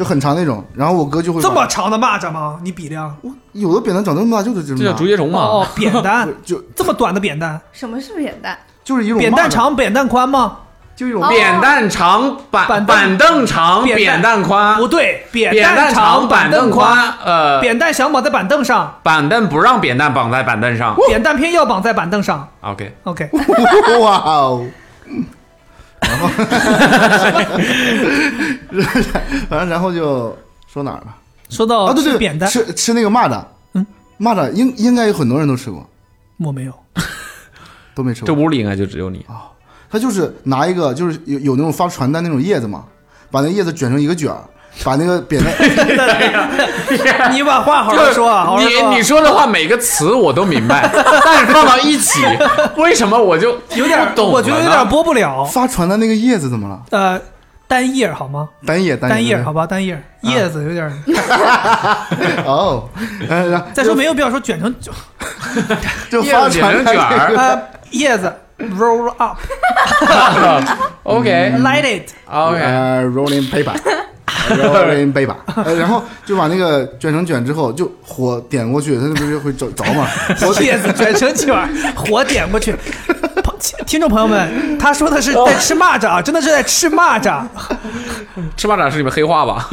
[SPEAKER 8] 就很长那种。然后我哥就会把
[SPEAKER 3] 这么长的蚂蚱吗？你比量
[SPEAKER 8] 我有的扁担长这么大，就是这么
[SPEAKER 5] 这叫
[SPEAKER 8] 大，
[SPEAKER 5] 竹节虫
[SPEAKER 3] 哦
[SPEAKER 5] 嘛？，
[SPEAKER 3] 扁担
[SPEAKER 8] 不是就
[SPEAKER 3] 这么短的扁担，
[SPEAKER 9] 什么是扁担？
[SPEAKER 8] 就是一种
[SPEAKER 3] 扁
[SPEAKER 8] 蚂
[SPEAKER 3] 担
[SPEAKER 8] 蚱，
[SPEAKER 3] 长，扁担宽吗？
[SPEAKER 8] 就一种
[SPEAKER 9] 哦
[SPEAKER 5] 扁担长，
[SPEAKER 3] 板
[SPEAKER 5] 板板凳长，
[SPEAKER 3] 扁担
[SPEAKER 5] 扁担宽
[SPEAKER 3] 不，对，扁
[SPEAKER 5] 扁担
[SPEAKER 3] 长，
[SPEAKER 5] 长，板
[SPEAKER 3] 凳
[SPEAKER 5] 凳宽，，呃，
[SPEAKER 3] 扁担想绑在板凳上，
[SPEAKER 5] 板凳不让扁担绑在板凳上。
[SPEAKER 3] 扁担偏要绑在板凳上。
[SPEAKER 5] OK，
[SPEAKER 3] OK，
[SPEAKER 8] 哇哦。然后，反正然后就说哪儿了
[SPEAKER 3] 说到
[SPEAKER 8] 啊？对对，
[SPEAKER 3] 哦吃
[SPEAKER 8] 对
[SPEAKER 3] 扁担，
[SPEAKER 8] 吃吃那个蚂蚱，
[SPEAKER 3] 嗯，
[SPEAKER 8] 蚂蚱应应该有很多人都吃过，
[SPEAKER 3] 我没有，
[SPEAKER 8] 都没吃过。
[SPEAKER 5] 这屋里应该就只有你。
[SPEAKER 8] 他就是拿一个，就是有有那种发传单那种叶子嘛，把那叶子卷成一个卷儿，把那个 扁担，
[SPEAKER 3] 你把话好好
[SPEAKER 5] 就是
[SPEAKER 3] 说啊，好好说啊
[SPEAKER 5] 你你说的话每个词我都 明白，但是放到一起，为什么我就
[SPEAKER 3] 有点
[SPEAKER 5] 不懂了呢？啊
[SPEAKER 3] 我觉得有点播不了。
[SPEAKER 8] 发传单那个叶子怎么了？
[SPEAKER 3] 呃，单叶儿好吗？
[SPEAKER 8] 单叶
[SPEAKER 3] 单叶
[SPEAKER 8] 叶
[SPEAKER 3] 儿好吧，单叶儿叶子有点儿。
[SPEAKER 8] 哦， 哎然后
[SPEAKER 3] 再说没有必要说卷成
[SPEAKER 8] 就发传单这个
[SPEAKER 3] 呃叶子 roll up
[SPEAKER 5] OK
[SPEAKER 3] light it，嗯
[SPEAKER 5] OK，
[SPEAKER 8] 呃，rolling paper，rolling paper，呃然后就把那个卷成卷之后，就火点过去，它那不是会着着吗？ 火
[SPEAKER 3] 叶子卷成卷儿，火点过去。朋听众朋友们，他说的是在吃蚂蚱啊，真的是在吃蚂蚱。
[SPEAKER 5] 吃蚂蚱是你们黑话吧？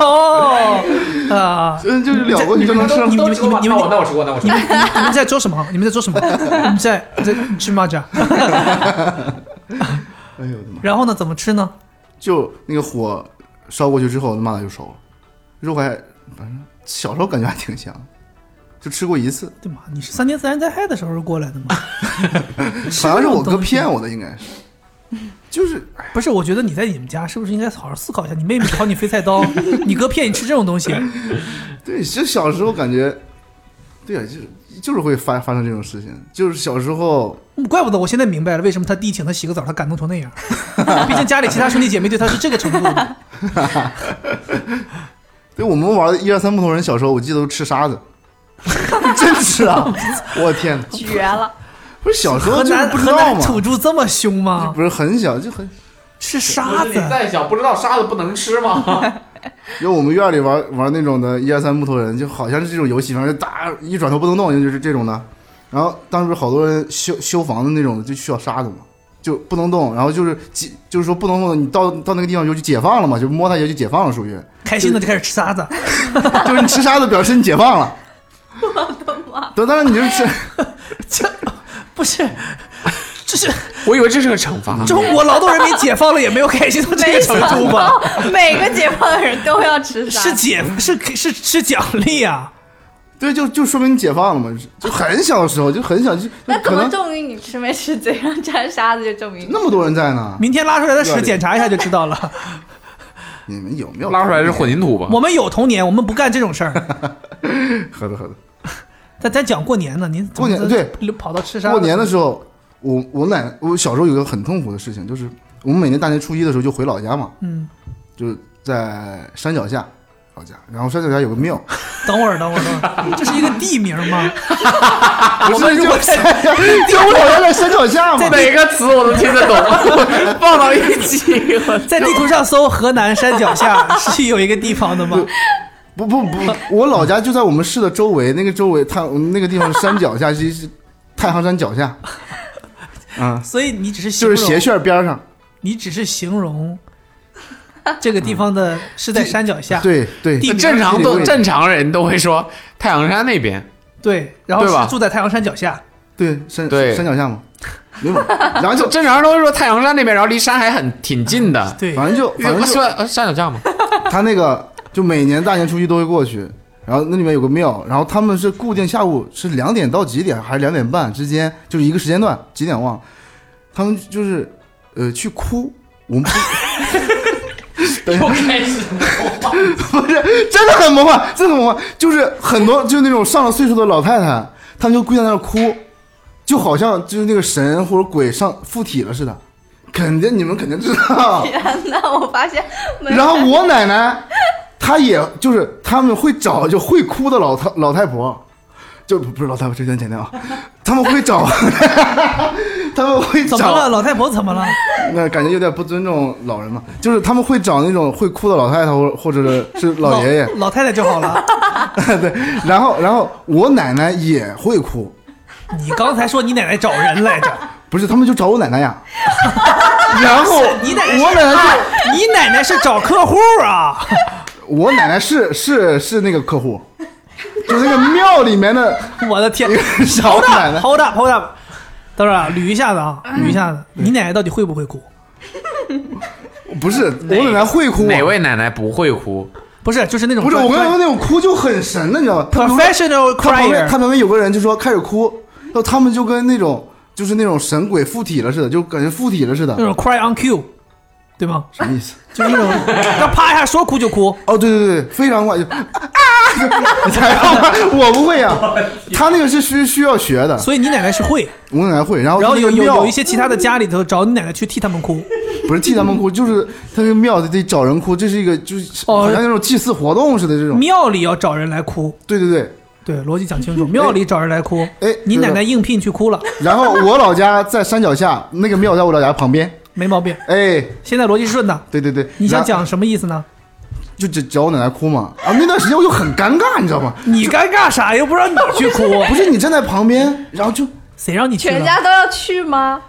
[SPEAKER 3] 哦， 啊，
[SPEAKER 8] 嗯，就是了过去就能 吃。
[SPEAKER 3] 你们你们你们嗯
[SPEAKER 5] 那我吃过，那我吃
[SPEAKER 3] 你
[SPEAKER 5] 过
[SPEAKER 3] 们。你们在做什么？你们在做什么？你们在在吃蚂 蚱。
[SPEAKER 8] 哎呦我的妈！
[SPEAKER 3] 然后呢？怎么吃呢？
[SPEAKER 8] 就那个火烧过去之后，那蚂蚱就熟了，肉还反正小时候感觉还挺香，就吃过一次，
[SPEAKER 3] 对嘛？你是三年自然灾害的时候过来的吗？
[SPEAKER 8] 好像是我哥骗我的，应该是，就是
[SPEAKER 3] 不是，我觉得你在你们家是不是应该好好思考一下？你妹妹考你飞菜刀，你哥骗你吃这种东西，
[SPEAKER 8] 对，就小时候感觉，对啊，就是就是会发发生这种事情，就是小时候
[SPEAKER 3] 怪不得我现在明白了为什么他弟请他洗个澡，他感动成那样。毕竟家里其他兄弟姐妹对他是这个程度 的。
[SPEAKER 8] 对我们玩的一二三木头人，小时候我记得都吃沙子， 真吃 啊！我天哪，
[SPEAKER 9] 绝了！
[SPEAKER 8] 不是小时候
[SPEAKER 3] 河
[SPEAKER 8] 就是
[SPEAKER 3] 南
[SPEAKER 8] 不知
[SPEAKER 3] 河
[SPEAKER 8] 道
[SPEAKER 3] 南啊土
[SPEAKER 8] 嘛，
[SPEAKER 3] 著这么凶吗？
[SPEAKER 8] 不是很小就很，
[SPEAKER 3] 吃沙子，
[SPEAKER 5] 再想，不知道沙子不能吃
[SPEAKER 3] 嗯
[SPEAKER 5] 吗？
[SPEAKER 8] 因为我们院里玩玩那种的一二三木头人，就好像是这种游戏，反正打一转头不能动，就是这种的。然后当时好多人修修房子那种的就需要沙子嘛，就不能动，然后就是解，就是说不能动，你到到那个地方就就解放了嘛，就摸它一下就解放了，属于
[SPEAKER 3] 开心的就开始吃沙子，
[SPEAKER 8] 就是你吃沙子表示你解放了。我的妈！对，当然你就是吃。
[SPEAKER 3] 这不是。这是
[SPEAKER 8] 啊
[SPEAKER 5] 我以为这是个惩罚。
[SPEAKER 3] 中国劳动人民解放了，也没有开心到这个程度吧？
[SPEAKER 9] 每个解放的人都要吃啥？
[SPEAKER 3] 是解是是是奖励啊！
[SPEAKER 8] 对，就就说明你解放了嘛，就很小的时候，就很小，就就
[SPEAKER 9] 那怎
[SPEAKER 8] 可
[SPEAKER 9] 么
[SPEAKER 8] 能
[SPEAKER 9] 证明你吃没吃嘴上沾沙子就证明你？
[SPEAKER 8] 那么多人在呢。
[SPEAKER 3] 明天拉出来的
[SPEAKER 8] 要
[SPEAKER 3] 屎
[SPEAKER 8] 脸
[SPEAKER 3] 检查一下就知道了。
[SPEAKER 8] 你们有没有
[SPEAKER 5] 拉出来是混？凝土吧？
[SPEAKER 3] 我们有童年，我们不干这种事儿。
[SPEAKER 8] 喝的喝的。
[SPEAKER 3] 咱咱讲过年呢，您怎么
[SPEAKER 8] 过年对
[SPEAKER 3] 就跑到吃沙子
[SPEAKER 8] 过年的时候，我我奶我小时候有个很痛苦的事情，就是我们每年大年初一的时候就回老家嘛，
[SPEAKER 3] 嗯，
[SPEAKER 8] 就在山脚下老家，然后山脚下有个庙，
[SPEAKER 3] 等会儿，等会儿，等会儿， 这是一个地名吗？
[SPEAKER 8] 不是就在 就我老家在山脚下 嘛，
[SPEAKER 5] 每个词我都听得懂，放到一起。
[SPEAKER 3] 在地图上搜河南山脚 下是有一个地方的吗？
[SPEAKER 8] 不不不，我老家就在我们市的周围，那个周围太那个地方山脚下是是太行山脚下，啊，
[SPEAKER 3] 所以你只是形
[SPEAKER 8] 就是
[SPEAKER 3] 容，
[SPEAKER 8] 斜旋边上，
[SPEAKER 3] 你只是形容这个地方 的是在山脚下，
[SPEAKER 8] 对对，
[SPEAKER 3] 地名
[SPEAKER 5] 正常
[SPEAKER 8] 地
[SPEAKER 5] 都
[SPEAKER 8] 理
[SPEAKER 5] 正常人都会说太行山那边，
[SPEAKER 3] 对，然后
[SPEAKER 5] 对吧
[SPEAKER 3] 是住在太行山脚下，
[SPEAKER 8] 对山
[SPEAKER 5] 对
[SPEAKER 8] 山脚下嘛，没有，然后就
[SPEAKER 5] 就正常人都会说太行山那边，然后离山还很挺近 的。
[SPEAKER 3] 对，
[SPEAKER 8] 反正就反正
[SPEAKER 5] 呃
[SPEAKER 8] 就
[SPEAKER 5] 算呃山脚 下吗？
[SPEAKER 8] 他那个就每年大年初一都会过去，然后那里面有个庙，然后他们是固定下午是两点到几点还是两点半之间，就是一个时间段，几点忘了，他们就是呃去哭，我们不
[SPEAKER 5] 又开始，
[SPEAKER 8] 不是，真的很魔幻，真的很魔幻。就是很多就那种上了岁数的老太太，她们就跪在那儿哭，就好像就是那个神或者鬼上附体了似的。肯定你们肯定知道。
[SPEAKER 9] 天呐，我发现 没有
[SPEAKER 8] 然后我奶奶，她也就是他们会找就会哭的老太老太婆，就不是老太婆，这段剪掉啊。他们会找， 他们会
[SPEAKER 3] 怎么了？
[SPEAKER 8] 找，
[SPEAKER 3] 老太婆怎么了？
[SPEAKER 8] 那感觉有点不尊重老人嘛。就是他们会找那种会哭的老太太，或或者是老 爷爷。
[SPEAKER 3] 老太太就好 了。
[SPEAKER 8] 对，然后然后我奶奶也会哭，
[SPEAKER 3] 你刚才说你奶奶找人来着，
[SPEAKER 8] 不是他们就找我奶奶呀， 然后
[SPEAKER 3] 你奶奶是啊
[SPEAKER 8] 哦我奶奶就
[SPEAKER 3] 你奶奶是找客户啊？
[SPEAKER 8] 我奶奶是是是那个客户，就是那个庙里面的
[SPEAKER 3] 我的 天
[SPEAKER 8] 一个
[SPEAKER 3] 好
[SPEAKER 8] 老奶
[SPEAKER 3] 大
[SPEAKER 8] 奶，
[SPEAKER 3] 好大好大，等会儿啊，捋一下子啊，捋一下子，你奶奶到底会不会哭？
[SPEAKER 8] 不是我奶奶会哭啊，
[SPEAKER 5] 哪位奶奶不会 哭？
[SPEAKER 3] 不是，就是那种
[SPEAKER 8] 不是我跟你说
[SPEAKER 3] 专
[SPEAKER 8] 那种哭就很神的，你知道吗？她旁边
[SPEAKER 3] professional
[SPEAKER 8] 她旁边
[SPEAKER 3] crier，
[SPEAKER 8] 她旁边有个人就说开始哭，然后他们就跟那种就是那种神鬼附体了似的，就感觉附体了似
[SPEAKER 3] 那
[SPEAKER 8] 的，
[SPEAKER 3] 种 cry on cue，对吗？
[SPEAKER 8] 什么意思？
[SPEAKER 3] 就是那种，要啪一下说哭就哭，
[SPEAKER 8] 哦，对对对，非常快就啊， 才好吧，我不会呀、啊 他那个是需需要学的，
[SPEAKER 3] 所以你奶奶是会，
[SPEAKER 8] 我奶奶会，然后
[SPEAKER 3] 然后
[SPEAKER 8] 哦那
[SPEAKER 3] 有
[SPEAKER 8] 个
[SPEAKER 3] 有
[SPEAKER 8] 庙
[SPEAKER 3] 有一些其他的家里头找你奶奶去替他们哭，
[SPEAKER 8] 不是替他们哭，就是他那个庙得找人哭，这是一个就是
[SPEAKER 3] 哦
[SPEAKER 8] 好像那种祭祀活动似的这种，
[SPEAKER 3] 庙里要找人来哭，
[SPEAKER 8] 对对对，
[SPEAKER 3] 对，逻辑讲清 楚，庙里找人来哭，
[SPEAKER 8] 哎，
[SPEAKER 3] 你奶奶
[SPEAKER 8] 对的。
[SPEAKER 3] 应聘去哭了，
[SPEAKER 8] 然后我老家在山脚下，那个庙在我老家旁边，
[SPEAKER 3] 没毛病。
[SPEAKER 8] 哎，
[SPEAKER 3] 现在逻辑是顺的，
[SPEAKER 8] 对对对，
[SPEAKER 3] 你想
[SPEAKER 8] 然
[SPEAKER 3] 讲什么意思呢？
[SPEAKER 8] 就只找我奶奶哭嘛，啊，那段时间我就很尴尬，你知道吗？
[SPEAKER 3] 你尴尬啥？又不让你去哭，
[SPEAKER 8] 不是你站在旁边，然后就
[SPEAKER 3] 谁让你去了？
[SPEAKER 9] 全家都要去吗？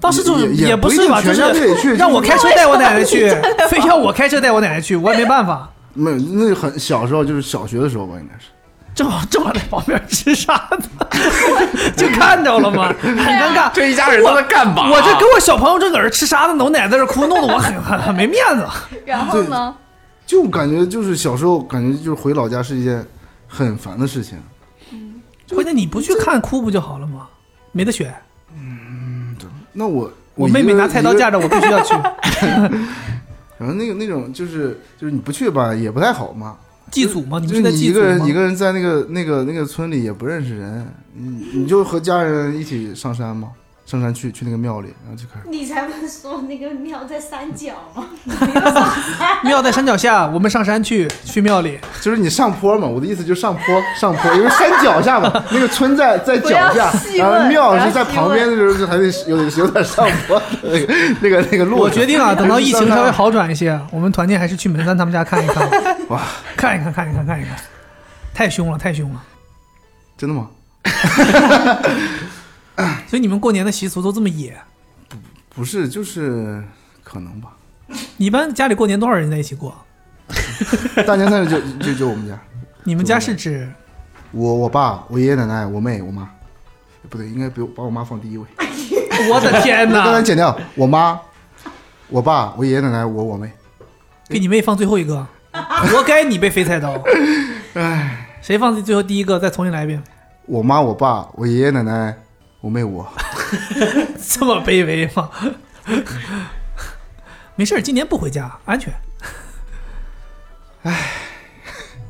[SPEAKER 3] 当时就是
[SPEAKER 8] 也也
[SPEAKER 3] 不
[SPEAKER 8] 不一
[SPEAKER 3] 是
[SPEAKER 8] 定
[SPEAKER 3] 吧，就
[SPEAKER 8] 全家都
[SPEAKER 3] 是
[SPEAKER 8] 得去就是
[SPEAKER 3] 让我开车带我奶奶去，非要我开车带我奶奶去，我也没办法。
[SPEAKER 8] 没有，那很小时候就是小学的时候吧，应该是。
[SPEAKER 3] 正好正好在旁边吃啥的，就看着了嘛，很尴尬。
[SPEAKER 5] 这一家人都在干嘛？
[SPEAKER 3] 我这跟我小朋友正搁这吃啥呢，我奶奶在这哭，弄得我很很很没面子。
[SPEAKER 9] 然后呢？
[SPEAKER 8] 就感觉就是小时候感觉就是回老家是一件很烦的事情，
[SPEAKER 3] 关键你不去看哭不就好了吗？没得选。
[SPEAKER 8] 那我
[SPEAKER 3] 我妹
[SPEAKER 8] 一个
[SPEAKER 3] 妹拿菜刀架
[SPEAKER 8] 一个
[SPEAKER 3] 着我，必须要 去。
[SPEAKER 8] 然后那个那种就是就是你不去吧也不太好嘛，
[SPEAKER 3] 祭祖吗？你
[SPEAKER 8] 就
[SPEAKER 3] 们是
[SPEAKER 8] 是
[SPEAKER 3] 在
[SPEAKER 8] 你
[SPEAKER 3] 祭
[SPEAKER 8] 一
[SPEAKER 3] 祖
[SPEAKER 8] 个
[SPEAKER 3] 吗
[SPEAKER 8] 人？一个人在那个那个那个村里也不认识人，你你就和家人一起上山嘛，上山去去那个庙里，然后就开始
[SPEAKER 2] 你才不是说那个庙在山脚 吗？
[SPEAKER 3] 庙在山脚下，我们上山去，去庙里。
[SPEAKER 8] 就是你上坡嘛，我的意思就是上坡 上坡，因为山脚下嘛，那个村在在脚下，
[SPEAKER 9] 细
[SPEAKER 8] 然后
[SPEAKER 9] 问
[SPEAKER 8] 庙
[SPEAKER 9] 不要
[SPEAKER 8] 是在
[SPEAKER 9] 细
[SPEAKER 8] 旁边的时候就还得有点有点上坡， 那个那个那个路上。
[SPEAKER 3] 我决定啊，等到疫情
[SPEAKER 8] 上
[SPEAKER 3] 稍微
[SPEAKER 8] 山
[SPEAKER 3] 好转一些，我们团建还是去门三他们家看一看。
[SPEAKER 8] 哇，
[SPEAKER 3] 看一看，看一看，看一看，太凶了，太凶了。
[SPEAKER 8] 真的吗？
[SPEAKER 3] 所以你们过年的习俗都这么野？
[SPEAKER 8] 不是，就是可能吧。
[SPEAKER 3] 你一般家里过年多少人在一起过？
[SPEAKER 8] 大年三十就就就我们家，
[SPEAKER 3] 你们家是指
[SPEAKER 8] 我我爸、我爷爷奶奶、我妹、我妈，不对，应该比我把我妈放第一位。
[SPEAKER 3] 我的天
[SPEAKER 8] 那刚才
[SPEAKER 3] 哪！
[SPEAKER 8] 剪掉我妈、我爸、我爷爷奶奶、我我妹。
[SPEAKER 3] 给你妹放最后一个，活该你被飞菜刀。 唉，谁放最后第一个？再重新来一遍，
[SPEAKER 8] 我妈、我爸、我爷爷奶奶、我妹我。
[SPEAKER 3] 这么卑微吗？ 没事儿，今年不回家，安全。唉，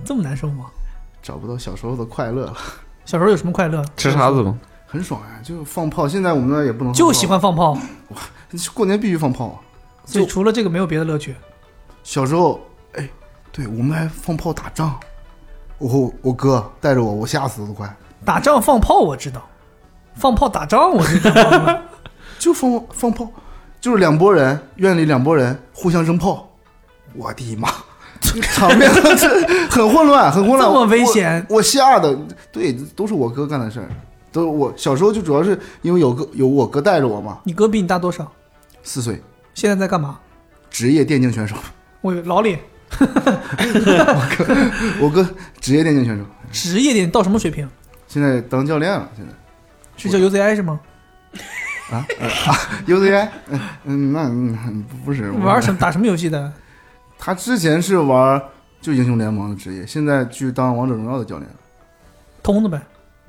[SPEAKER 3] 这么难受吗？
[SPEAKER 8] 找不到小时候的快乐了，
[SPEAKER 3] 小时候有什么快乐？
[SPEAKER 4] 吃啥子吗？
[SPEAKER 8] 很爽呀、就放炮。现在我们那也不能放炮
[SPEAKER 3] 就喜欢放炮，
[SPEAKER 8] 过年必须放炮啊。
[SPEAKER 3] 所以除了这个没有别的乐趣。
[SPEAKER 8] 小时候，哎，对我们还放炮打仗，我我哥带着我，我吓死都快。
[SPEAKER 3] 打仗放炮我知道，放炮打仗我知道。
[SPEAKER 8] 就放放炮，就是两拨人，院里两拨人互相扔炮，我的妈！ 这场面这很混乱，很混乱，
[SPEAKER 3] 这么
[SPEAKER 8] 我
[SPEAKER 3] 危险
[SPEAKER 8] 我我吓的，对，都是我哥干的事儿，都是我小时候就主要是因为有个有我哥带着我嘛，
[SPEAKER 3] 你哥比你大多少？
[SPEAKER 8] 四岁，
[SPEAKER 3] 现在在干嘛？
[SPEAKER 8] 职业电竞选手，
[SPEAKER 3] 我有老李，
[SPEAKER 8] 我哥职业电竞选手，
[SPEAKER 3] 职业点到什么水平？
[SPEAKER 8] 现在当教练了，现在
[SPEAKER 3] 是叫 UZI 是吗？
[SPEAKER 8] 啊呃啊 U Z I，嗯嗯，那嗯不是
[SPEAKER 3] 玩什么打什么游戏的？
[SPEAKER 8] 他之前是玩就英雄联盟的职业，现在去当王者荣耀的教练了，
[SPEAKER 3] 通的呗，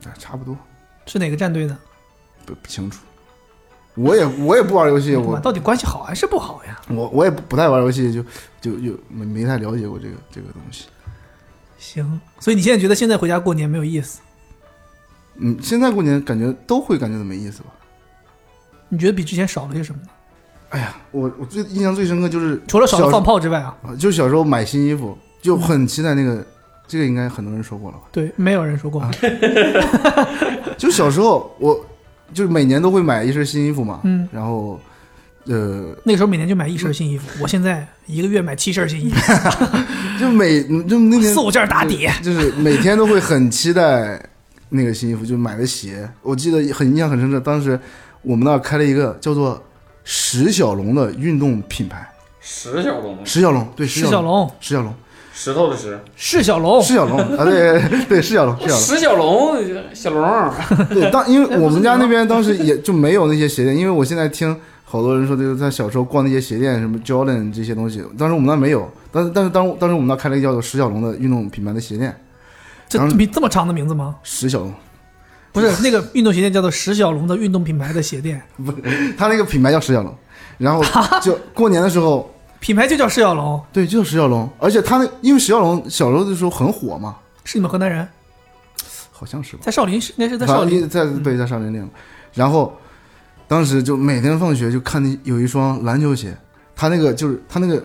[SPEAKER 8] 啊差不多。
[SPEAKER 3] 是哪个战队的？
[SPEAKER 8] 不不清楚。我也我也不玩游戏，
[SPEAKER 3] 哇
[SPEAKER 8] 我
[SPEAKER 3] 到底关系好还是不好呀？
[SPEAKER 8] 我我也不不太玩游戏，就就就没没太了解过这个这个东西。
[SPEAKER 3] 行，所以你现在觉得现在回家过年没有意思？
[SPEAKER 8] 嗯，现在过年感觉都会感觉到没意思吧？
[SPEAKER 3] 你觉得比之前少了些什么呢？
[SPEAKER 8] 哎呀，我我最印象最深刻就是
[SPEAKER 3] 除了少了
[SPEAKER 8] 小
[SPEAKER 3] 放炮之外啊，
[SPEAKER 8] 啊，就小时候买新衣服，就很期待那个，这个应该很多人说过了吧？
[SPEAKER 3] 对，没有人说
[SPEAKER 8] 啊
[SPEAKER 3] 过。
[SPEAKER 8] 就小时候我就是每年都会买一身新衣服嘛，
[SPEAKER 3] 嗯，
[SPEAKER 8] 然后呃，
[SPEAKER 3] 那时候每年就买一身新衣服，我现在一个月买七身新衣服，
[SPEAKER 8] 就每就那年
[SPEAKER 3] 四五件打底。
[SPEAKER 8] 就是每天都会很期待那个新衣服，就买的鞋。我记得很印象很深刻，当时我们那儿开了一个叫做石小龙的运动品牌，
[SPEAKER 5] 石小龙，
[SPEAKER 8] 石小龙对
[SPEAKER 3] 释
[SPEAKER 8] 石
[SPEAKER 3] 小
[SPEAKER 8] 小龙，
[SPEAKER 3] 龙，
[SPEAKER 8] 石小龙，
[SPEAKER 5] 石头的石，
[SPEAKER 3] 释小龙，
[SPEAKER 8] 石小龙啊，对对石小龙，石小龙。
[SPEAKER 5] 石小龙，小龙，
[SPEAKER 8] 对，当因为我们家那边当时也就没有那些鞋店，因为我现在听好多人说，就是他小时候逛那些鞋店，什么 Jordan 这些东西，当时我们那儿没有，但是但是当当时我们那儿开了一个叫做石小龙的运动品牌的鞋店，
[SPEAKER 3] 这
[SPEAKER 8] 当时
[SPEAKER 3] 比这么长的名字吗？
[SPEAKER 8] 石小龙，
[SPEAKER 3] 不
[SPEAKER 8] 嗯
[SPEAKER 3] 是那个运动鞋店叫做石小龙的运动品牌的鞋店，
[SPEAKER 8] 他那个品牌叫石小龙，然后就过年的时候，
[SPEAKER 3] 品牌就叫释小龙，
[SPEAKER 8] 对，就叫石小龙，而且他那因为石小龙小时候的时候很火嘛，
[SPEAKER 3] 是你们河南人，
[SPEAKER 8] 好像是吧？
[SPEAKER 3] 在少林是应该是在
[SPEAKER 8] 反
[SPEAKER 3] 少
[SPEAKER 8] 正
[SPEAKER 3] 林，嗯
[SPEAKER 8] 在对，在少林练过。然后当时就每天放学就看那有一双篮球鞋，它那个就是它那个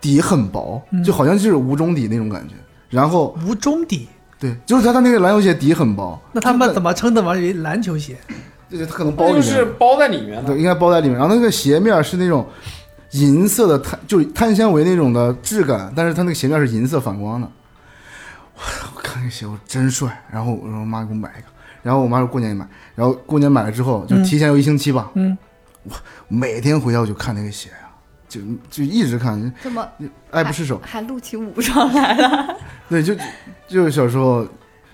[SPEAKER 8] 底很薄，
[SPEAKER 3] 嗯
[SPEAKER 8] 就好像就是无中底那种感觉。然后
[SPEAKER 3] 无中底。
[SPEAKER 8] 对，就是它它那个篮球鞋底很薄，
[SPEAKER 3] 那他们怎么称的嘛？为篮球鞋？
[SPEAKER 8] 对它可能包
[SPEAKER 5] 那
[SPEAKER 8] 里
[SPEAKER 5] 就
[SPEAKER 8] 面，
[SPEAKER 5] 是包在里面的
[SPEAKER 8] 对，。应该包在里面。然后那个鞋面是那种银色的碳，就是碳纤维那种的质感，但是它那个鞋面是银色反光的。我我看那个鞋，我真帅。然后我说我妈给我买一个，然后我妈说过年买，然后过年买了之后就
[SPEAKER 3] 嗯
[SPEAKER 8] 提前有一星期吧，
[SPEAKER 3] 嗯，
[SPEAKER 8] 每天回家我就看那个鞋啊，就就一直看，
[SPEAKER 9] 怎么
[SPEAKER 3] 哎
[SPEAKER 8] 爱不释手。
[SPEAKER 9] 还录起武装来了？
[SPEAKER 8] 对，就就是小时候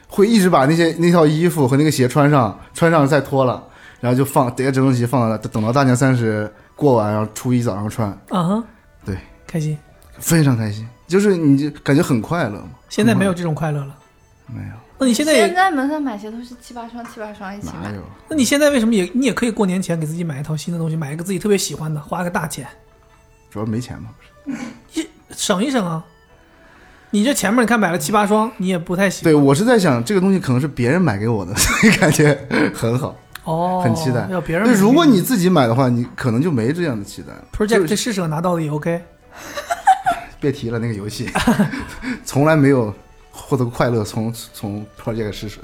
[SPEAKER 8] 会一直把那些那套衣服和那个鞋穿上，穿上再脱了，然后就放叠整整齐放到等到大年三十过完，然后初一早上穿，
[SPEAKER 3] 啊哈，
[SPEAKER 8] 对，
[SPEAKER 3] 开心。
[SPEAKER 8] 非常开心，就是你就感觉很快乐嘛。
[SPEAKER 3] 现在没有这种快乐了。
[SPEAKER 8] 嗯没有，
[SPEAKER 3] 那你现在
[SPEAKER 9] 现
[SPEAKER 3] 也，
[SPEAKER 9] 在门上买鞋都是七八双、七八双一起
[SPEAKER 8] 哪
[SPEAKER 9] 买，
[SPEAKER 8] 有？
[SPEAKER 3] 那你现在为什么也你也可以过年前给自己买一套新的东西，买一个自己特别喜欢的，花个大钱，
[SPEAKER 8] 主要没钱嘛。
[SPEAKER 3] 省一省啊。你这前面你看买了七八双，你也不太喜
[SPEAKER 8] 对我是在想，这个东西可能是别人买给我的， 所以感觉很好。
[SPEAKER 3] 哦，
[SPEAKER 8] 很期待
[SPEAKER 3] 要别人
[SPEAKER 8] 那
[SPEAKER 3] 买。
[SPEAKER 8] 如果你自己买的话，你可能就没这样的期待了。
[SPEAKER 3] project 施舍拿到的也 OK，
[SPEAKER 8] 别提了，那个游戏 从来没有获得过快乐，从从 Project 施舍。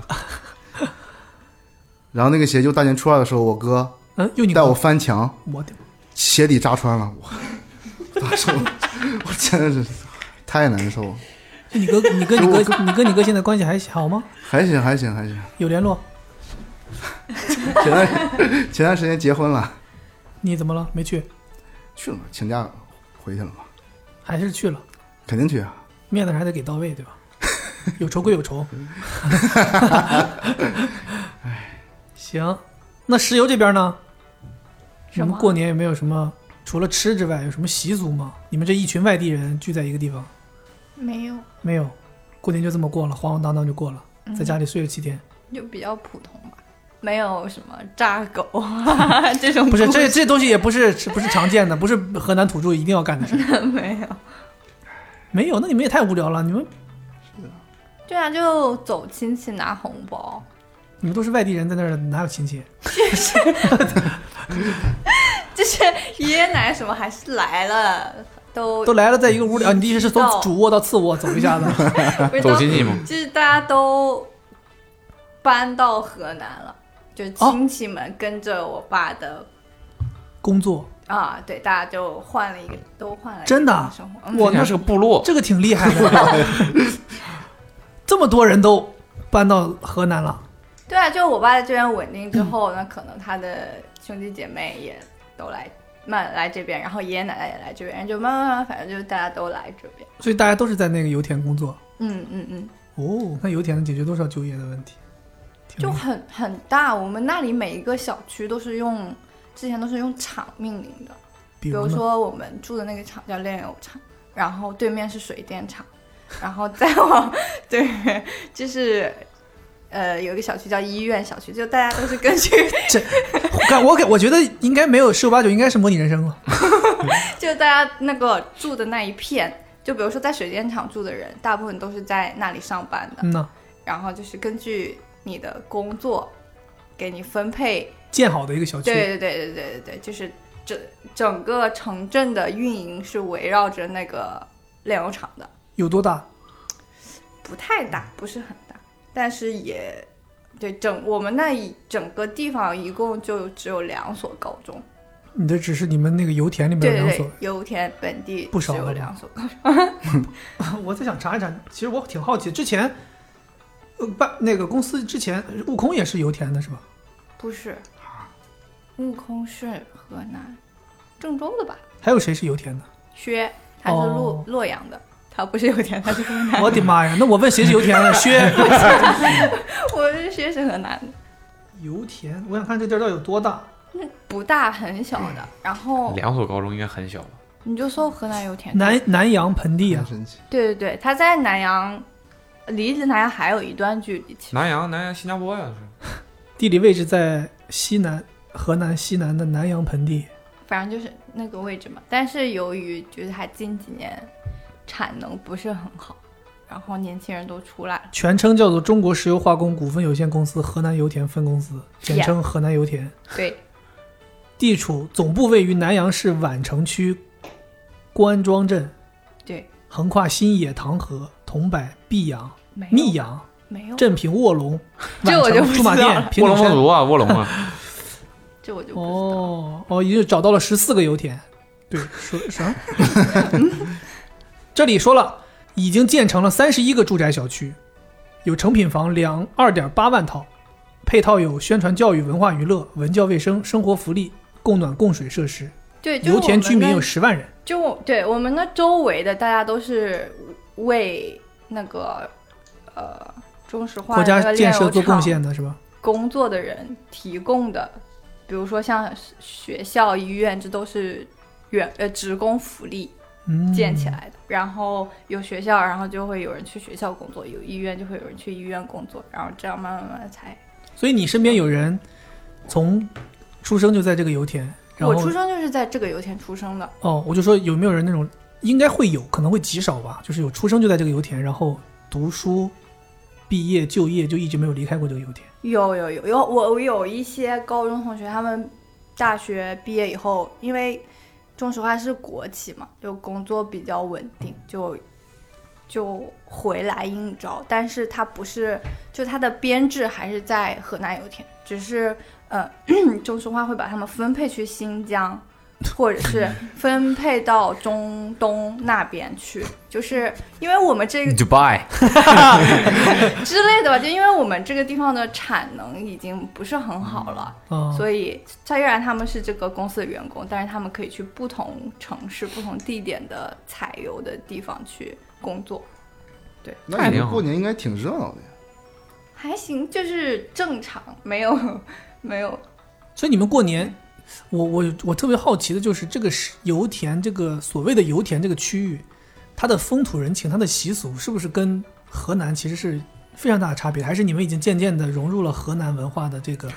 [SPEAKER 8] 然后那个鞋就大年初二的时候，我哥
[SPEAKER 3] 嗯，用你
[SPEAKER 8] 带
[SPEAKER 3] 搞
[SPEAKER 8] 我翻墙，
[SPEAKER 3] 我的妈
[SPEAKER 8] 鞋底扎穿了，我当时我 我真的是太难受了。
[SPEAKER 3] 就你哥，你跟你哥，你跟你哥现在关系还好吗？
[SPEAKER 8] 还行，还行，还行。
[SPEAKER 3] 有联络？
[SPEAKER 8] 前段前段时间结婚了，
[SPEAKER 3] 你怎么了？没去？
[SPEAKER 8] 去了，请假回去了嘛，
[SPEAKER 3] 还是去了？
[SPEAKER 8] 肯定去啊。
[SPEAKER 3] 面子还得给到位，对吧？有仇归有仇。行，那石油这边呢？你
[SPEAKER 9] 什
[SPEAKER 3] 们
[SPEAKER 9] 么
[SPEAKER 3] 过年有没有什么除了吃之外有什么习俗吗？你们这一群外地人聚在一个地方，
[SPEAKER 9] 没有，
[SPEAKER 3] 没有，过年就这么过了，晃晃荡荡就过了，
[SPEAKER 9] 嗯
[SPEAKER 3] 在家里睡了七 天。
[SPEAKER 9] 就比较普通吧，没有什么炸狗 啊这种
[SPEAKER 3] 不
[SPEAKER 9] 故
[SPEAKER 3] 是
[SPEAKER 9] 事，
[SPEAKER 3] 这这东西也不是是不是常见的，不是河南土著一定要干的事。
[SPEAKER 9] 没有。
[SPEAKER 3] 没有，那你们也太无聊了，你们
[SPEAKER 9] 对啊，就走亲戚拿红包，
[SPEAKER 3] 你们都是外地人，在那儿哪有亲戚？
[SPEAKER 9] 就是爷爷奶奶什么还是来了，都
[SPEAKER 3] 都来了，在一个屋里啊，你的意思是从主卧到次卧走一下 子？
[SPEAKER 9] 不知道
[SPEAKER 5] 走亲戚吗？
[SPEAKER 9] 就是大家都搬到河南了，就是亲戚们跟着我爸的、
[SPEAKER 3] 工作
[SPEAKER 9] 啊，对，大家就换了一个，都换了一个
[SPEAKER 3] 真的啊
[SPEAKER 9] 生活。嗯
[SPEAKER 3] 我
[SPEAKER 5] 你还是个部落，
[SPEAKER 3] 这个挺厉害的， 这么多人都搬到河南了，
[SPEAKER 9] 对啊，就我爸在这边稳定之 后，那可能他的兄弟姐妹也都来，慢来这边，然后爷爷奶奶也来这边，就慢慢慢慢，反正就是大家都来这边。
[SPEAKER 3] 所以大家都是在那个油田工作。
[SPEAKER 9] 嗯嗯嗯，
[SPEAKER 3] 哦，看油田能解决多少就业的问题，挺
[SPEAKER 9] 就
[SPEAKER 3] 厉害
[SPEAKER 9] 很很大。我们那里每一个小区都是用，之前都是用厂命名的，
[SPEAKER 3] 比
[SPEAKER 9] 比
[SPEAKER 3] 如
[SPEAKER 9] 如
[SPEAKER 3] 呢
[SPEAKER 9] 说我们住的那个厂叫炼油厂，然后对面是水电厂，然后再往 对，就是呃有一个小区叫医院小区，就大家都是根据
[SPEAKER 3] 我感我感我觉得应该没有十有八九，应该是模拟人生 了。
[SPEAKER 9] 就大家那个住的那一片，就比如说在水电厂住的人，大部分都是在那里上班的，
[SPEAKER 3] 嗯呐，
[SPEAKER 9] 然后就是根据你的工作给你分配，
[SPEAKER 3] 建好的一个小区，
[SPEAKER 9] 对对对对对对对，就是整整个城镇的运营是围绕着那个炼油厂的，
[SPEAKER 3] 有多大？
[SPEAKER 9] 不太大，
[SPEAKER 3] 嗯
[SPEAKER 9] 不是很大，但是也。对，整我们那一整个地方一共就只有两所高中，
[SPEAKER 3] 你的只是你们那个油田里面
[SPEAKER 9] 对
[SPEAKER 3] 有两
[SPEAKER 9] 对
[SPEAKER 3] 所
[SPEAKER 9] 对，油田本地
[SPEAKER 3] 不少
[SPEAKER 9] 只有
[SPEAKER 3] 了吧
[SPEAKER 9] 两所高中，
[SPEAKER 3] 我在想查一查，其实我挺好奇，之前，呃，办那个公司之前，悟空也是油田的是吧？
[SPEAKER 9] 不是，悟空是河南郑州的吧？
[SPEAKER 3] 还有谁是油田的？
[SPEAKER 9] 薛，他是洛、
[SPEAKER 3] 哦
[SPEAKER 9] 洛阳的，他不是油田，他是河 南。
[SPEAKER 3] 我的妈呀！那我问谁是油田的？薛
[SPEAKER 9] 我是薛是河南的，
[SPEAKER 3] 油田，我想看这地儿到底有多大。
[SPEAKER 9] 不大很小的。然后
[SPEAKER 5] 两所高中应该很小吧？
[SPEAKER 9] 你就搜河南油田，
[SPEAKER 3] 南南阳盆地
[SPEAKER 8] 很
[SPEAKER 3] 啊，
[SPEAKER 8] 神奇。
[SPEAKER 9] 对对对，他在南阳，离南阳还有一段距离。其实
[SPEAKER 5] 南阳，南阳，新加坡呀，是
[SPEAKER 3] 地理位置在西南，河南西南的南阳盆地。
[SPEAKER 9] 反正就是那个位置嘛。但是由于就是它近几年产能不是很好，然后年轻人都出来了，
[SPEAKER 3] 全称叫做中国石油化工股份有限公司河南油田分公司，简称河南油田。
[SPEAKER 9] 对，
[SPEAKER 3] 地处总部位于南阳市宛城区关庄镇，
[SPEAKER 9] 对，
[SPEAKER 3] 横跨新野、唐河、桐柏、泌阳、
[SPEAKER 9] 没有
[SPEAKER 3] 密阳、
[SPEAKER 9] 没有，
[SPEAKER 3] 镇平、卧龙、
[SPEAKER 9] 这我
[SPEAKER 3] 宛
[SPEAKER 9] 就
[SPEAKER 3] 城
[SPEAKER 9] 不知
[SPEAKER 3] 驻马
[SPEAKER 9] 道
[SPEAKER 3] 店
[SPEAKER 9] 了、
[SPEAKER 3] 平
[SPEAKER 5] 卧
[SPEAKER 3] 顶
[SPEAKER 5] 龙凤
[SPEAKER 3] 山。
[SPEAKER 5] 雏啊，卧龙啊，
[SPEAKER 9] 这我就不知道。
[SPEAKER 3] 哦哦，也就找到了十四个油田。对，说 啥？ 这里说了，已经建成了三十一个住宅小区，有成品房两二点八万套，配套有宣传教育、文化娱乐、文教卫生、生活福利、供暖供水设施。
[SPEAKER 9] 对，就是
[SPEAKER 3] 油田居民
[SPEAKER 9] 我们
[SPEAKER 3] 有
[SPEAKER 9] 那
[SPEAKER 3] 十万人。
[SPEAKER 9] 就我对我们的周围的大家都是为那个呃中石化
[SPEAKER 3] 国
[SPEAKER 9] 的那
[SPEAKER 3] 家
[SPEAKER 9] 个
[SPEAKER 3] 建
[SPEAKER 9] 炼
[SPEAKER 3] 设
[SPEAKER 9] 油
[SPEAKER 3] 做贡
[SPEAKER 9] 厂
[SPEAKER 3] 献的是吧？
[SPEAKER 9] 工作的人提供的，比如说像学校、医院，这都是员呃职工福利
[SPEAKER 3] 嗯，
[SPEAKER 9] 建起。来的。然后有学校，然后就会有人去学校工作；有医院，就会有人去医院工作。然后这样慢慢慢慢才，
[SPEAKER 3] 所以你身边有人从出生就在这个油田，然
[SPEAKER 9] 我
[SPEAKER 3] 后
[SPEAKER 9] 出生就是在这个油田出生的，
[SPEAKER 3] 哦，我就说有没有人那种，应该会有，可能会极少吧，就是有出生就在这个油田，然后读书、毕业、就业就一直没有离开过这个油田。
[SPEAKER 9] 有有有有，我我有一些高中同学，他们大学毕业以后，因为中石化是国企嘛，就工作比较稳定，就就回来应招。但是他不是，就他的编制还是在河南油田，只是呃， 中石化会把他们分配去新疆，或者是分配到中东那边去，就是因为我们这个
[SPEAKER 5] Dubai
[SPEAKER 9] 之类的吧，就因为我们这个地方的产能已经不是很好了，
[SPEAKER 3] 啊、
[SPEAKER 9] 所以虽然他们是这个公司的员工，但是他们可以去不同城市、不同地点的采油的地方去工作，
[SPEAKER 8] 那你们过年应该挺热闹的呀。
[SPEAKER 9] 还行，就是正常，没有没有
[SPEAKER 3] 所以你们过年，我我我特别好奇的就是这个是油田，这个所谓的油田这个区域，它的风土人情、它的习俗是不是跟河南其实是非常大的差别？还是你们已经渐渐的融入了河南文化的这个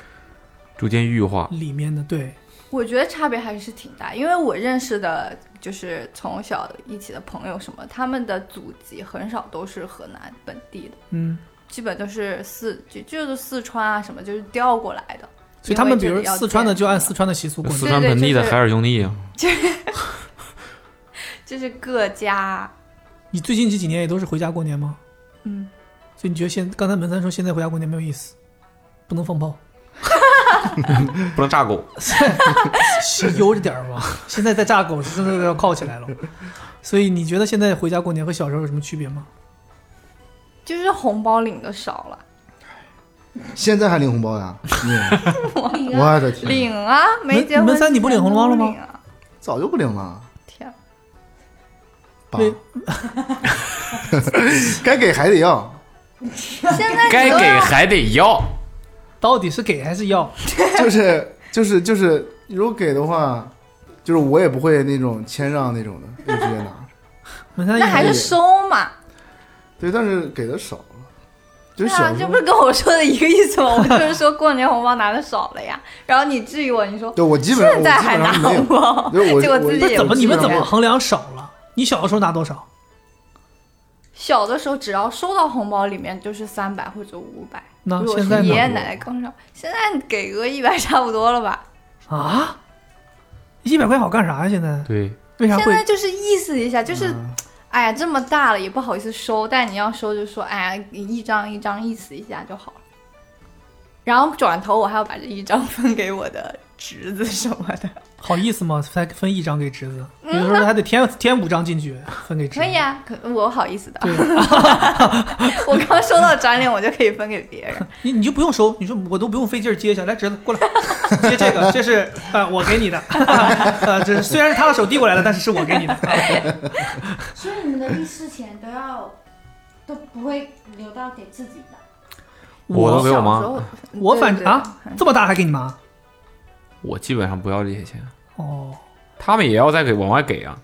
[SPEAKER 5] 逐渐玉化，
[SPEAKER 3] 里面的？对，
[SPEAKER 9] 我觉得差别还是挺大，因为我认识的就是从小一起的朋友什么，他们的祖籍很少都是河南本地的，
[SPEAKER 3] 嗯，
[SPEAKER 9] 基本都是四就就是四川啊什么，就是调过来的。
[SPEAKER 3] 所以他们比
[SPEAKER 9] 因
[SPEAKER 3] 如
[SPEAKER 9] 为这里要
[SPEAKER 3] 四川的就按
[SPEAKER 9] 建嗯
[SPEAKER 3] 四川的习俗过
[SPEAKER 5] 四
[SPEAKER 3] 年，
[SPEAKER 5] 川本地的
[SPEAKER 9] 对对就是
[SPEAKER 5] 海尔兄弟啊，
[SPEAKER 9] 就是各家
[SPEAKER 3] 你最近这几年也都是回家过年吗？
[SPEAKER 9] 嗯，
[SPEAKER 3] 所以你觉得现刚才门三说现在回家过年没有意思，不能放 炮，
[SPEAKER 5] 不能炸狗。
[SPEAKER 3] 悠着点儿吧。现在再炸狗真的要铐起 来了。所以你觉得现在回家过年和小时候有什么区别吗？
[SPEAKER 9] 就是红包领的少了，
[SPEAKER 8] 现在还领红包呀？
[SPEAKER 9] 领啊
[SPEAKER 8] 我的天，
[SPEAKER 9] 领啊，没
[SPEAKER 3] 门
[SPEAKER 9] 结婚
[SPEAKER 3] 门三你不领
[SPEAKER 9] 之前
[SPEAKER 3] 红包了
[SPEAKER 9] 都
[SPEAKER 3] 吗
[SPEAKER 9] 领啊？
[SPEAKER 8] 早就不领了。
[SPEAKER 9] 天，啊
[SPEAKER 8] 爸
[SPEAKER 3] 对，
[SPEAKER 8] 该给还得 要。
[SPEAKER 9] 现在
[SPEAKER 5] 该给还得要，
[SPEAKER 3] 到底是给还是要？
[SPEAKER 8] 就是就是就是，如果给的话，就是我也不会那种谦让那种的，就直接 拿。
[SPEAKER 3] 门三
[SPEAKER 9] 那还是
[SPEAKER 3] 也
[SPEAKER 9] 收嘛，
[SPEAKER 8] 对，但是给的少了，就
[SPEAKER 9] 对
[SPEAKER 8] 是
[SPEAKER 9] 啊，
[SPEAKER 8] 小
[SPEAKER 9] 这
[SPEAKER 8] 时
[SPEAKER 9] 不
[SPEAKER 8] 候。
[SPEAKER 9] 是跟我说的一个意思吗？我就是说过年红包拿的少了呀，然后你质疑我，你说
[SPEAKER 8] 对，我基本上
[SPEAKER 9] 现在还拿
[SPEAKER 8] 我基
[SPEAKER 9] 红
[SPEAKER 8] 本
[SPEAKER 9] 包
[SPEAKER 8] 上，没有，
[SPEAKER 9] 结
[SPEAKER 8] 就
[SPEAKER 9] 果
[SPEAKER 8] 我
[SPEAKER 9] 自己
[SPEAKER 8] 我
[SPEAKER 9] 也
[SPEAKER 3] 怎么你们
[SPEAKER 8] 基
[SPEAKER 3] 怎
[SPEAKER 8] 本上
[SPEAKER 3] 么衡量少了？你小的时候拿多少？
[SPEAKER 9] 小的时候只要收到红包里面就是三百或者五百，
[SPEAKER 3] 那
[SPEAKER 9] 如果
[SPEAKER 3] 现
[SPEAKER 9] 是
[SPEAKER 3] 在呢
[SPEAKER 9] 爷爷奶奶更少，现在给个一百差不多了吧？
[SPEAKER 3] 啊？一百块好干啥呀？现在
[SPEAKER 5] 对，
[SPEAKER 3] 为啥
[SPEAKER 9] 现
[SPEAKER 3] 会嗯
[SPEAKER 9] 在就是意思一下，就是，哎呀，这么大了也不好意思收，但你要收就说，哎呀，一张一张意思一下就好了。然后转头我还要把这一张分给我的侄子什么 的，
[SPEAKER 3] 好意思吗？才分一张给侄子，有的时候还得添添五张进去分给侄子。
[SPEAKER 9] 嗯可以啊，可我好意思的。
[SPEAKER 3] 对
[SPEAKER 9] 我刚收到转脸，我就可以分给别人。
[SPEAKER 3] 你你就不用收，你说我都不用费劲儿接一下来，侄子过来接这个，这是啊、呃我给你的， 呃，这是虽然是他的手递过来的，但是是我给你的。
[SPEAKER 10] 所以你们的利是钱都要都不会留到给自己的。
[SPEAKER 5] 我都给我
[SPEAKER 9] 小时
[SPEAKER 5] 妈，
[SPEAKER 9] 候，
[SPEAKER 3] 我反
[SPEAKER 9] 对
[SPEAKER 3] 正啊，这么大还给你妈？
[SPEAKER 5] 我基本上不要这些钱，
[SPEAKER 3] 哦，
[SPEAKER 5] 他们也要再给往外给啊。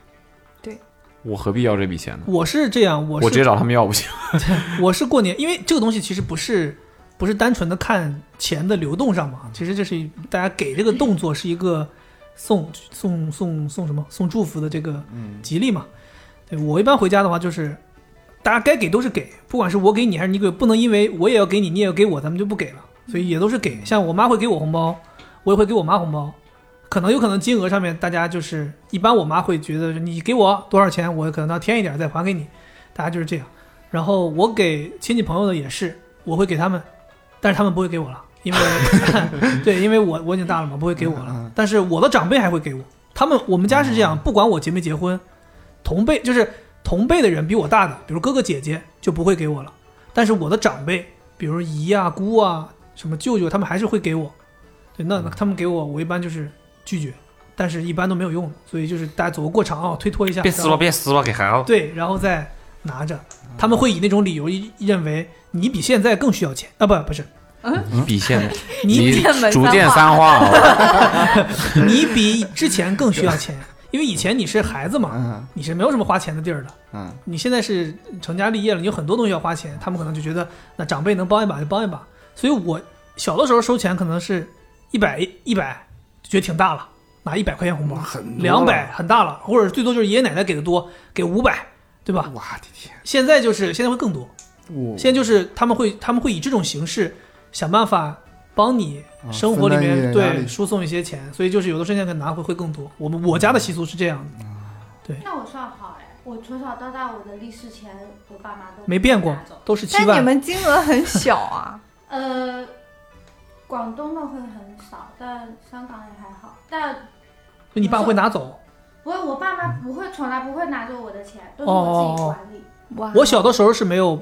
[SPEAKER 9] 对，
[SPEAKER 5] 我何必要这笔钱呢？
[SPEAKER 3] 我是这样，我
[SPEAKER 5] 我直接
[SPEAKER 3] 是
[SPEAKER 5] 找他们要 不行。
[SPEAKER 3] 我是过年，因为这个东西其实不是不是单纯的看钱的流动上嘛，其实这是大家给这个动作是一个送送送送什么送祝福的这个吉利嘛。对我一般回家的话，就是大家该给都是给，不管是我给你还是你给，不能因为我也要给你，你也要给我，咱们就不给了。所以也都是给，像我妈会给我红包，我也会给我妈红包。可能有可能金额上面大家就是一般，我妈会觉得是你给我多少钱，我可能要添一点再还给你，大家就是这样。然后我给亲戚朋友的也是，我会给他们，但是他们不会给我了，因为对，因为我我已经大了嘛，不会给我了。但是我的长辈还会给我，他们我们家是这样，不管我结没结婚，同辈就是同辈的人比我大的，比如哥哥姐姐就不会给我了，但是我的长辈，比如姨啊、姑啊、什么舅舅，他们还是会给我。对，那那他们给我，我一般就是拒绝，但是一般都没有用，所以就是大家走个过场啊，推脱一下。
[SPEAKER 5] 别撕
[SPEAKER 3] 然
[SPEAKER 5] 吧，
[SPEAKER 3] 后
[SPEAKER 5] 别撕吧，给孩子。
[SPEAKER 3] 对，然后再拿着，他们会以那种理由一认为你比现在更需要钱啊，不不是，
[SPEAKER 5] 你比 现在，
[SPEAKER 3] 你
[SPEAKER 5] 你
[SPEAKER 3] 比
[SPEAKER 5] 逐渐三化了。
[SPEAKER 3] 你比之前更需要钱，因为以前你是孩子嘛，你是没有什么花钱的地儿的。
[SPEAKER 8] 嗯，
[SPEAKER 3] 你现在是成家立业了，你有很多东西要花钱，他们可能就觉得那长辈能帮一把就帮一把。所以我小的时候收钱可能是一百一百，就觉得挺大了，拿一百块钱红包，
[SPEAKER 8] 很
[SPEAKER 3] 两百很大了，或者最多就是爷爷奶奶给的多，给五百，对吧？
[SPEAKER 8] 哇的天，
[SPEAKER 3] 现在就是现在会更多，
[SPEAKER 8] 我
[SPEAKER 3] 现在就是他们会他们会以这种形式想办法帮你生活里
[SPEAKER 8] 啊分担一
[SPEAKER 3] 面
[SPEAKER 8] 点压
[SPEAKER 3] 对
[SPEAKER 8] 力嗯
[SPEAKER 3] 输送一些钱，所以就是有的瞬间可能拿回会更多。我们我家的习俗是这样的，
[SPEAKER 10] 那我算好哎，我从小到大我的利是钱，我爸妈都
[SPEAKER 3] 没变过
[SPEAKER 10] 拿走，
[SPEAKER 3] 都是七
[SPEAKER 9] 但你
[SPEAKER 3] 万。
[SPEAKER 9] 们金额很小啊，
[SPEAKER 10] 呃，广东的会很少，但香港也还好。但
[SPEAKER 3] 就你爸会拿走。
[SPEAKER 10] 不会，我爸妈不会，从来不会拿走我的钱，都是我自己管理。
[SPEAKER 9] 哇
[SPEAKER 3] 我小的时候是没有，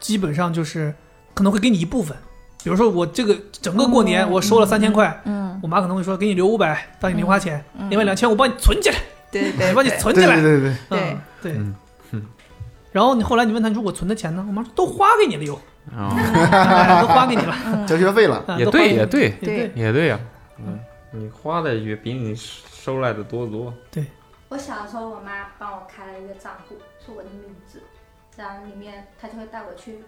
[SPEAKER 3] 基本上就是可能会给你一部分，比如说我这个整个过年我收了三千块，
[SPEAKER 9] 哦嗯，
[SPEAKER 3] 我妈可能会说给你留五百当你零花钱，另外两千我帮你存起来，
[SPEAKER 9] 对对
[SPEAKER 3] 我帮你
[SPEAKER 9] 对，
[SPEAKER 3] 存起
[SPEAKER 8] 对
[SPEAKER 3] 来
[SPEAKER 8] 对。对对，
[SPEAKER 9] 对
[SPEAKER 3] 嗯对
[SPEAKER 5] 嗯嗯。
[SPEAKER 3] 然后你后来你问他，如果存的钱呢？我妈说都花给你了又，
[SPEAKER 5] 啊，
[SPEAKER 3] 哎都花给你了，
[SPEAKER 8] 交学费了，
[SPEAKER 3] 啊
[SPEAKER 5] 也
[SPEAKER 3] 都花
[SPEAKER 5] 对，
[SPEAKER 3] 给你
[SPEAKER 5] 也
[SPEAKER 3] 了
[SPEAKER 5] 对，
[SPEAKER 3] 也对。
[SPEAKER 5] 也对呀。嗯，你花的也比你收来的多得多。
[SPEAKER 10] 我小的时候，我妈帮我开了一个账户，是我的名字，然后里面她就会带我去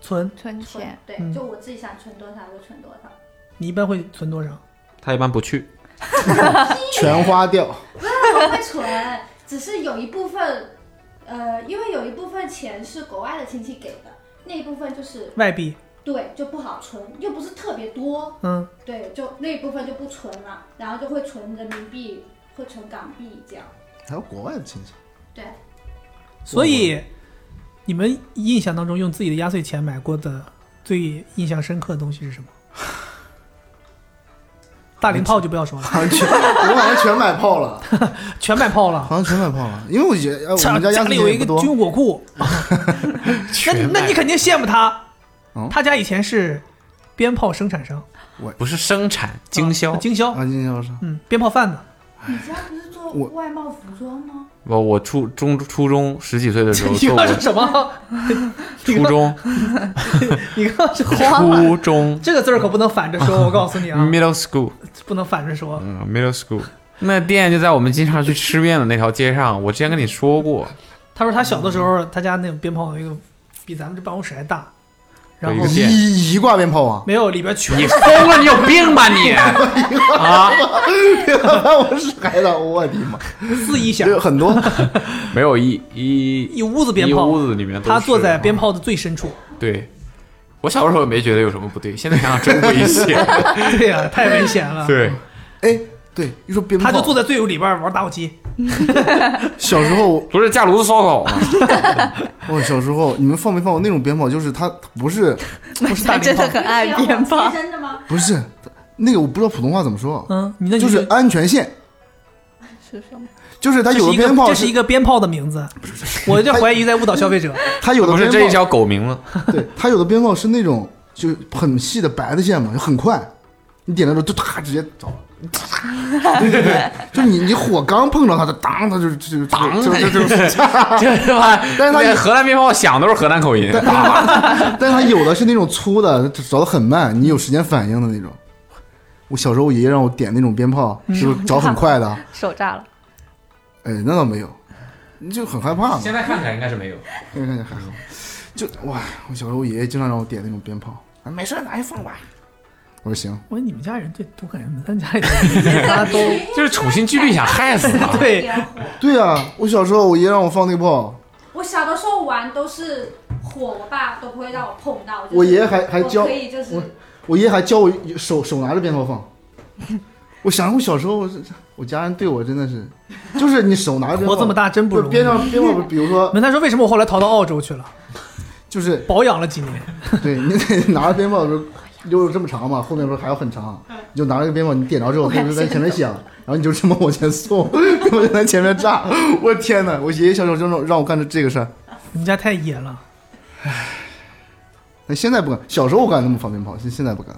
[SPEAKER 3] 存，
[SPEAKER 9] 存
[SPEAKER 10] 存
[SPEAKER 9] 钱，，
[SPEAKER 10] 对，
[SPEAKER 3] 嗯
[SPEAKER 10] 就我自己想存多少就存多少。
[SPEAKER 3] 你一般会存多少？
[SPEAKER 5] 他一般不去，
[SPEAKER 8] 全花掉，
[SPEAKER 10] 我会存，只是有一部分，呃，因为有一部分钱是国外的亲戚给的，那一部分就是
[SPEAKER 3] 外币，
[SPEAKER 10] 对就不好存，又不是特别多，
[SPEAKER 3] 嗯，
[SPEAKER 10] 对，就那一部分就不存了，然后就会存人民币，会存港币这样。
[SPEAKER 8] 还有国外的亲戚，
[SPEAKER 10] 对，
[SPEAKER 3] 所以你们印象当中用自己的压岁钱买过的最印象深刻的东西是什 么？大零炮就不要说了，
[SPEAKER 8] 好像全我好像全买炮了，
[SPEAKER 3] 全买炮了。
[SPEAKER 8] 好像全买炮了，因为我觉得呃我们家
[SPEAKER 3] 家
[SPEAKER 8] 压岁
[SPEAKER 3] 里
[SPEAKER 8] 钱
[SPEAKER 3] 有
[SPEAKER 8] 也
[SPEAKER 3] 一
[SPEAKER 8] 不
[SPEAKER 3] 个
[SPEAKER 8] 多，
[SPEAKER 3] 军火 库，那那你肯定羡慕他
[SPEAKER 8] 嗯，
[SPEAKER 3] 他家以前是鞭炮生产商，
[SPEAKER 5] 不是生产经销
[SPEAKER 3] 啊。经销，
[SPEAKER 8] 啊，今天我说
[SPEAKER 3] 嗯，鞭炮 贩子。
[SPEAKER 10] 你家不是做
[SPEAKER 8] 哎我
[SPEAKER 10] 外贸服装吗？
[SPEAKER 5] 我哦我初中初中十几岁的时候
[SPEAKER 3] 你刚
[SPEAKER 5] 做过
[SPEAKER 3] 刚是什么？
[SPEAKER 5] 初中
[SPEAKER 3] 你刚刚是
[SPEAKER 5] 初 中
[SPEAKER 3] 这个字儿可不能反着说，我告诉你啊，
[SPEAKER 5] middle school，
[SPEAKER 3] 不能反着说。
[SPEAKER 5] 嗯，middle school，那店就在我们经常去吃面的那条街上。我之前跟你说过，
[SPEAKER 3] 他说他小的时候，他家那种鞭炮有一个比咱们这办公室还大，然
[SPEAKER 5] 有
[SPEAKER 3] 后
[SPEAKER 5] 一个电
[SPEAKER 8] 一一挂鞭炮啊，
[SPEAKER 3] 没有里边全
[SPEAKER 5] 你疯了，你有病吧你？啊，
[SPEAKER 8] 我是孩子，我的妈，
[SPEAKER 3] 四一响
[SPEAKER 8] 这，有很多，
[SPEAKER 5] 没有一一
[SPEAKER 3] 一屋子鞭
[SPEAKER 5] 一
[SPEAKER 3] 炮
[SPEAKER 5] 屋，子里面都是，啊哦
[SPEAKER 3] 他坐在鞭炮的最深处。
[SPEAKER 5] 对。我小时候也没觉得有什么不对，现在想想真危险。
[SPEAKER 3] 对呀，太危险了。
[SPEAKER 5] 对，
[SPEAKER 8] 哎，对，一说鞭炮，
[SPEAKER 3] 他就坐在最里边玩打火机，
[SPEAKER 8] 小时候
[SPEAKER 5] 不是架炉子烧烤吗？
[SPEAKER 8] 我小时候，你们放没放过那种鞭炮？就是它不是
[SPEAKER 3] 不是大
[SPEAKER 9] 真
[SPEAKER 3] 鞭炮
[SPEAKER 9] 的。很爱鞭炮，
[SPEAKER 10] 真的吗？
[SPEAKER 8] 不是那个，我不知道普通话怎么说，
[SPEAKER 3] 嗯，你那
[SPEAKER 8] 就是啊安全线，
[SPEAKER 9] 是什么？
[SPEAKER 8] 就是它
[SPEAKER 3] 这
[SPEAKER 8] 有
[SPEAKER 3] 是
[SPEAKER 8] 的
[SPEAKER 3] 一个
[SPEAKER 8] 鞭炮
[SPEAKER 3] 这是一个鞭炮的名字，我这怀疑在误导消费者。
[SPEAKER 8] 它有的
[SPEAKER 5] 不是这
[SPEAKER 8] 鞭
[SPEAKER 5] 一
[SPEAKER 8] 炮，
[SPEAKER 5] 条狗名了，
[SPEAKER 8] 对，它有的鞭炮是那种就很细的白的线嘛，就很快，你点的时候就啪直接着了。就你你火刚碰着它，它当，它就就
[SPEAKER 5] 当
[SPEAKER 8] 就就就就，
[SPEAKER 5] 就是吧？
[SPEAKER 8] 但是它
[SPEAKER 5] 那荷兰鞭炮响都是河南口音。
[SPEAKER 8] 但它有的是那种粗的，着的很慢，你有时间反应的那种。我小时候我爷爷让我点那种鞭炮，
[SPEAKER 10] 嗯
[SPEAKER 8] 是 不是着很快的？
[SPEAKER 9] 手炸了，
[SPEAKER 8] 哎，那倒没有，你就很害怕嘛。
[SPEAKER 5] 在看起来应该是没有。
[SPEAKER 8] 那个还好，就哇，我小时候爷爷经常让我点那种鞭炮，啊，没事儿拿去放吧。我说行，
[SPEAKER 3] 我说你们家人最多，感觉你们三家人大家都
[SPEAKER 5] 就是处心积虑想害死他
[SPEAKER 2] 哎
[SPEAKER 3] 对
[SPEAKER 8] 啊对啊，我小时候我爷让我放那个炮，
[SPEAKER 10] 我小的时候玩都是火，我爸都不会让我碰到。就是
[SPEAKER 8] 我爷爷还还教
[SPEAKER 10] 我可以就是
[SPEAKER 8] 我我爷爷还教我手手拿着鞭炮放。 我想我小时候，我是我家人对我真的是，就是你手拿着鞭炮
[SPEAKER 3] 活这么大真不
[SPEAKER 8] 不是
[SPEAKER 3] 容易。
[SPEAKER 8] 边上边上，比如 说，
[SPEAKER 3] 门他说为什么我后来逃到澳洲去了，
[SPEAKER 8] 就是
[SPEAKER 3] 保养了几年。
[SPEAKER 8] 对你得 拿着鞭炮的时候，溜溜这么长嘛，后面不是还有很长，你就拿着个鞭炮，你点着之后，它就在前面响，然后你就这么往前送， 然后就在前面炸。我天哪！我爷爷小时候就让让我干着这个事儿，
[SPEAKER 3] 你们家太野了，
[SPEAKER 8] 那哎现在不敢。小时候我敢那么放鞭炮，现现在不敢。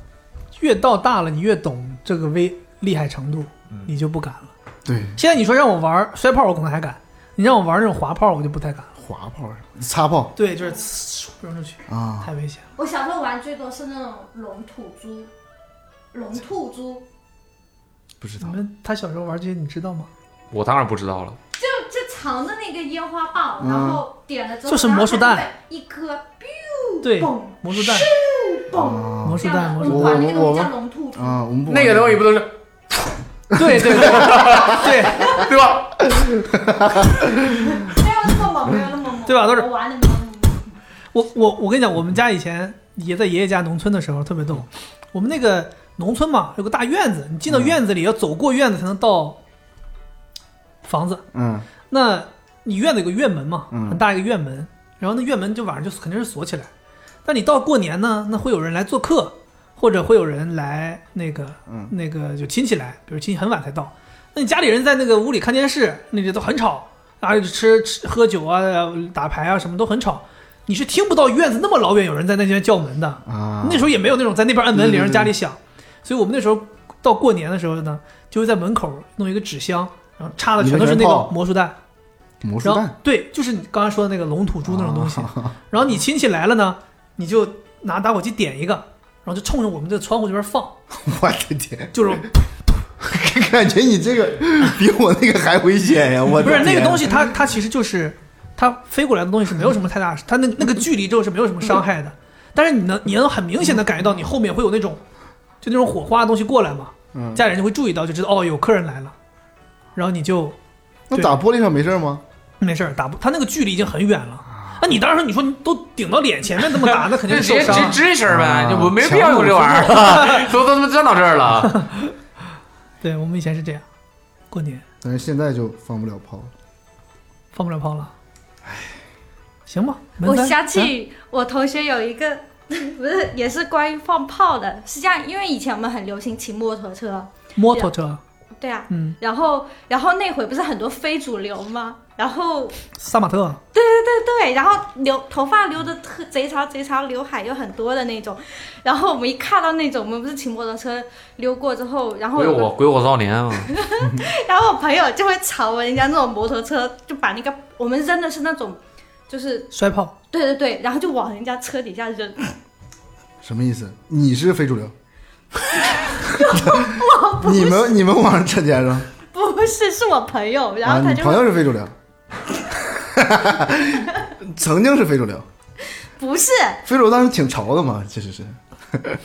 [SPEAKER 3] 越到大了你越懂这个危厉害程度，你就不敢了。
[SPEAKER 8] 对，
[SPEAKER 3] 现在你说让我玩摔炮，我可能还敢；你让我玩这种滑炮，我就不太敢。
[SPEAKER 8] 滑炮是吧？擦炮
[SPEAKER 3] 对，就是呲扔出去，
[SPEAKER 8] 啊，
[SPEAKER 3] 太危险了。
[SPEAKER 10] 我小时候玩最多是那种龙吐珠，龙吐珠
[SPEAKER 8] 不知
[SPEAKER 3] 道。你们他小时候玩这些，你知道吗？
[SPEAKER 5] 我当然不知道了，
[SPEAKER 10] 就就藏着那个烟花棒，
[SPEAKER 5] 嗯
[SPEAKER 10] 然后点了之后，
[SPEAKER 3] 就是魔术弹，
[SPEAKER 10] 一颗 biu，
[SPEAKER 3] 对
[SPEAKER 10] 嘣，
[SPEAKER 3] 魔术弹，
[SPEAKER 10] 嘣，
[SPEAKER 3] 哦魔术弹，魔
[SPEAKER 8] 我
[SPEAKER 3] 术
[SPEAKER 8] 我
[SPEAKER 3] 弹，
[SPEAKER 8] 们我们
[SPEAKER 10] 龙吐
[SPEAKER 8] 啊，我们不
[SPEAKER 5] 那个东西不都是
[SPEAKER 3] 对对对对
[SPEAKER 5] 对吧？
[SPEAKER 10] 没有那么猛，没有那么猛，
[SPEAKER 3] 对吧都是
[SPEAKER 10] 我玩的没有那么猛
[SPEAKER 3] 我我我跟你讲，我们家以前也在爷爷家农村的时候特别逗。我们那个农村嘛，有个大院子，你进到院子里要走过院子才能到房子。
[SPEAKER 8] 嗯
[SPEAKER 3] 那你院子有个院门嘛，
[SPEAKER 8] 嗯
[SPEAKER 3] 很大一个院门，然后那院门就晚上就肯定是锁起来。但你到过年呢，那会有人来做客，或者会有人来那个
[SPEAKER 8] 嗯
[SPEAKER 3] 那个就亲戚来，比如亲戚很晚才到，那你家里人在那个屋里看电视，那里都很吵，啊吃吃喝酒啊打牌啊什么都很吵，你是听不到院子那么老远有人在那边叫门的。
[SPEAKER 8] 啊，嗯
[SPEAKER 3] 那时候也没有那种在那边按门
[SPEAKER 8] 对对
[SPEAKER 3] 铃
[SPEAKER 8] 对
[SPEAKER 3] 家里响，所以我们那时候到过年的时候呢，就会在门口弄一个纸箱，然后插的全都是那
[SPEAKER 8] 里面全
[SPEAKER 3] 个
[SPEAKER 8] 泡
[SPEAKER 3] 魔术弹，
[SPEAKER 8] 魔术
[SPEAKER 3] 然后
[SPEAKER 8] 弹
[SPEAKER 3] 对，就是你刚才说的那个龙吐珠那种东西。
[SPEAKER 8] 哦
[SPEAKER 3] 然后你亲戚来了呢，你就拿打火机点一个，然后就冲着我们的窗户这边放，
[SPEAKER 8] 我的天，
[SPEAKER 3] 就是
[SPEAKER 8] 感觉你这个比我那个还危险呀！我的
[SPEAKER 3] 不是那个
[SPEAKER 8] 天
[SPEAKER 3] 东西它，它其实就是它飞过来的东西是没有什么太大，它那那个距离之后是没有什么伤害的，但是你能你能很明显的感觉到你后面会有那种就那种火花的东西过来嘛，
[SPEAKER 8] 嗯
[SPEAKER 3] 家里人就会注意到，就知道哦有客人来了，然后你就
[SPEAKER 8] 那打玻璃上没事吗？
[SPEAKER 3] 没事儿打不，他那个距离已经很远了。那你当时你说你都顶到脸前面那么打，那肯定
[SPEAKER 5] 直
[SPEAKER 3] 是受
[SPEAKER 5] 接
[SPEAKER 3] 伤啊
[SPEAKER 5] 直接。吱一声呗，
[SPEAKER 8] 啊
[SPEAKER 5] 我没必要用这玩意儿， 都都他妈站到这儿了，
[SPEAKER 3] 对我们以前是这样，过年
[SPEAKER 8] 但是现在就放不了炮了。
[SPEAKER 3] 放不了炮了。行吧，门
[SPEAKER 2] 我
[SPEAKER 3] 三
[SPEAKER 2] 想
[SPEAKER 3] 啊
[SPEAKER 2] 起我同学有一个， 不是也是关于放炮的，是这样，因为以前我们很流行骑摩托车，
[SPEAKER 3] 摩托车，
[SPEAKER 2] 对啊，
[SPEAKER 3] 嗯，
[SPEAKER 2] 然后然后那会不是很多非主流吗？然后
[SPEAKER 3] 杀马特，
[SPEAKER 2] 对对对对，然后留头发留的特贼长贼长，刘海又很多的那种，然后我们一看到那种，我们不是骑摩托车溜过之后，然后
[SPEAKER 5] 鬼
[SPEAKER 2] 有个
[SPEAKER 5] 火鬼火少年啊嘛，
[SPEAKER 2] 然后我朋友就会朝人家那种摩托车，就把那个我们扔的是那种，就是
[SPEAKER 3] 摔炮，
[SPEAKER 2] 对对对，然后就往人家车底下扔。
[SPEAKER 8] 什么意思？你是非主流？你们你们往上扯点上，
[SPEAKER 2] 不是，是我朋友，然
[SPEAKER 8] 啊，
[SPEAKER 2] 后他
[SPEAKER 8] 你
[SPEAKER 2] 就、
[SPEAKER 8] 朋友是非主流， 曾经是非主流，
[SPEAKER 2] 不是
[SPEAKER 8] 非主流当时挺潮的嘛，其实是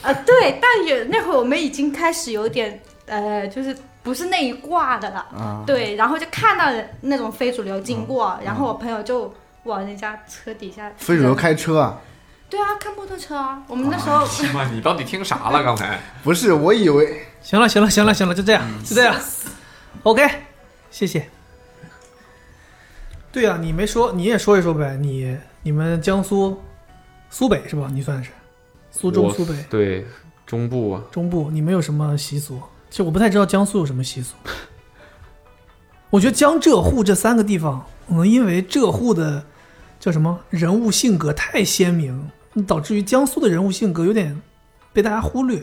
[SPEAKER 2] 呃，对，但也那会儿我们已经开始有点呃，就是不是那一挂的了，
[SPEAKER 8] 啊，嗯
[SPEAKER 2] 对，然后就看到人那种非主流经过，然后我朋友就往人家车底下，
[SPEAKER 8] 非主流开车啊，
[SPEAKER 2] 对啊，看摩托车啊，我们那时候、
[SPEAKER 5] 妈，你到底听啥了？刚才
[SPEAKER 8] 不是，我以为
[SPEAKER 3] 行了，行了，行了，行了，就这样，就这样。OK，谢谢。对啊，你没说，你也说一说呗。你你们江苏苏北是吧？你算是苏中、
[SPEAKER 5] 我
[SPEAKER 3] 苏北、
[SPEAKER 5] 对中部啊，
[SPEAKER 3] 中部，你们有什么习俗？其实我不太知道江苏有什么习俗。我觉得江浙沪这三个地方，可能因为浙沪的叫什么人物性格太鲜明，导致于江苏的人物性格有点被大家忽略。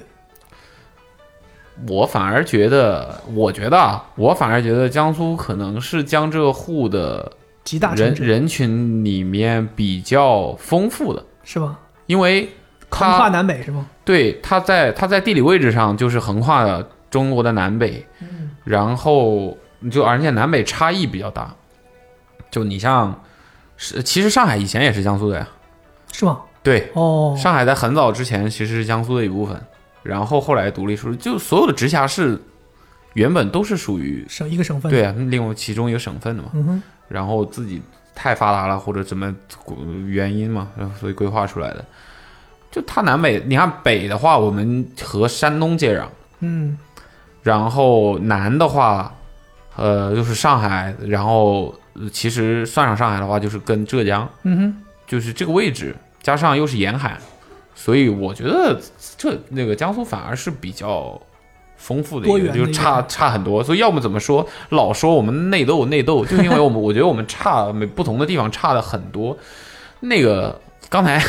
[SPEAKER 5] 我反而觉得，我觉得啊，我反而觉得江苏可能是江浙沪的
[SPEAKER 3] 集大成
[SPEAKER 5] 人
[SPEAKER 3] 者
[SPEAKER 5] 人群里面比较丰富的，
[SPEAKER 3] 是吧？
[SPEAKER 5] 因为
[SPEAKER 3] 横跨
[SPEAKER 5] 它
[SPEAKER 3] 南北是吗？
[SPEAKER 5] 对它在它在地理位置上就是横跨了中国的南北，然后就而且南北差异比较大，就你像是其实上海以前也是江苏的呀，
[SPEAKER 3] 是吗？
[SPEAKER 5] 对，
[SPEAKER 3] 哦，
[SPEAKER 5] 上海在很早之前其实是江苏的一部分，然后后来独立出，就所有的直辖市原本都是属于
[SPEAKER 3] 省一个省份。
[SPEAKER 5] 对，啊，另外其中一个省份的嘛，
[SPEAKER 3] 嗯哼，
[SPEAKER 5] 然后自己太发达了或者怎么呃原因嘛，然后所以规划出来的。就它南北，你看北的话，我们和山东接壤，
[SPEAKER 3] 嗯，
[SPEAKER 5] 然后南的话，呃，就是上海，然后呃其实算上上海的话，就是跟浙江，
[SPEAKER 3] 嗯哼，
[SPEAKER 5] 就是这个位置，加上又是沿海，所以我觉得这那个江苏反而是比较丰富的
[SPEAKER 3] 多
[SPEAKER 5] 一
[SPEAKER 3] 元
[SPEAKER 5] 个，
[SPEAKER 3] 的
[SPEAKER 5] 就
[SPEAKER 3] 一个
[SPEAKER 5] 差差很多。所以要么怎么说，老说我们内斗内斗，就因为我们我觉得我们差每不同的地方差的很多。那个刚才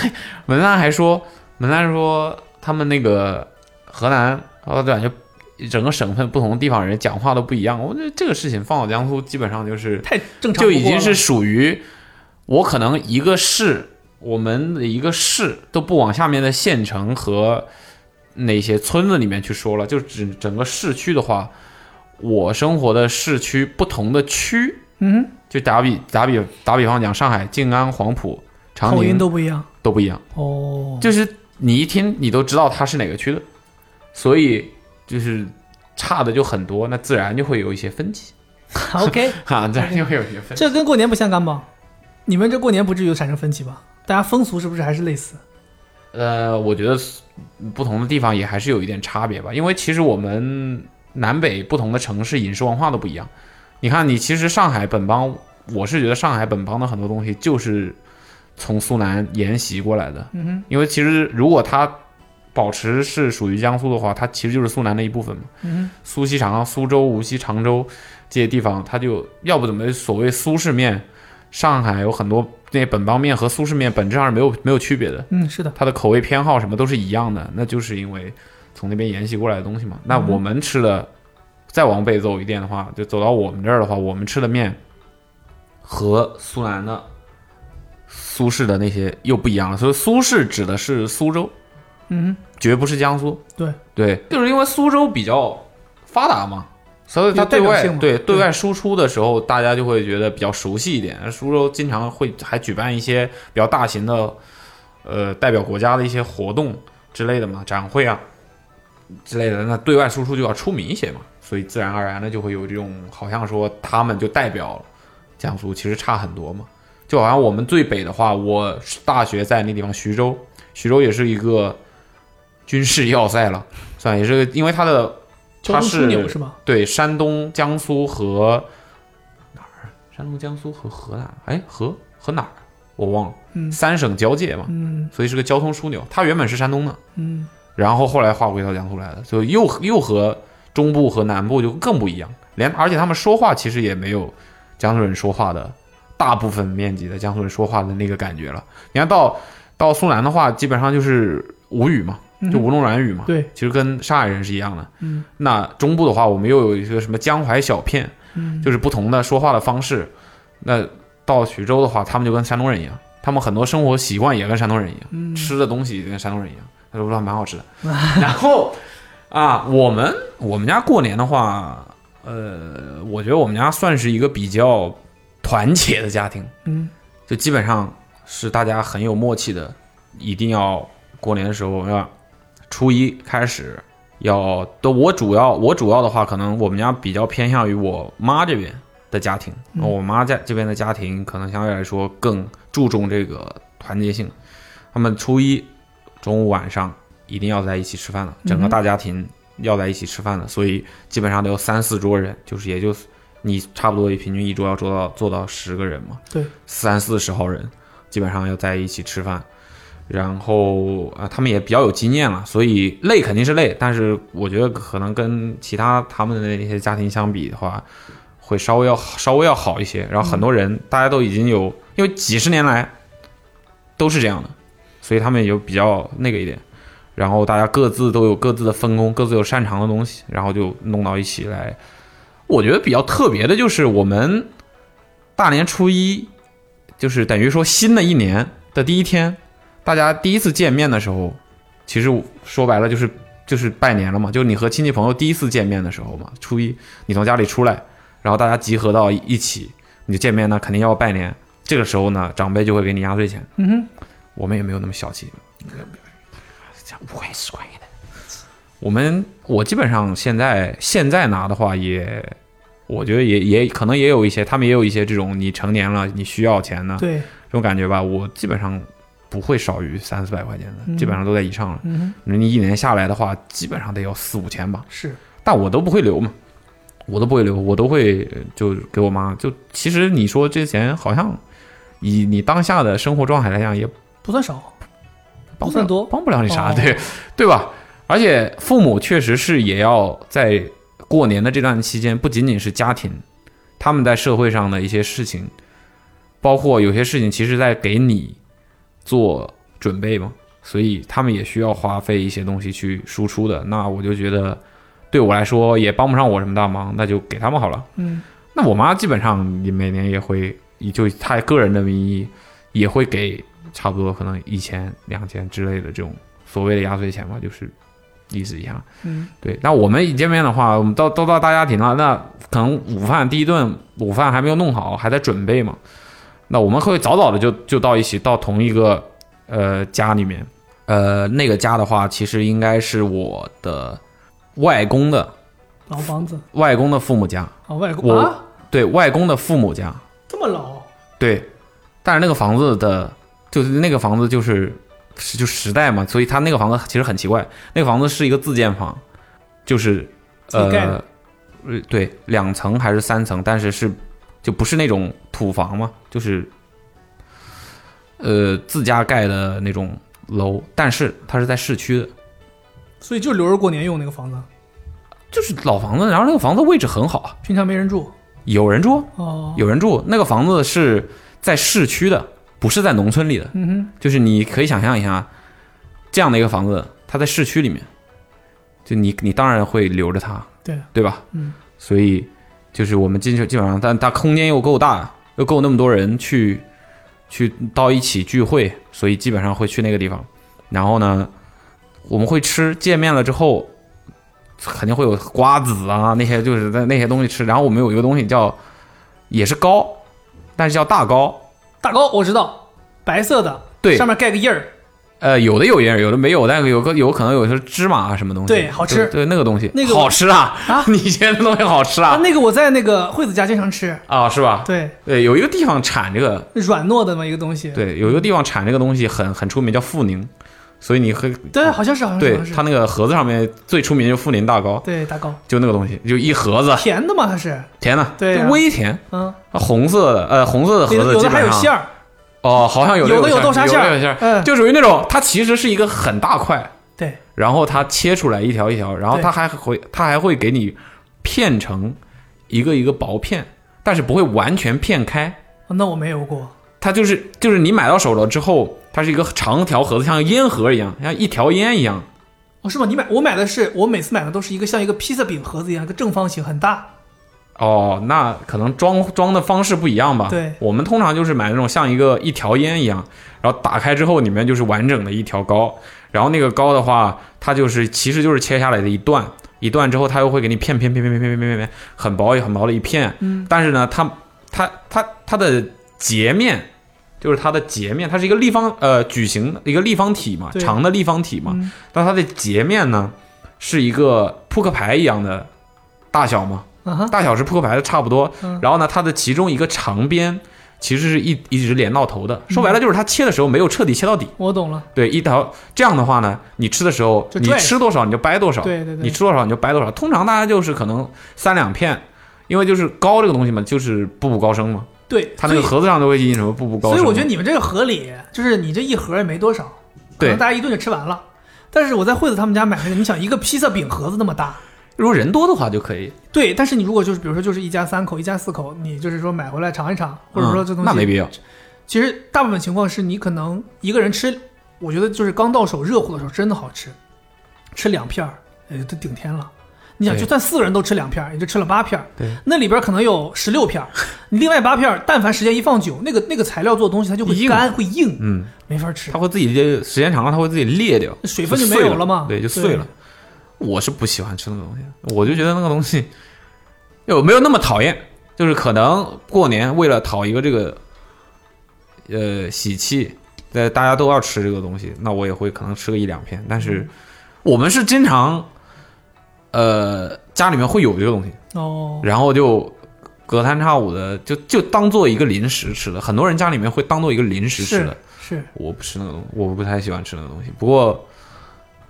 [SPEAKER 5] 文安还说，文安说他们那个河南，我感觉整个省份不同的地方人讲话都不一样。我觉得这个事情放到江苏，基本上就是
[SPEAKER 3] 太正常不过
[SPEAKER 5] 就
[SPEAKER 3] 了，
[SPEAKER 5] 已经是属于我可能一个市，我们的一个市都不往下面的县城和那些村子里面去说了，就整整个市区的话，我生活的市区不同的区，
[SPEAKER 3] 嗯
[SPEAKER 5] 就打比打比打比方讲，上海静安、黄埔、
[SPEAKER 3] 哼，
[SPEAKER 5] 长
[SPEAKER 3] 口音
[SPEAKER 5] 宁
[SPEAKER 3] 都不一样
[SPEAKER 5] 都不一样，
[SPEAKER 3] 哦。
[SPEAKER 5] 就是你一听你都知道它是哪个区的，所以就是差的就很多，那自然就会有一些分歧，
[SPEAKER 3] OK，
[SPEAKER 5] 哈，自然就会有一些分歧。
[SPEAKER 3] 这跟过年不相干吧？你们这过年不至于产生分歧吧？大家风俗是不是还是类似？
[SPEAKER 5] 呃，我觉得不同的地方也还是有一点差别吧，因为其实我们南北不同的城市饮食文化都不一样。你看，你其实上海本帮，我是觉得上海本帮的很多东西就是从苏南沿袭过来的，
[SPEAKER 3] 嗯哼，
[SPEAKER 5] 因为其实如果它保持是属于江苏的话，它其实就是苏南的一部分嘛。
[SPEAKER 3] 嗯
[SPEAKER 5] 苏锡常、苏州、无锡、常州这些地方，它就要不怎么所谓苏式面，上海有很多那本帮面和苏式面本质上是没有没有区别的。
[SPEAKER 3] 嗯，是的，
[SPEAKER 5] 它的口味偏好什么都是一样的，那就是因为从那边沿袭过来的东西嘛。那我们吃的，再往北走一点的话，就走到我们这儿的话，我们吃的面和苏南的、苏式的那些又不一样了。所以苏式指的是苏州，
[SPEAKER 3] 嗯
[SPEAKER 5] 绝不是江苏。
[SPEAKER 3] 对
[SPEAKER 5] 对，就是因为苏州比较发达嘛，所以它
[SPEAKER 3] 有代
[SPEAKER 5] 对
[SPEAKER 3] 表
[SPEAKER 5] 外
[SPEAKER 3] 性嘛
[SPEAKER 5] 对
[SPEAKER 3] 对
[SPEAKER 5] 对外输出的时候，大家就会觉得比较熟悉一点。苏州经常会还举办一些比较大型的，呃，代表国家的一些活动之类的嘛，展会啊之类的。那对外输出就要出名一些嘛，所以自然而然的就会有这种好像说他们就代表江苏，其实差很多嘛。就好像我们最北的话，我大学在那地方徐州，徐州也是一个军事要塞了，算也是个因为它的
[SPEAKER 3] 交
[SPEAKER 5] 它
[SPEAKER 3] 通枢纽
[SPEAKER 5] 是
[SPEAKER 3] 是吧？
[SPEAKER 5] 对山东、江苏和哪儿？山东、江苏和河南？哎，和和哪儿？我忘了，
[SPEAKER 3] 嗯
[SPEAKER 5] 三省交界嘛，
[SPEAKER 3] 嗯
[SPEAKER 5] 所以是个交通枢纽。它原本是山东的，
[SPEAKER 3] 嗯，
[SPEAKER 5] 然后后来划归到江苏来的，所以又又和中部和南部就更不一样，连而且他们说话其实也没有江苏人说话的大部分面积的江苏人说话的那个感觉了。你看到到苏南的话，基本上就是吴语嘛，就吴侬软 语嘛，
[SPEAKER 3] 嗯对，
[SPEAKER 5] 其实跟上海人是一样的。
[SPEAKER 3] 嗯，
[SPEAKER 5] 那中部的话，我们又有一个什么江淮小片，
[SPEAKER 3] 嗯
[SPEAKER 5] 就是不同的说话的方式。那到徐州的话，他们就跟山东人一样，他们很多生活习惯也跟山东人一样，
[SPEAKER 3] 嗯
[SPEAKER 5] 吃的东西也跟山东人一样，他说蛮好 吃的。然后啊，我们我们家过年的话，呃，我觉得我们家算是一个比较团结的家庭，
[SPEAKER 3] 嗯，
[SPEAKER 5] 就基本上是大家很有默契的，一定要过年的时候要初一开始要都我主要我主要的话，可能我们家比较偏向于我妈这边的家庭，
[SPEAKER 3] 嗯
[SPEAKER 5] 我妈在这边的家庭可能相对来说更注重这个团结性，他们初一中午晚上一定要在一起吃饭了，整
[SPEAKER 3] 嗯
[SPEAKER 5] 个
[SPEAKER 3] 哼
[SPEAKER 5] 大家庭要在一起吃饭了，所以基本上得有三四桌人，就是也就是你差不多也平均一桌要做到做到十个人嘛，
[SPEAKER 3] 对，
[SPEAKER 5] 三四十号人基本上要在一起吃饭。然后啊、呃他们也比较有经验了，所以累肯定是累，但是我觉得可能跟其他他们的那些家庭相比的话，会稍微要稍微要好一些。然后很多人、大家都已经有，因为几十年来都是这样的，所以他们也就比较那个一点。然后大家各自都有各自的分工，各自有擅长的东西，然后就弄到一起来。我觉得比较特别的就是我们大年初一，就是等于说新的一年的第一天，大家第一次见面的时候，其实说白了就是就是拜年了嘛，就是你和亲戚朋友第一次见面的时候嘛，初一你从家里出来，然后大家集合到一起，你就见面，那肯定要拜年。这个时候呢，长辈就会给你压岁钱。
[SPEAKER 3] 嗯哼，
[SPEAKER 5] 我们也没有那么小气，五块十块的，我们我基本上现在现在拿的话也。我觉得也也可能也有一些，他们也有一些这种你成年了你需要钱的
[SPEAKER 3] 对，
[SPEAKER 5] 这种感觉吧。我基本上不会少于三四百块钱的，
[SPEAKER 3] 嗯
[SPEAKER 5] 基本上都在以上了。
[SPEAKER 3] 嗯哼，
[SPEAKER 5] 你一年下来的话，基本上得要四五千吧。
[SPEAKER 3] 是，
[SPEAKER 5] 但我都不会留嘛，我都不会留，我都会呃就给我妈。就其实你说这钱好像以你当下的生活状态来讲，也
[SPEAKER 3] 不算少，不
[SPEAKER 5] 帮不了
[SPEAKER 3] 算多
[SPEAKER 5] 帮不了你啥，
[SPEAKER 3] 哦
[SPEAKER 5] 对对吧？而且父母确实是也要在过年的这段期间，不仅仅是家庭，他们在社会上的一些事情，包括有些事情，其实在给你做准备嘛，所以他们也需要花费一些东西去输出的。那我就觉得，对我来说也帮不上我什么大忙，那就给他们好了。
[SPEAKER 3] 嗯，
[SPEAKER 5] 那我妈基本上也每年也会，以就她个人的名义也会给差不多可能一千、两千之类的这种所谓的压岁钱吧，就是意思一下。
[SPEAKER 3] 嗯，
[SPEAKER 5] 对。那我们一见面的话，我们到都到大家庭了，那可能午饭第一顿午饭还没有弄好，还在准备嘛。那我们会早早的就就到一起到同一个呃家里面，呃那个家的话，其实应该是我的外公的
[SPEAKER 3] 老房子
[SPEAKER 5] 外公的父母家，
[SPEAKER 3] 啊，外公
[SPEAKER 5] 我
[SPEAKER 3] 啊，
[SPEAKER 5] 对外公的父母家，
[SPEAKER 3] 这么老，
[SPEAKER 5] 对，但是那个房子的，就是那个房子就是是就时代嘛，所以他那个房子其实很奇怪，那个房子是一个自建房，就是
[SPEAKER 3] 自己盖
[SPEAKER 5] 呃
[SPEAKER 3] 的，
[SPEAKER 5] 呃对，两层还是三层，但是是就不是那种土房嘛，就是呃自家盖的那种楼，但是它是在市区的，
[SPEAKER 3] 所以就留着过年用那个房子，
[SPEAKER 5] 就是老房子，然后那个房子位置很好啊，
[SPEAKER 3] 平常没人住
[SPEAKER 5] 有人住啊，
[SPEAKER 3] 哦，
[SPEAKER 5] 有人住，那个房子是在市区的，不是在农村里的。
[SPEAKER 3] 嗯哼，
[SPEAKER 5] 就是你可以想象一下，这样的一个房子，它在市区里面，就你你当然会留着它，
[SPEAKER 3] 对
[SPEAKER 5] 对吧？
[SPEAKER 3] 嗯，
[SPEAKER 5] 所以就是我们进去基本上，但它空间又够大，又够那么多人去去到一起聚会，所以基本上会去那个地方。然后呢，我们会吃，见面了之后肯定会有瓜子啊那些，就是在那些东西吃。然后我们有一个东西叫也是糕，但是叫大糕。
[SPEAKER 3] 大糕我知道，白色的，
[SPEAKER 5] 对
[SPEAKER 3] 上面盖个印儿，
[SPEAKER 5] 呃，有的有盐，有的没有，但是有个有可能有些芝麻啊什么东西，
[SPEAKER 3] 对好吃
[SPEAKER 5] 对对那个东西，
[SPEAKER 3] 那个
[SPEAKER 5] 好吃啊！
[SPEAKER 3] 啊
[SPEAKER 5] 你觉得东西好吃
[SPEAKER 3] 啊，
[SPEAKER 5] 啊？
[SPEAKER 3] 那个我在那个惠子家经常吃，
[SPEAKER 5] 啊，是吧？
[SPEAKER 3] 对，
[SPEAKER 5] 对，有一个地方产这个，
[SPEAKER 3] 软糯的嘛一个东西，
[SPEAKER 5] 对，有一个地方产这个东西很很出名，叫富宁，所以你会
[SPEAKER 3] 对，好像是好像是，
[SPEAKER 5] 对
[SPEAKER 3] 好像是
[SPEAKER 5] 它那个盒子上面最出名就是富宁大糕，
[SPEAKER 3] 对大糕，
[SPEAKER 5] 就那个东西，就一盒子，
[SPEAKER 3] 甜的嘛它是，
[SPEAKER 5] 甜的，
[SPEAKER 3] 对啊
[SPEAKER 5] 就微甜，啊
[SPEAKER 3] 嗯，
[SPEAKER 5] 红色的，呃，红色的盒
[SPEAKER 3] 有的
[SPEAKER 5] 子
[SPEAKER 3] 有
[SPEAKER 5] 基
[SPEAKER 3] 的还
[SPEAKER 5] 本
[SPEAKER 3] 有馅
[SPEAKER 5] 上
[SPEAKER 3] 儿，
[SPEAKER 5] 哦，好像有
[SPEAKER 3] 有的
[SPEAKER 5] 有
[SPEAKER 3] 有豆沙
[SPEAKER 5] 馅
[SPEAKER 3] 馅
[SPEAKER 5] 儿，
[SPEAKER 3] 儿
[SPEAKER 5] 有的有馅儿，
[SPEAKER 3] 嗯，
[SPEAKER 5] 就属于那种它其实是一个很大块，
[SPEAKER 3] 对，
[SPEAKER 5] 然后它切出来一条一条，然后
[SPEAKER 3] 对
[SPEAKER 5] 它还会它还会给你片成一个一个薄片，但是不会完全片开，
[SPEAKER 3] 哦那我没有过，
[SPEAKER 5] 它就是就是你买到手了之后，它是一个长条盒子，像烟盒一样，像一条烟一样。
[SPEAKER 3] 哦，是吗？你买我买的是，我每次买的都是一个像一个披萨饼盒子一样，一个正方形，很大。
[SPEAKER 5] 哦，那可能装装的方式不一样吧。
[SPEAKER 3] 对
[SPEAKER 5] 我们通常就是买那种像一个一条烟一样，然后打开之后里面就是完整的一条糕，然后那个糕的话，它就是其实就是切下来的一段，一段之后它又会给你片片片片片片片片片，很薄也很薄的一片，
[SPEAKER 3] 嗯，
[SPEAKER 5] 但是呢，它它它它的截面，就是它的截面，它是一个立方呃矩形的一个立方体嘛，
[SPEAKER 3] 对
[SPEAKER 5] 长的立方体嘛，
[SPEAKER 3] 嗯
[SPEAKER 5] 但它的截面呢是一个扑克牌一样的大小嘛，
[SPEAKER 3] 啊哈，
[SPEAKER 5] 大小是扑克牌的差不多
[SPEAKER 3] 嗯。
[SPEAKER 5] 然后呢，它的其中一个长边其实是一一直连到头的。说白了就是它切的时候没有彻底切到底。
[SPEAKER 3] 我懂了。
[SPEAKER 5] 对，一条这样的话呢，你吃的时候
[SPEAKER 3] 就
[SPEAKER 5] 你
[SPEAKER 3] 拽
[SPEAKER 5] 吃多少你就掰多少，
[SPEAKER 3] 对对对
[SPEAKER 5] 你吃多少你就掰多少。通常大家就是可能三两片，因为就是高这个东西嘛，就是步步高升嘛。
[SPEAKER 3] 对，
[SPEAKER 5] 它那个
[SPEAKER 3] 所以
[SPEAKER 5] 盒子上都会印什么步步高
[SPEAKER 3] 所
[SPEAKER 5] 升。
[SPEAKER 3] 以我觉得你们这个合理，就是你这一盒也没多少，可
[SPEAKER 5] 对
[SPEAKER 3] 能大家一顿就吃完了。但是我在惠子他们家买那个，你想一个披萨饼盒子那么大，
[SPEAKER 5] 如果人多的话就可以，
[SPEAKER 3] 对。但是你如果就是比如说就是一家三口、一家四口，你就是说买回来尝一尝，或者说这东
[SPEAKER 5] 嗯
[SPEAKER 3] 西，
[SPEAKER 5] 那没必要。
[SPEAKER 3] 其实大部分情况是你可能一个人吃，我觉得就是刚到手热乎的时候真的好吃，吃两片儿，哎，都顶天了。你想，
[SPEAKER 5] 对
[SPEAKER 3] 就算四个人都吃两片儿，也就吃了八片儿。
[SPEAKER 5] 对，
[SPEAKER 3] 那里边可能有十六片儿，你另外八片儿，但凡时间一放久，那个那个材料做的东西它就会
[SPEAKER 5] 硬
[SPEAKER 3] 干会硬，
[SPEAKER 5] 嗯，
[SPEAKER 3] 没法吃
[SPEAKER 5] 它。会自己裂，时间长了它会自己裂掉，
[SPEAKER 3] 水分就没
[SPEAKER 5] 碎
[SPEAKER 3] 有了嘛
[SPEAKER 5] 对，就
[SPEAKER 3] 对
[SPEAKER 5] 碎了。我是不喜欢吃那个东西，我就觉得那个东西有没有那么讨厌，就是可能过年为了讨一个这个呃喜气，呃
[SPEAKER 3] 嗯
[SPEAKER 5] 大家都要吃这个东西，那我也会可能吃个一两片，但是我们是经常呃，家里面会有这个东西，
[SPEAKER 3] 哦，
[SPEAKER 5] 然后就隔三差五的就就当做一个零食吃的。很多人家里面会当做一个零食吃的，
[SPEAKER 3] 是
[SPEAKER 5] 我不吃那个东西，我不太喜欢吃那个东西。不过，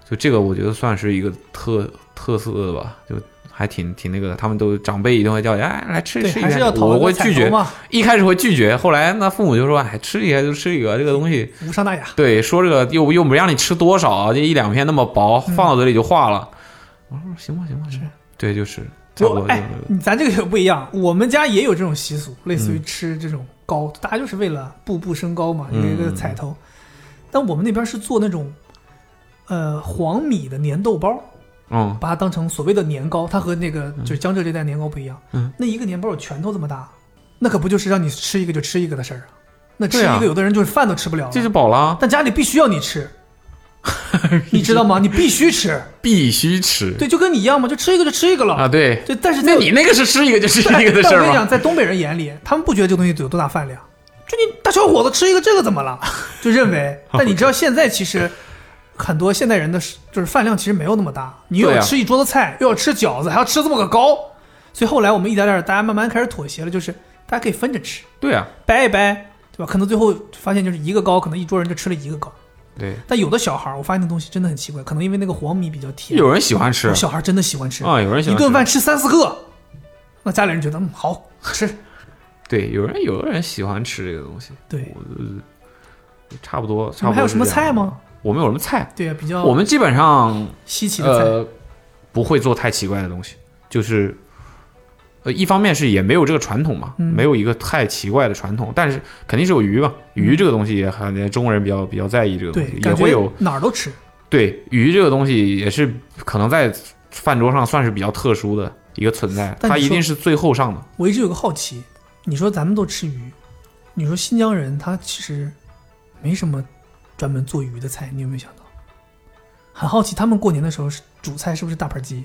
[SPEAKER 5] 就这个我觉得算是一个特特色的吧，就还挺挺那个的。他们都长辈一定会叫你，哎，来吃一
[SPEAKER 3] 对，
[SPEAKER 5] 吃一
[SPEAKER 3] 还是要
[SPEAKER 5] 下。
[SPEAKER 3] 讨
[SPEAKER 5] 我
[SPEAKER 3] 论
[SPEAKER 5] 会
[SPEAKER 3] 彩
[SPEAKER 5] 拒
[SPEAKER 3] 头
[SPEAKER 5] 绝，
[SPEAKER 3] 嘛，
[SPEAKER 5] 一开始会拒绝，后来那父母就说，哎，吃一个就吃一个，这个东西。
[SPEAKER 3] 无伤大雅。
[SPEAKER 5] 对，说这个又又没让你吃多少，这一两片那么薄，
[SPEAKER 3] 嗯
[SPEAKER 5] 放到嘴里就化了。我说行吧，行吧，行吧，对，就是差不
[SPEAKER 3] 我
[SPEAKER 5] 多就嗯
[SPEAKER 3] 哎，咱这个也不一样，我们家也有这种习俗，类似于吃这种糕，大家就是为了步步升高嘛，有一
[SPEAKER 5] 嗯
[SPEAKER 3] 个彩头。但我们那边是做那种，呃，黄米的粘豆包，
[SPEAKER 5] 嗯，
[SPEAKER 3] 把它当成所谓的年糕，它和那个就是江浙这带年糕不一样。
[SPEAKER 5] 嗯，
[SPEAKER 3] 那一个年包有拳头这么大，那可不就是让你吃一个就吃一个的事儿啊？那吃
[SPEAKER 5] 对啊
[SPEAKER 3] 一个，有的人就是饭都吃不了了
[SPEAKER 5] 这就饱了，
[SPEAKER 3] 但家里必须要你 吃，你知道吗？你必须吃，
[SPEAKER 5] 必须吃。
[SPEAKER 3] 对，就跟你一样嘛，就吃一个就吃一个了。
[SPEAKER 5] 啊，对。
[SPEAKER 3] 对，但是
[SPEAKER 5] 那
[SPEAKER 3] 在
[SPEAKER 5] 你那个是吃一个就 吃
[SPEAKER 3] 但
[SPEAKER 5] 一个的事
[SPEAKER 3] 但我
[SPEAKER 5] 儿
[SPEAKER 3] 跟你
[SPEAKER 5] 吗？
[SPEAKER 3] 讲，在东北人眼里，他们不觉得这个东西有多大饭量，就你大小伙子吃一个这个怎么了？就认 为。但你知道现在其实很多现代人的食就是饭量其实没有那么大，你又
[SPEAKER 5] 对
[SPEAKER 3] 要
[SPEAKER 5] 啊
[SPEAKER 3] 吃一桌子菜，又要吃饺子，还要吃这么个糕，所以后来我们一点点大家慢慢开始妥协了，就是大家可以分着吃，
[SPEAKER 5] 对啊，
[SPEAKER 3] 掰一掰，对吧？可能最后发现就是一个糕，可能一桌人就吃了一个糕。
[SPEAKER 5] 对，
[SPEAKER 3] 但有的小孩儿，我发现那东西真的很奇怪，可能因为那个黄米比较甜，
[SPEAKER 5] 有人喜欢吃
[SPEAKER 3] 有小孩儿真的喜欢吃
[SPEAKER 5] 啊，有人喜
[SPEAKER 3] 一
[SPEAKER 5] 欢
[SPEAKER 3] 顿
[SPEAKER 5] 吃
[SPEAKER 3] 饭吃三四个，那家里人觉得嗯好吃，
[SPEAKER 5] 对，有人有人喜欢吃这个东西，
[SPEAKER 3] 对。
[SPEAKER 5] 差不多，
[SPEAKER 3] 你
[SPEAKER 5] 差不
[SPEAKER 3] 们
[SPEAKER 5] 多。
[SPEAKER 3] 还有什么菜？吗？
[SPEAKER 5] 我们有什么菜？
[SPEAKER 3] 对啊，比较
[SPEAKER 5] 我们基本上
[SPEAKER 3] 稀奇的菜，
[SPEAKER 5] 呃不会做太奇怪的东西，就是呃一方面是也没有这个传统嘛，
[SPEAKER 3] 嗯
[SPEAKER 5] 没有一个太奇怪的传统，但是肯定是有鱼嘛，鱼这个东西也很中国人比较比较在意这个东
[SPEAKER 3] 嗯对
[SPEAKER 5] 西，，也
[SPEAKER 3] 感觉
[SPEAKER 5] 会有
[SPEAKER 3] 哪儿都吃。
[SPEAKER 5] 对鱼这个东西也是可能在饭桌上算是比较特殊的一个存在，
[SPEAKER 3] 但你
[SPEAKER 5] 它一
[SPEAKER 3] 说
[SPEAKER 5] 定是最后上的。
[SPEAKER 3] 我一直有个好奇，你说咱们都吃鱼，你说新疆人他其实没什么专门做鱼的菜，你有没有想到？很好奇他们过年的时候是主菜是不是大盘鸡？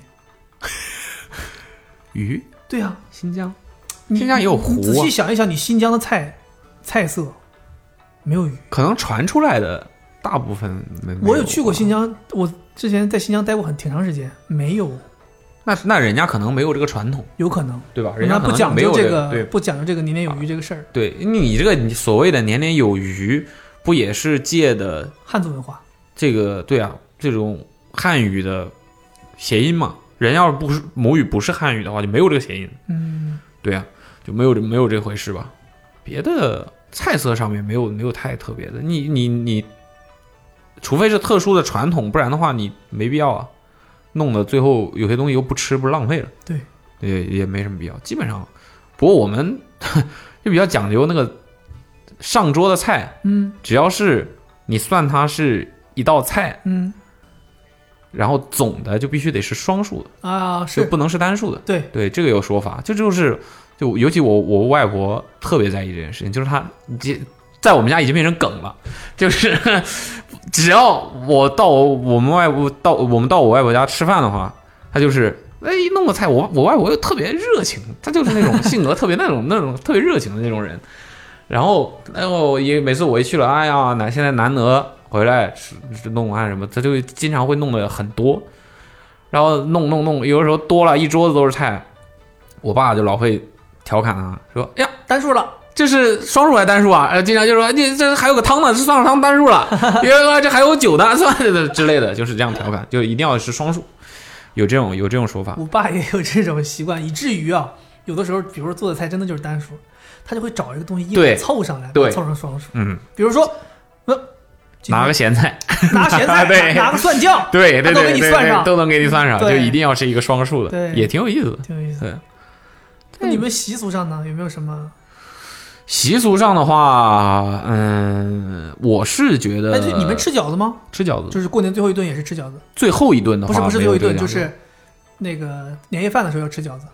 [SPEAKER 5] 鱼，
[SPEAKER 3] 对啊，
[SPEAKER 5] 新疆，
[SPEAKER 3] 你
[SPEAKER 5] 新疆也有湖啊
[SPEAKER 3] 你仔细想一想，你新疆的菜菜色没有鱼。
[SPEAKER 5] 可能传出来的大部分没啊
[SPEAKER 3] 我有去过新
[SPEAKER 5] 疆，
[SPEAKER 3] 疆，我之前在新疆待过很挺长时间，没有，
[SPEAKER 5] 那那人家可能没有这个传统，
[SPEAKER 3] 有可能
[SPEAKER 5] 对吧？
[SPEAKER 3] 人
[SPEAKER 5] 家
[SPEAKER 3] 不
[SPEAKER 5] 可能
[SPEAKER 3] 讲
[SPEAKER 5] 没
[SPEAKER 3] 究
[SPEAKER 5] 有
[SPEAKER 3] 这
[SPEAKER 5] 个，
[SPEAKER 3] 个，
[SPEAKER 5] 对啊
[SPEAKER 3] 不讲究这个年年有余这个事儿，
[SPEAKER 5] 对，你这个你所谓的年年有余，不也是借的
[SPEAKER 3] 汉族文化。
[SPEAKER 5] 这个对啊这种汉语的谐音嘛？人要是不是母语不是汉语的话，就没有这个谐音，
[SPEAKER 3] 嗯，
[SPEAKER 5] 对啊，就没有这没有这回事吧？别的菜色上面没有没有太特别的，你你你，除非是特殊的传统，不然的话你没必要啊。弄得最后有些东西又不吃，不是浪费了？
[SPEAKER 3] 对，
[SPEAKER 5] 也也没什么必要。基本上，不过我们 就比较讲究那个上桌的菜，
[SPEAKER 3] 嗯
[SPEAKER 5] 只要是你算它是一道菜，
[SPEAKER 3] 嗯
[SPEAKER 5] 然后总的就必须得是双数的，
[SPEAKER 3] 啊，
[SPEAKER 5] 就是不能是单数的。
[SPEAKER 3] 对，
[SPEAKER 5] 对，这个有说法，这就是就尤其我我外婆特别在意这件事情，就是她这在我们家已经变成梗了，就是 只要我到我我们外婆到我们到我外婆家吃饭的话，她就是。哎，弄个菜，我我外婆又特别热情，她就是那种性格特别那种那种特别热情的那种人。然后，然后也每次我一去了，哎呀，难现在难得回来是是弄完什么，她就经常会弄的很多，然后弄弄弄，有的时候多了一桌子都是菜，我爸就老会调侃他，说：“哎呀，
[SPEAKER 3] 单数了，
[SPEAKER 5] 这是双数还是单数啊？”呃，经常就说：“你这还有个汤呢，是算上汤单数 了。”别人说这还有酒呢，算了之类的，就是这样调侃，就一定要是双数，有这种有这种说法。
[SPEAKER 3] 我爸也有这种习惯，以至于啊，有的时候，比如说做的菜真的就是单数，他就会找一个东西硬
[SPEAKER 5] 对
[SPEAKER 3] 凑上来，
[SPEAKER 5] 对
[SPEAKER 3] 凑成双数。
[SPEAKER 5] 嗯，
[SPEAKER 3] 比如说，那
[SPEAKER 5] 拿个咸菜，
[SPEAKER 3] 拿 咸菜，
[SPEAKER 5] 对
[SPEAKER 3] 拿拿个蒜酱，
[SPEAKER 5] 对对
[SPEAKER 3] 都给
[SPEAKER 5] 对
[SPEAKER 3] 你
[SPEAKER 5] 对
[SPEAKER 3] 算
[SPEAKER 5] 对
[SPEAKER 3] 上
[SPEAKER 5] 都能给你算上，就
[SPEAKER 3] 对
[SPEAKER 5] 一定要是一个双数的，
[SPEAKER 3] 对
[SPEAKER 5] 也挺有意思的。
[SPEAKER 3] 挺有意思。
[SPEAKER 5] 对
[SPEAKER 3] 那你们习俗上呢，有没有什么？
[SPEAKER 5] 习俗上的话，嗯，我是觉得，
[SPEAKER 3] 哎，对，你们吃饺子吗？
[SPEAKER 5] 吃饺子
[SPEAKER 3] 就是过年最后一顿也是吃饺子，
[SPEAKER 5] 最后一呃顿的
[SPEAKER 3] 不
[SPEAKER 5] 话，
[SPEAKER 3] 是不是
[SPEAKER 5] 没
[SPEAKER 3] 最
[SPEAKER 5] 有
[SPEAKER 3] 后一
[SPEAKER 5] 这个
[SPEAKER 3] 顿，就
[SPEAKER 5] 讲究
[SPEAKER 3] 是那个年夜饭的时候要吃饺子，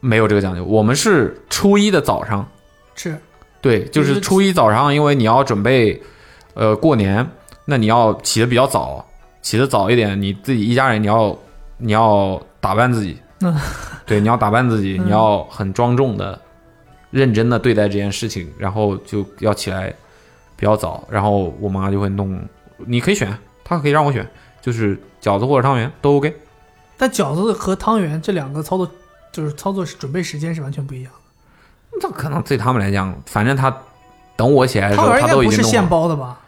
[SPEAKER 5] 没有这个讲究。我们是初一的早上，
[SPEAKER 3] 吃
[SPEAKER 5] 对，
[SPEAKER 3] 就
[SPEAKER 5] 就
[SPEAKER 3] 是是
[SPEAKER 5] 初一早上，因为你要准备，呃，过年，那你要起得比较早，起得早一点，你自己一家人，你要你要打扮自己，
[SPEAKER 3] 嗯
[SPEAKER 5] 对，你要打扮自己，
[SPEAKER 3] 嗯
[SPEAKER 5] 你要很庄重的、认真的对待这件事情，然后就要起来比较早，然后我妈就会弄，你可以选，她可以让我选，就是饺子或者汤圆都 OK，
[SPEAKER 3] 但饺子和汤圆这两个操作，就是操作是准备时间是完全不一样
[SPEAKER 5] 这可能对他们来讲，反正他等我起来
[SPEAKER 3] 的。
[SPEAKER 5] 的时候
[SPEAKER 3] 汤，圆应
[SPEAKER 5] 他
[SPEAKER 3] 该
[SPEAKER 5] 都已
[SPEAKER 3] 不
[SPEAKER 5] 经
[SPEAKER 3] 是
[SPEAKER 5] 弄
[SPEAKER 3] 现
[SPEAKER 5] 了，
[SPEAKER 3] 包的吧？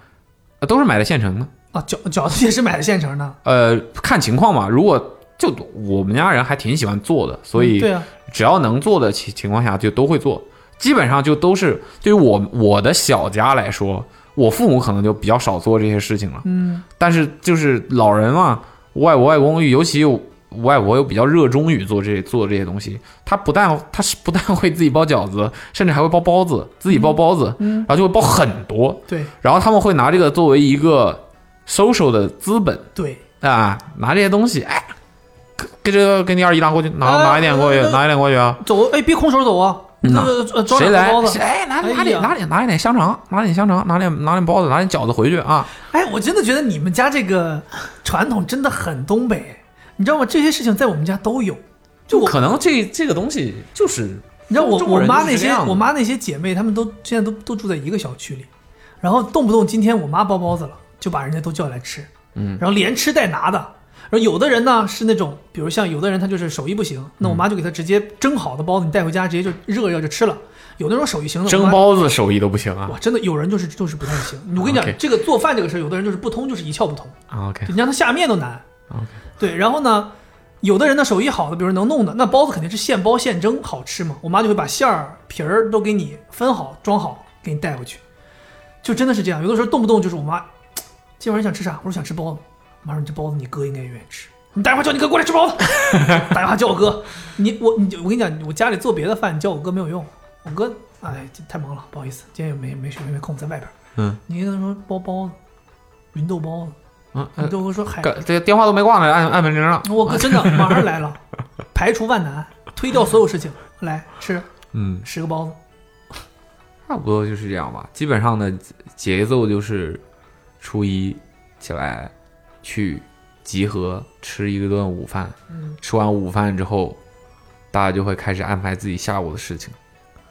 [SPEAKER 5] 呃都是买的现成的。
[SPEAKER 3] 啊，饺饺子也是买的现成的。
[SPEAKER 5] 呃，看情况吧。如果就我们家人还挺喜欢做的，所以
[SPEAKER 3] 对啊，
[SPEAKER 5] 只要能做的情情况下就都会做，基本上就都是对于我我的小家来说，我父母可能就比较少做这些事情了。
[SPEAKER 3] 嗯，
[SPEAKER 5] 但是就是老人嘛，我外我外公，尤其我外婆又比较热衷于做这做这些东西。他不但他是不但会自己包饺子，甚至还会包包子，自己包包子，
[SPEAKER 3] 嗯
[SPEAKER 5] 然后就会包很多。
[SPEAKER 3] 对
[SPEAKER 5] 然后他们会拿这个作为一个 social 的资本
[SPEAKER 3] 对，
[SPEAKER 5] 啊，拿这些东西，哎，跟这个给你二姨拿过去，拿
[SPEAKER 3] 哎
[SPEAKER 5] 拿一点过去
[SPEAKER 3] 哎哎，
[SPEAKER 5] 拿一点过去啊。
[SPEAKER 3] 走，哎，别空手走啊！
[SPEAKER 5] 嗯呐
[SPEAKER 3] 呃呃装
[SPEAKER 5] 谁
[SPEAKER 3] 两个
[SPEAKER 5] 来
[SPEAKER 3] 包？子
[SPEAKER 5] 谁。哎，拿拿
[SPEAKER 3] 哎呀
[SPEAKER 5] 点拿点拿一点香肠，拿点香肠，拿点拿点包子，拿点饺子回去啊！
[SPEAKER 3] 哎，我真的觉得你们家这个传统真的很东北，你知道吗？这些事情在我们家都有。就我
[SPEAKER 5] 可能这这个东西就是
[SPEAKER 3] 你知道我
[SPEAKER 5] 中
[SPEAKER 3] 我
[SPEAKER 5] 国人
[SPEAKER 3] 妈
[SPEAKER 5] 就是
[SPEAKER 3] 那
[SPEAKER 5] 这
[SPEAKER 3] 些
[SPEAKER 5] 样的
[SPEAKER 3] 我妈那些姐妹，她们都现在都都住在一个小区里，然后动不动今天我妈包包子了，就把人家都叫来吃，嗯，然后连吃带拿的。然后有的人呢是那种，比如像有的人他就是手艺不
[SPEAKER 5] 嗯
[SPEAKER 3] 行，那我妈就给他直接蒸好的包子，你带回家直接就热热就吃了。有那种手艺行的，我
[SPEAKER 5] 蒸
[SPEAKER 3] 妈
[SPEAKER 5] 包子手艺都不行啊
[SPEAKER 3] 哇，真的有人就是就是不太行。我跟你讲
[SPEAKER 5] OK，
[SPEAKER 3] 这个做饭这个事儿，有的人就是不通，就是一窍不通。
[SPEAKER 5] 啊！OK，
[SPEAKER 3] 你让他下面都难。对，然后呢，有的人呢手艺好的，比如能弄的，那包子肯定是现包现蒸，好吃嘛。我妈就会把馅儿皮儿都给你分好装好，给你带回去，就真的是这样。有的时候动不动就是我妈，今晚上想吃啥？我说想吃包子。我妈说你这包子你哥应该愿意吃。你打电话叫你哥过来吃包子， 打电话叫我哥，你我你我跟你讲，我家里做别的饭，你叫我哥没有用。我哥哎太忙了，不好意思，今天也没没没没空，在外边。
[SPEAKER 5] 嗯，
[SPEAKER 3] 你跟他说包包子，芸豆包子，
[SPEAKER 5] 嗯
[SPEAKER 3] 你
[SPEAKER 5] 嗯，
[SPEAKER 3] 都会说海
[SPEAKER 5] 干这电话都没挂呢，按按门铃了。
[SPEAKER 3] 我哥真的马上来了，排除万难，推掉所有事情，来吃
[SPEAKER 5] 嗯，
[SPEAKER 3] 十个包子。
[SPEAKER 5] 差不多就是这样吧。基本上的节奏就是初一起来去集合吃一顿午饭，
[SPEAKER 3] 嗯，
[SPEAKER 5] 吃完午饭之后，大家就会开始安排自己下午的事情。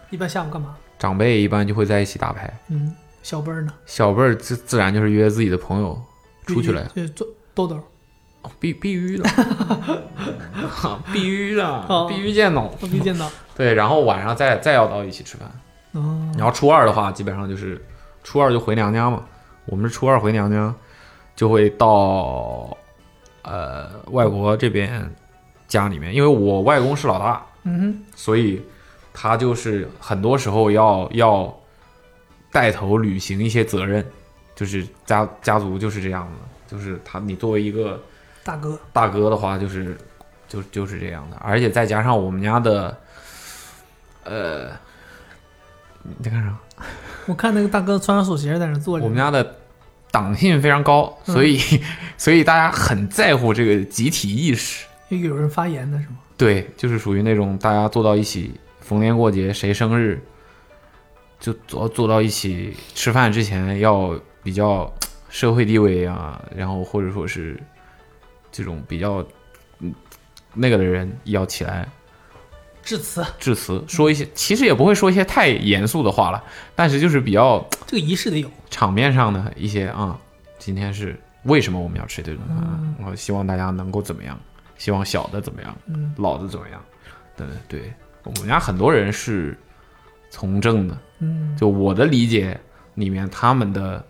[SPEAKER 3] 一般下午干嘛？
[SPEAKER 5] 长辈一般就会在一起打牌，
[SPEAKER 3] 嗯，小辈儿呢？
[SPEAKER 5] 小辈儿自自然就是约自己的朋友出去了呀，
[SPEAKER 3] 就是呃做豆豆。
[SPEAKER 5] 哦 必必须的，必须的
[SPEAKER 3] 哦，
[SPEAKER 5] 必须见到。
[SPEAKER 3] 我没见 到。
[SPEAKER 5] 对，然后晚上再再要到一起吃饭。
[SPEAKER 3] 哦，
[SPEAKER 5] 然后初二的话，基本上就是初二就回娘家嘛。我们是初二回娘家，就会到呃外婆这边家里面，因为我外公是老大，
[SPEAKER 3] 嗯
[SPEAKER 5] 所以他就是很多时候要要带头履行一些责任，就是家家族就是这样的，就是他你作为一个
[SPEAKER 3] 哼，大哥，
[SPEAKER 5] 大哥的话就是就就是这样的，而且再加上我们家的呃你在干啥？
[SPEAKER 3] 我看那个大哥穿上手鞋在那坐着。
[SPEAKER 5] 我们家的党性非常高，
[SPEAKER 3] 嗯
[SPEAKER 5] 所以、所以大家很在乎这个集体意识。
[SPEAKER 3] 又有人发言的是吗？
[SPEAKER 5] 对，就是属于那种大家坐到一起，逢年过节谁生日，就坐坐到一起吃饭之前要比较社会地位啊，然后或者说是这种比较嗯那个的人要起来
[SPEAKER 3] 致辞，
[SPEAKER 5] 致辞，说一些其实也不会说一些太严肃的话了，但是就是比较
[SPEAKER 3] 这个仪式得有。
[SPEAKER 5] 场面上的一些啊、今天是为什么我们要吃这顿饭啊？我希望大家能够怎么样？希望小的怎么样，
[SPEAKER 3] 嗯
[SPEAKER 5] 老的怎么样？对对，我们家很多人是从政的，
[SPEAKER 3] 嗯，
[SPEAKER 5] 就我的理解里面，他们的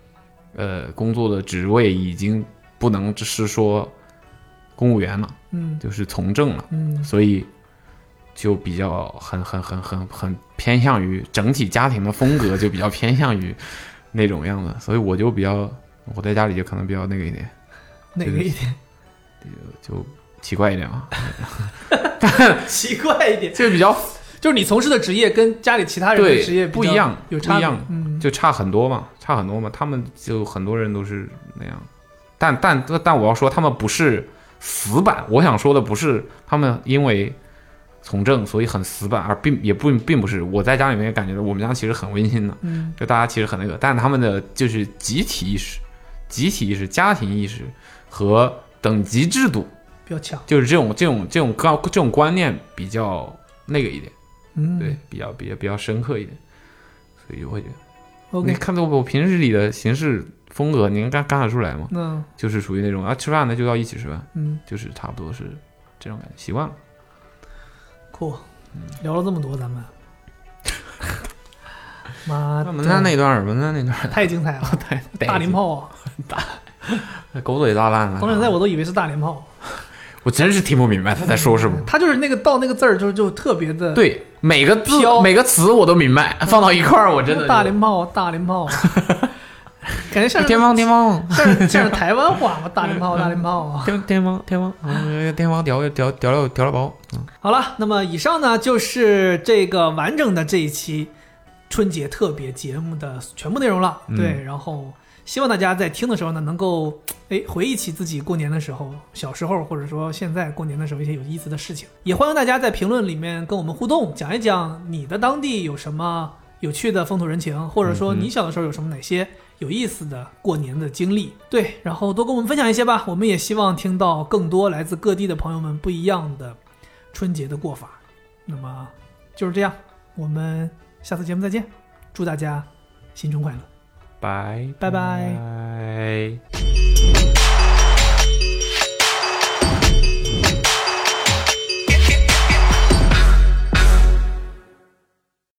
[SPEAKER 5] 呃工作的职位已经不能只是说公务员了，
[SPEAKER 3] 嗯
[SPEAKER 5] 就是从政了，
[SPEAKER 3] 嗯
[SPEAKER 5] 所以。就比较很很很很很偏向于整体家庭的风格，就比较偏向于那种样子，所以我就比较我在家里就可能比较那个一点，
[SPEAKER 3] 哪个一点
[SPEAKER 5] 就奇怪一点啊，
[SPEAKER 3] 奇怪一点？
[SPEAKER 5] 就比较
[SPEAKER 3] 就是你从事的职业跟家里其他人的
[SPEAKER 5] 对
[SPEAKER 3] 职业比较
[SPEAKER 5] 不一样
[SPEAKER 3] 有差别
[SPEAKER 5] 不一样
[SPEAKER 3] 嗯，
[SPEAKER 5] 就差很多嘛，差很多嘛。他们就很多人都是那样，但但但我要说，他们不是死板。我想说的不是他们因为从政所以很死板，而并也不并不是。我在家里面也感觉到我们家其实很温馨的，
[SPEAKER 3] 嗯
[SPEAKER 5] 就大家其实很那个，但他们的就是集体意识、集体意识、家庭意识和等级制度，
[SPEAKER 3] 比较强。
[SPEAKER 5] 就是这种这种这种高这种观念比较那个一点，
[SPEAKER 3] 嗯，
[SPEAKER 5] 对，比较比较比较深刻一点，所以我觉得。你
[SPEAKER 3] ，OK，
[SPEAKER 5] 看到我平时里的行事风格，您看看得出来吗？
[SPEAKER 3] 那
[SPEAKER 5] 就是属于那种啊，吃饭呢就要一起吃饭，
[SPEAKER 3] 嗯
[SPEAKER 5] 就是差不多是这种感觉习惯了。
[SPEAKER 3] 酷，
[SPEAKER 5] 嗯
[SPEAKER 3] 聊了这么多，咱 们，妈的，
[SPEAKER 5] 文丹那段儿，文丹那段儿
[SPEAKER 3] 太精彩了，
[SPEAKER 5] 太太
[SPEAKER 3] 大连炮啊！
[SPEAKER 5] 狗嘴大烂了。
[SPEAKER 3] 当时在我都以为是大连炮，
[SPEAKER 5] 我真是听不明白他在说什么。
[SPEAKER 3] 他就是那个到那个字儿就就特别的，，
[SPEAKER 5] 对，每个字
[SPEAKER 3] 飘
[SPEAKER 5] 每个词我都明白，放到一块儿我真的
[SPEAKER 3] 大连炮，大连炮，啊 感觉像是
[SPEAKER 5] 天王 天王
[SPEAKER 3] 像是像是台湾话 嘛，大连炮，大连炮啊！
[SPEAKER 5] 天天王天王，嗯天王屌屌屌了屌了包。
[SPEAKER 3] 好了，那么以上呢就是这个完整的这一期春节特别节目的全部内容了。
[SPEAKER 5] 嗯
[SPEAKER 3] 对，然后希望大家在听的时候呢，能够哎回忆起自己过年的时候、小时候，或者说现在过年的时候一些有意思的事情。也欢迎大家在评论里面跟我们互动，讲一讲你的当地有什么有趣的风土人情，或者说你小的时候有什么哪些。有意思的过年的经历，对，然后多跟我们分享一些吧。我们也希望听到更多来自各地的朋友们不一样的春节的过法。那么就是这样，我们下次节目再见，祝大家新春快乐，
[SPEAKER 5] 拜
[SPEAKER 3] 拜拜。
[SPEAKER 5] 拜。